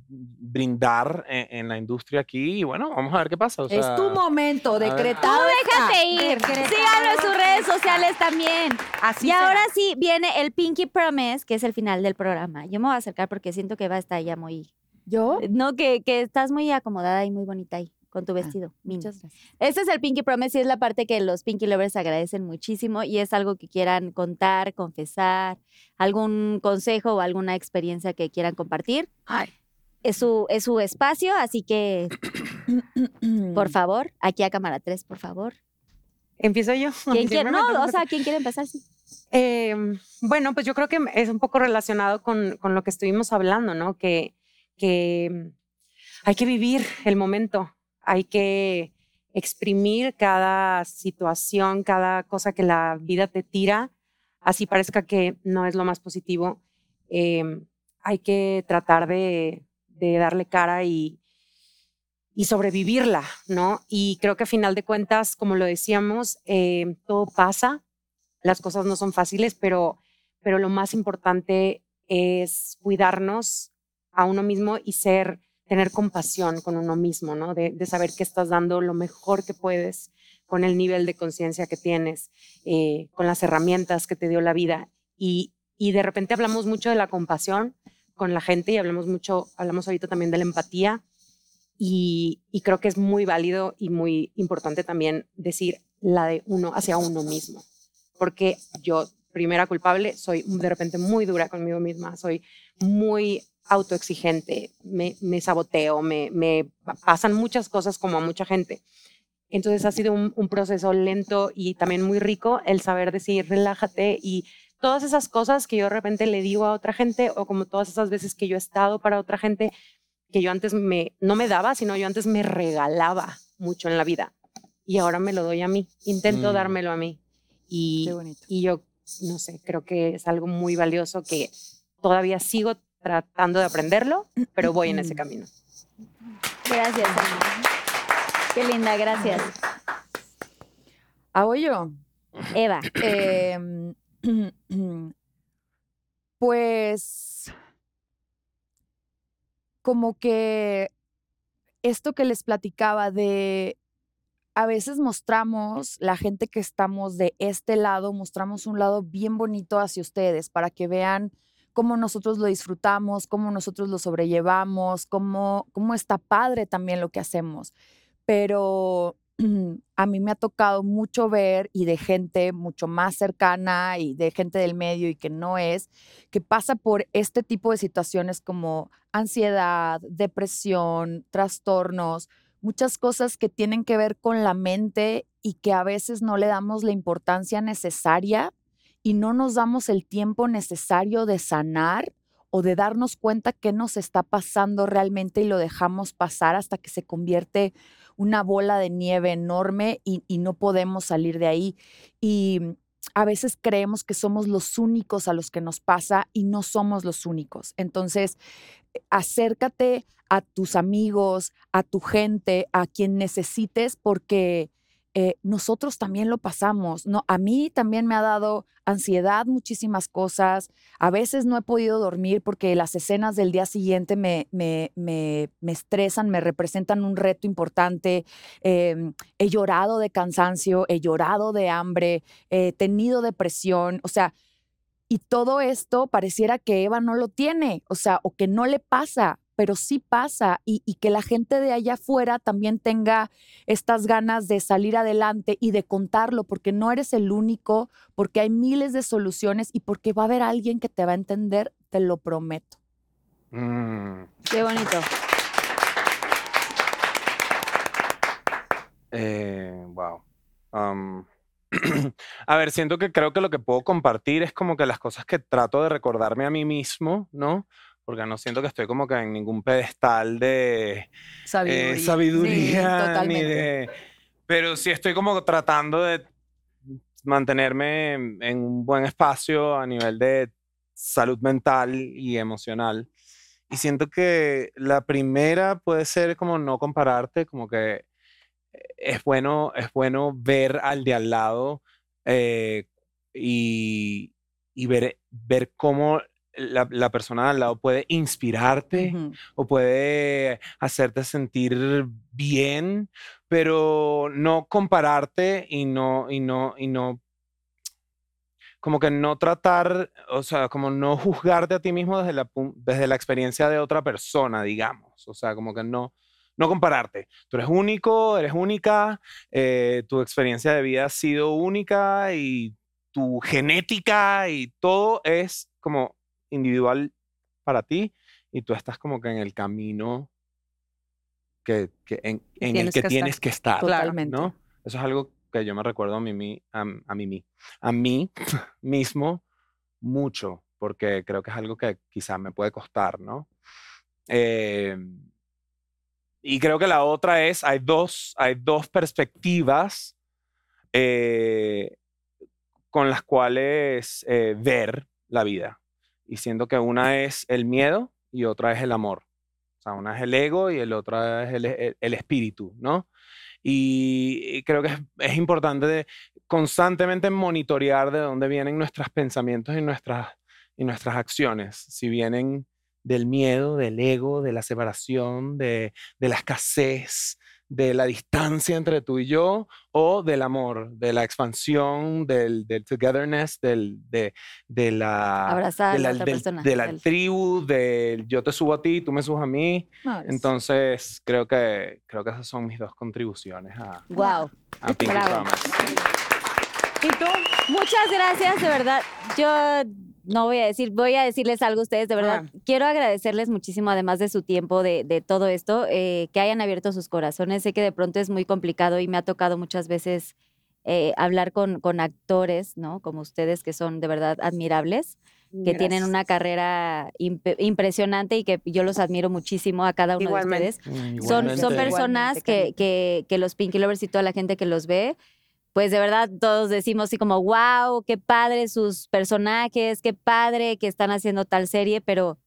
Speaker 7: brindar en, en la industria aquí. Y bueno, vamos a ver qué pasa. o sea,
Speaker 5: es tu momento,
Speaker 7: ver.
Speaker 5: decretado. está.
Speaker 3: déjate ir. Síganlo en sus redes sociales también.
Speaker 4: Así
Speaker 3: y
Speaker 4: será.
Speaker 3: ahora sí viene el Pinky Promise, que es el final del programa. Yo me voy a acercar porque siento que va a estar ya muy.
Speaker 5: ¿Yo?
Speaker 3: No, que, que estás muy acomodada y muy bonita ahí con tu vestido. mini.
Speaker 5: Muchas gracias.
Speaker 3: Este es el Pinky Promise y es la parte que los Pinky Lovers agradecen muchísimo y es algo que quieran contar, confesar, algún consejo o alguna experiencia que quieran compartir. Es su, es su espacio, así que
Speaker 4: Mm.
Speaker 3: por favor, aquí a cámara 3, por favor.
Speaker 4: Empiezo yo.
Speaker 3: ¿Quién
Speaker 4: Siempre
Speaker 3: quiere?
Speaker 4: me
Speaker 3: No,
Speaker 4: toca.
Speaker 3: o sea, ¿quién quiere empezar? Sí.
Speaker 4: Eh, bueno, pues yo creo que es un poco relacionado con, con lo que estuvimos hablando, ¿no? Que, que hay que vivir el momento, hay que exprimir cada situación, cada cosa que la vida te tira, así parezca que no es lo más positivo. eh, hay que tratar de, de darle cara y, y sobrevivirla, ¿no? Y creo que a final de cuentas, como lo decíamos, eh, todo pasa, las cosas no son fáciles, pero, pero lo más importante es cuidarnos a uno mismo y ser, tener compasión con uno mismo, ¿no? De, de saber que estás dando lo mejor que puedes con el nivel de conciencia que tienes, eh, con las herramientas que te dio la vida. Y, y de repente hablamos mucho de la compasión con la gente y hablamos mucho, hablamos ahorita también de la empatía. Y, y creo que es muy válido y muy importante también decir la de uno hacia uno mismo porque yo primera culpable, soy de repente muy dura conmigo misma, soy muy autoexigente, me, me saboteo, me, me pasan muchas cosas como a mucha gente. Entonces ha sido un, un proceso lento y también muy rico el saber decir relájate y todas esas cosas que yo de repente le digo a otra gente o como todas esas veces que yo he estado para otra gente que yo antes me, no me daba, sino yo antes me regalaba mucho en la vida y ahora me lo doy a mí, intento
Speaker 7: Mm.
Speaker 4: dármelo a mí y,
Speaker 5: Qué bonito.
Speaker 4: y yo, no sé, creo que es algo muy valioso que todavía sigo tratando de aprenderlo, pero voy en
Speaker 3: Mm.
Speaker 4: ese camino.
Speaker 3: Gracias. Ana. Qué linda, gracias.
Speaker 5: Ah, voy yo.
Speaker 3: Eva,
Speaker 5: Em, pues como que esto que les platicaba de a veces mostramos la gente que estamos de este lado, mostramos un lado bien bonito hacia ustedes para que vean cómo nosotros lo disfrutamos, cómo nosotros lo sobrellevamos, cómo, cómo está padre también lo que hacemos. Pero a mí me ha tocado mucho ver y de gente mucho más cercana y de gente del medio y que no es, que pasa por este tipo de situaciones como ansiedad, depresión, trastornos, muchas cosas que tienen que ver con la mente y que a veces no le damos la importancia necesaria y no nos damos el tiempo necesario de sanar o de darnos cuenta qué nos está pasando realmente y lo dejamos pasar hasta que se convierte una bola de nieve enorme y, y no podemos salir de ahí. Y mm, a veces creemos que somos los únicos a los que nos pasa y no somos los únicos. Entonces, eh, acércate a tus amigos, a tu gente, a quien necesites, porque eh, nosotros también lo pasamos. No, a mí también me ha dado ansiedad muchísimas cosas. A veces no he podido dormir porque las escenas del día siguiente me, me, me, me estresan, me representan un reto importante. Em, he llorado de cansancio, he llorado de hambre, he tenido depresión, o sea, y todo esto pareciera que Eva no lo tiene, o sea, o que no le pasa, pero sí pasa, y, y que la gente de allá afuera también tenga estas ganas de salir adelante y de contarlo, porque no eres el único, porque hay miles de soluciones y porque va a haber alguien que te va a entender, te lo prometo.
Speaker 7: Mm,
Speaker 3: qué bonito.
Speaker 7: eh, wow. Um, a ver, siento que creo que lo que puedo compartir es como que las cosas que trato de recordarme a mí mismo, ¿no? Porque no siento que estoy como que en ningún pedestal de, eh,
Speaker 5: Sí,
Speaker 7: sabiduría ni
Speaker 5: totalmente.
Speaker 7: de- Pero sí estoy como tratando de mantenerme en en un buen espacio a nivel de salud mental y emocional. Y siento que la primera puede ser como no compararte, como que eh, es bueno, es bueno ver al de al lado eh, y, y ver, ver cómo la, la persona de al lado puede inspirarte
Speaker 5: Ujú.
Speaker 7: o puede hacerte sentir bien, pero no compararte y no, y no, y no, como que no tratar, o sea, como no juzgarte a ti mismo desde la, pu- desde la experiencia de otra persona, digamos, o sea, como que no. No compararte. Tú eres único, eres única, eh, tu experiencia de vida ha sido única y tu genética y todo es como individual para ti y tú estás como que en el camino que, que en, en
Speaker 4: Tienes
Speaker 7: el que,
Speaker 4: que estar.
Speaker 7: tienes que estar.
Speaker 5: Totalmente.
Speaker 7: ¿no? Eso es algo que yo me recuerdo a mí, mi- a, m- a mí, mi- a mí mismo mucho, porque creo que es algo que quizás me puede costar, ¿no? Eh, y creo que la otra es, hay dos, hay dos perspectivas eh, con las cuales eh, ver la vida. Y siento que una es el miedo y otra es el amor. O sea, una es el ego y el otra es el, el- el espíritu, ¿no? Y y creo que es, es importante de- constantemente monitorear de dónde vienen nuestros pensamientos y nuestras, y nuestras acciones. Si vienen del miedo, del ego, de la separación, de, de la escasez, de la distancia entre tú y yo, o del amor, de la expansión, del, del togetherness, del, de, de la
Speaker 3: Abrazar
Speaker 7: Ah, de
Speaker 3: a la
Speaker 7: la,
Speaker 3: otra
Speaker 7: del-
Speaker 3: persona.
Speaker 7: de la
Speaker 3: Del-
Speaker 7: tribu, del yo te subo a ti, tú me subes a mí.
Speaker 5: No, eres-
Speaker 7: Entonces, creo que, creo que esas son mis dos contribuciones a,
Speaker 3: Wow.
Speaker 7: a Pinky
Speaker 3: Bravo.
Speaker 7: Promise.
Speaker 4: ¿Y tú?
Speaker 3: Muchas gracias, de verdad. Yo no voy a decir, voy a decirles algo a ustedes, de verdad.
Speaker 4: Ah.
Speaker 3: Quiero agradecerles muchísimo, además de su tiempo, de, de todo esto, eh, que hayan abierto sus corazones. Sé que de pronto es muy complicado y me ha tocado muchas veces eh, hablar con, con actores, ¿no? Como ustedes, que son de verdad admirables, que tienen
Speaker 4: Gracias.
Speaker 3: una carrera impe- impresionante y que yo los admiro muchísimo a cada uno
Speaker 4: Igualmente.
Speaker 3: de ustedes. Son, son
Speaker 5: Igualmente,
Speaker 3: personas que,
Speaker 5: Carmen.
Speaker 3: que, que los Pinky Lovers y toda la gente que los ve, pues de verdad todos decimos así como, wow, qué padre sus personajes, qué padre que están haciendo tal serie, pero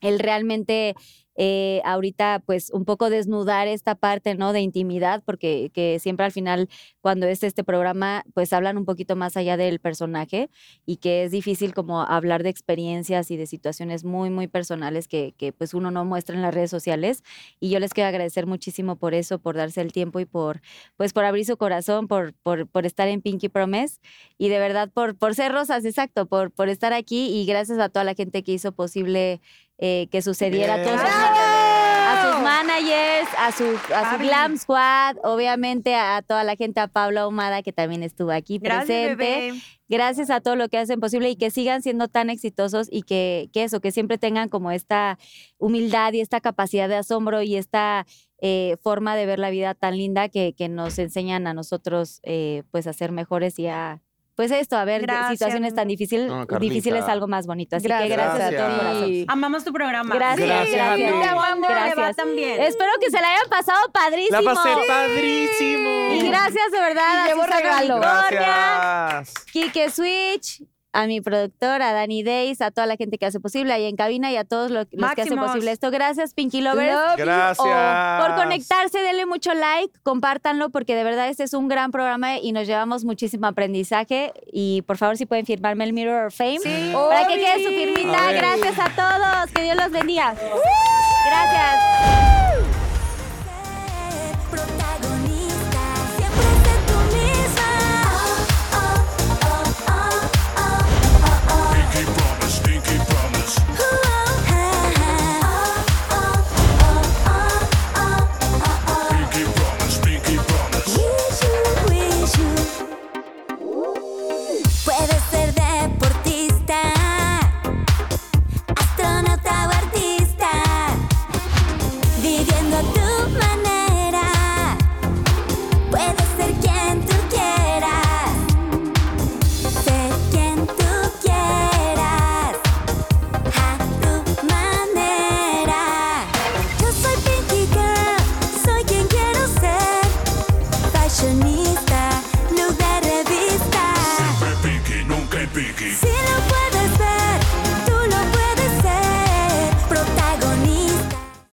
Speaker 3: el realmente eh, ahorita pues un poco desnudar esta parte, ¿no? De intimidad, porque que siempre al final cuando es este programa pues hablan un poquito más allá del personaje y que es difícil como hablar de experiencias y de situaciones muy, muy personales que, que pues uno no muestra en las redes sociales y yo les quiero agradecer muchísimo por eso, por darse el tiempo y por, pues, por abrir su corazón, por, por, por estar en Pinky Promise y de verdad por, por ser rosas, exacto, por, por estar aquí y gracias a toda la gente que hizo posible eh, que sucediera
Speaker 2: Bien.
Speaker 3: todo eso. A sus managers, a su, a su
Speaker 4: Fabi.
Speaker 3: Glam Squad, obviamente a toda la gente, a Paula Ahumada, que también estuvo aquí presente.
Speaker 4: Gracias, bebé.
Speaker 3: Gracias a todo lo que hacen posible y que sigan siendo tan exitosos y que, que eso, que siempre tengan como esta humildad y esta capacidad de asombro y esta eh, forma de ver la vida tan linda que, que nos enseñan a nosotros eh, pues a ser mejores y a... Pues esto, a ver de
Speaker 4: Gracias,
Speaker 3: situaciones tan
Speaker 4: mi
Speaker 3: difíciles,
Speaker 7: No, Carlita.
Speaker 3: difíciles algo más bonito. Así que gracias, a todo
Speaker 7: Gracias.
Speaker 3: corazón.
Speaker 5: ti.
Speaker 4: Amamos tu programa.
Speaker 3: Gracias,
Speaker 7: Gracias a
Speaker 3: gracias.
Speaker 7: ti. Te
Speaker 4: amamos,
Speaker 3: Gracias.
Speaker 4: le va también.
Speaker 3: Espero que se la hayan pasado padrísimo.
Speaker 2: La pasé padrísimo.
Speaker 3: Y gracias de verdad.
Speaker 5: Y llevo
Speaker 3: Azusa
Speaker 5: regalo.
Speaker 3: Victoria,
Speaker 2: Gracias.
Speaker 3: Kike Switch, a mi productor, a Dani Days, a toda la gente que hace posible ahí en cabina y a todos lo- los que hacen
Speaker 4: Máximos.
Speaker 3: posible esto. Gracias, Pinky Lovers.
Speaker 2: Gracias.
Speaker 3: O por conectarse, denle mucho like, compártanlo, porque de verdad este es un gran programa y nos llevamos muchísimo aprendizaje. Y por favor, si pueden firmarme el Mirror of Fame, para que quede su firmita.
Speaker 2: Obvio.
Speaker 3: Gracias a todos, que Dios los bendiga. Gracias.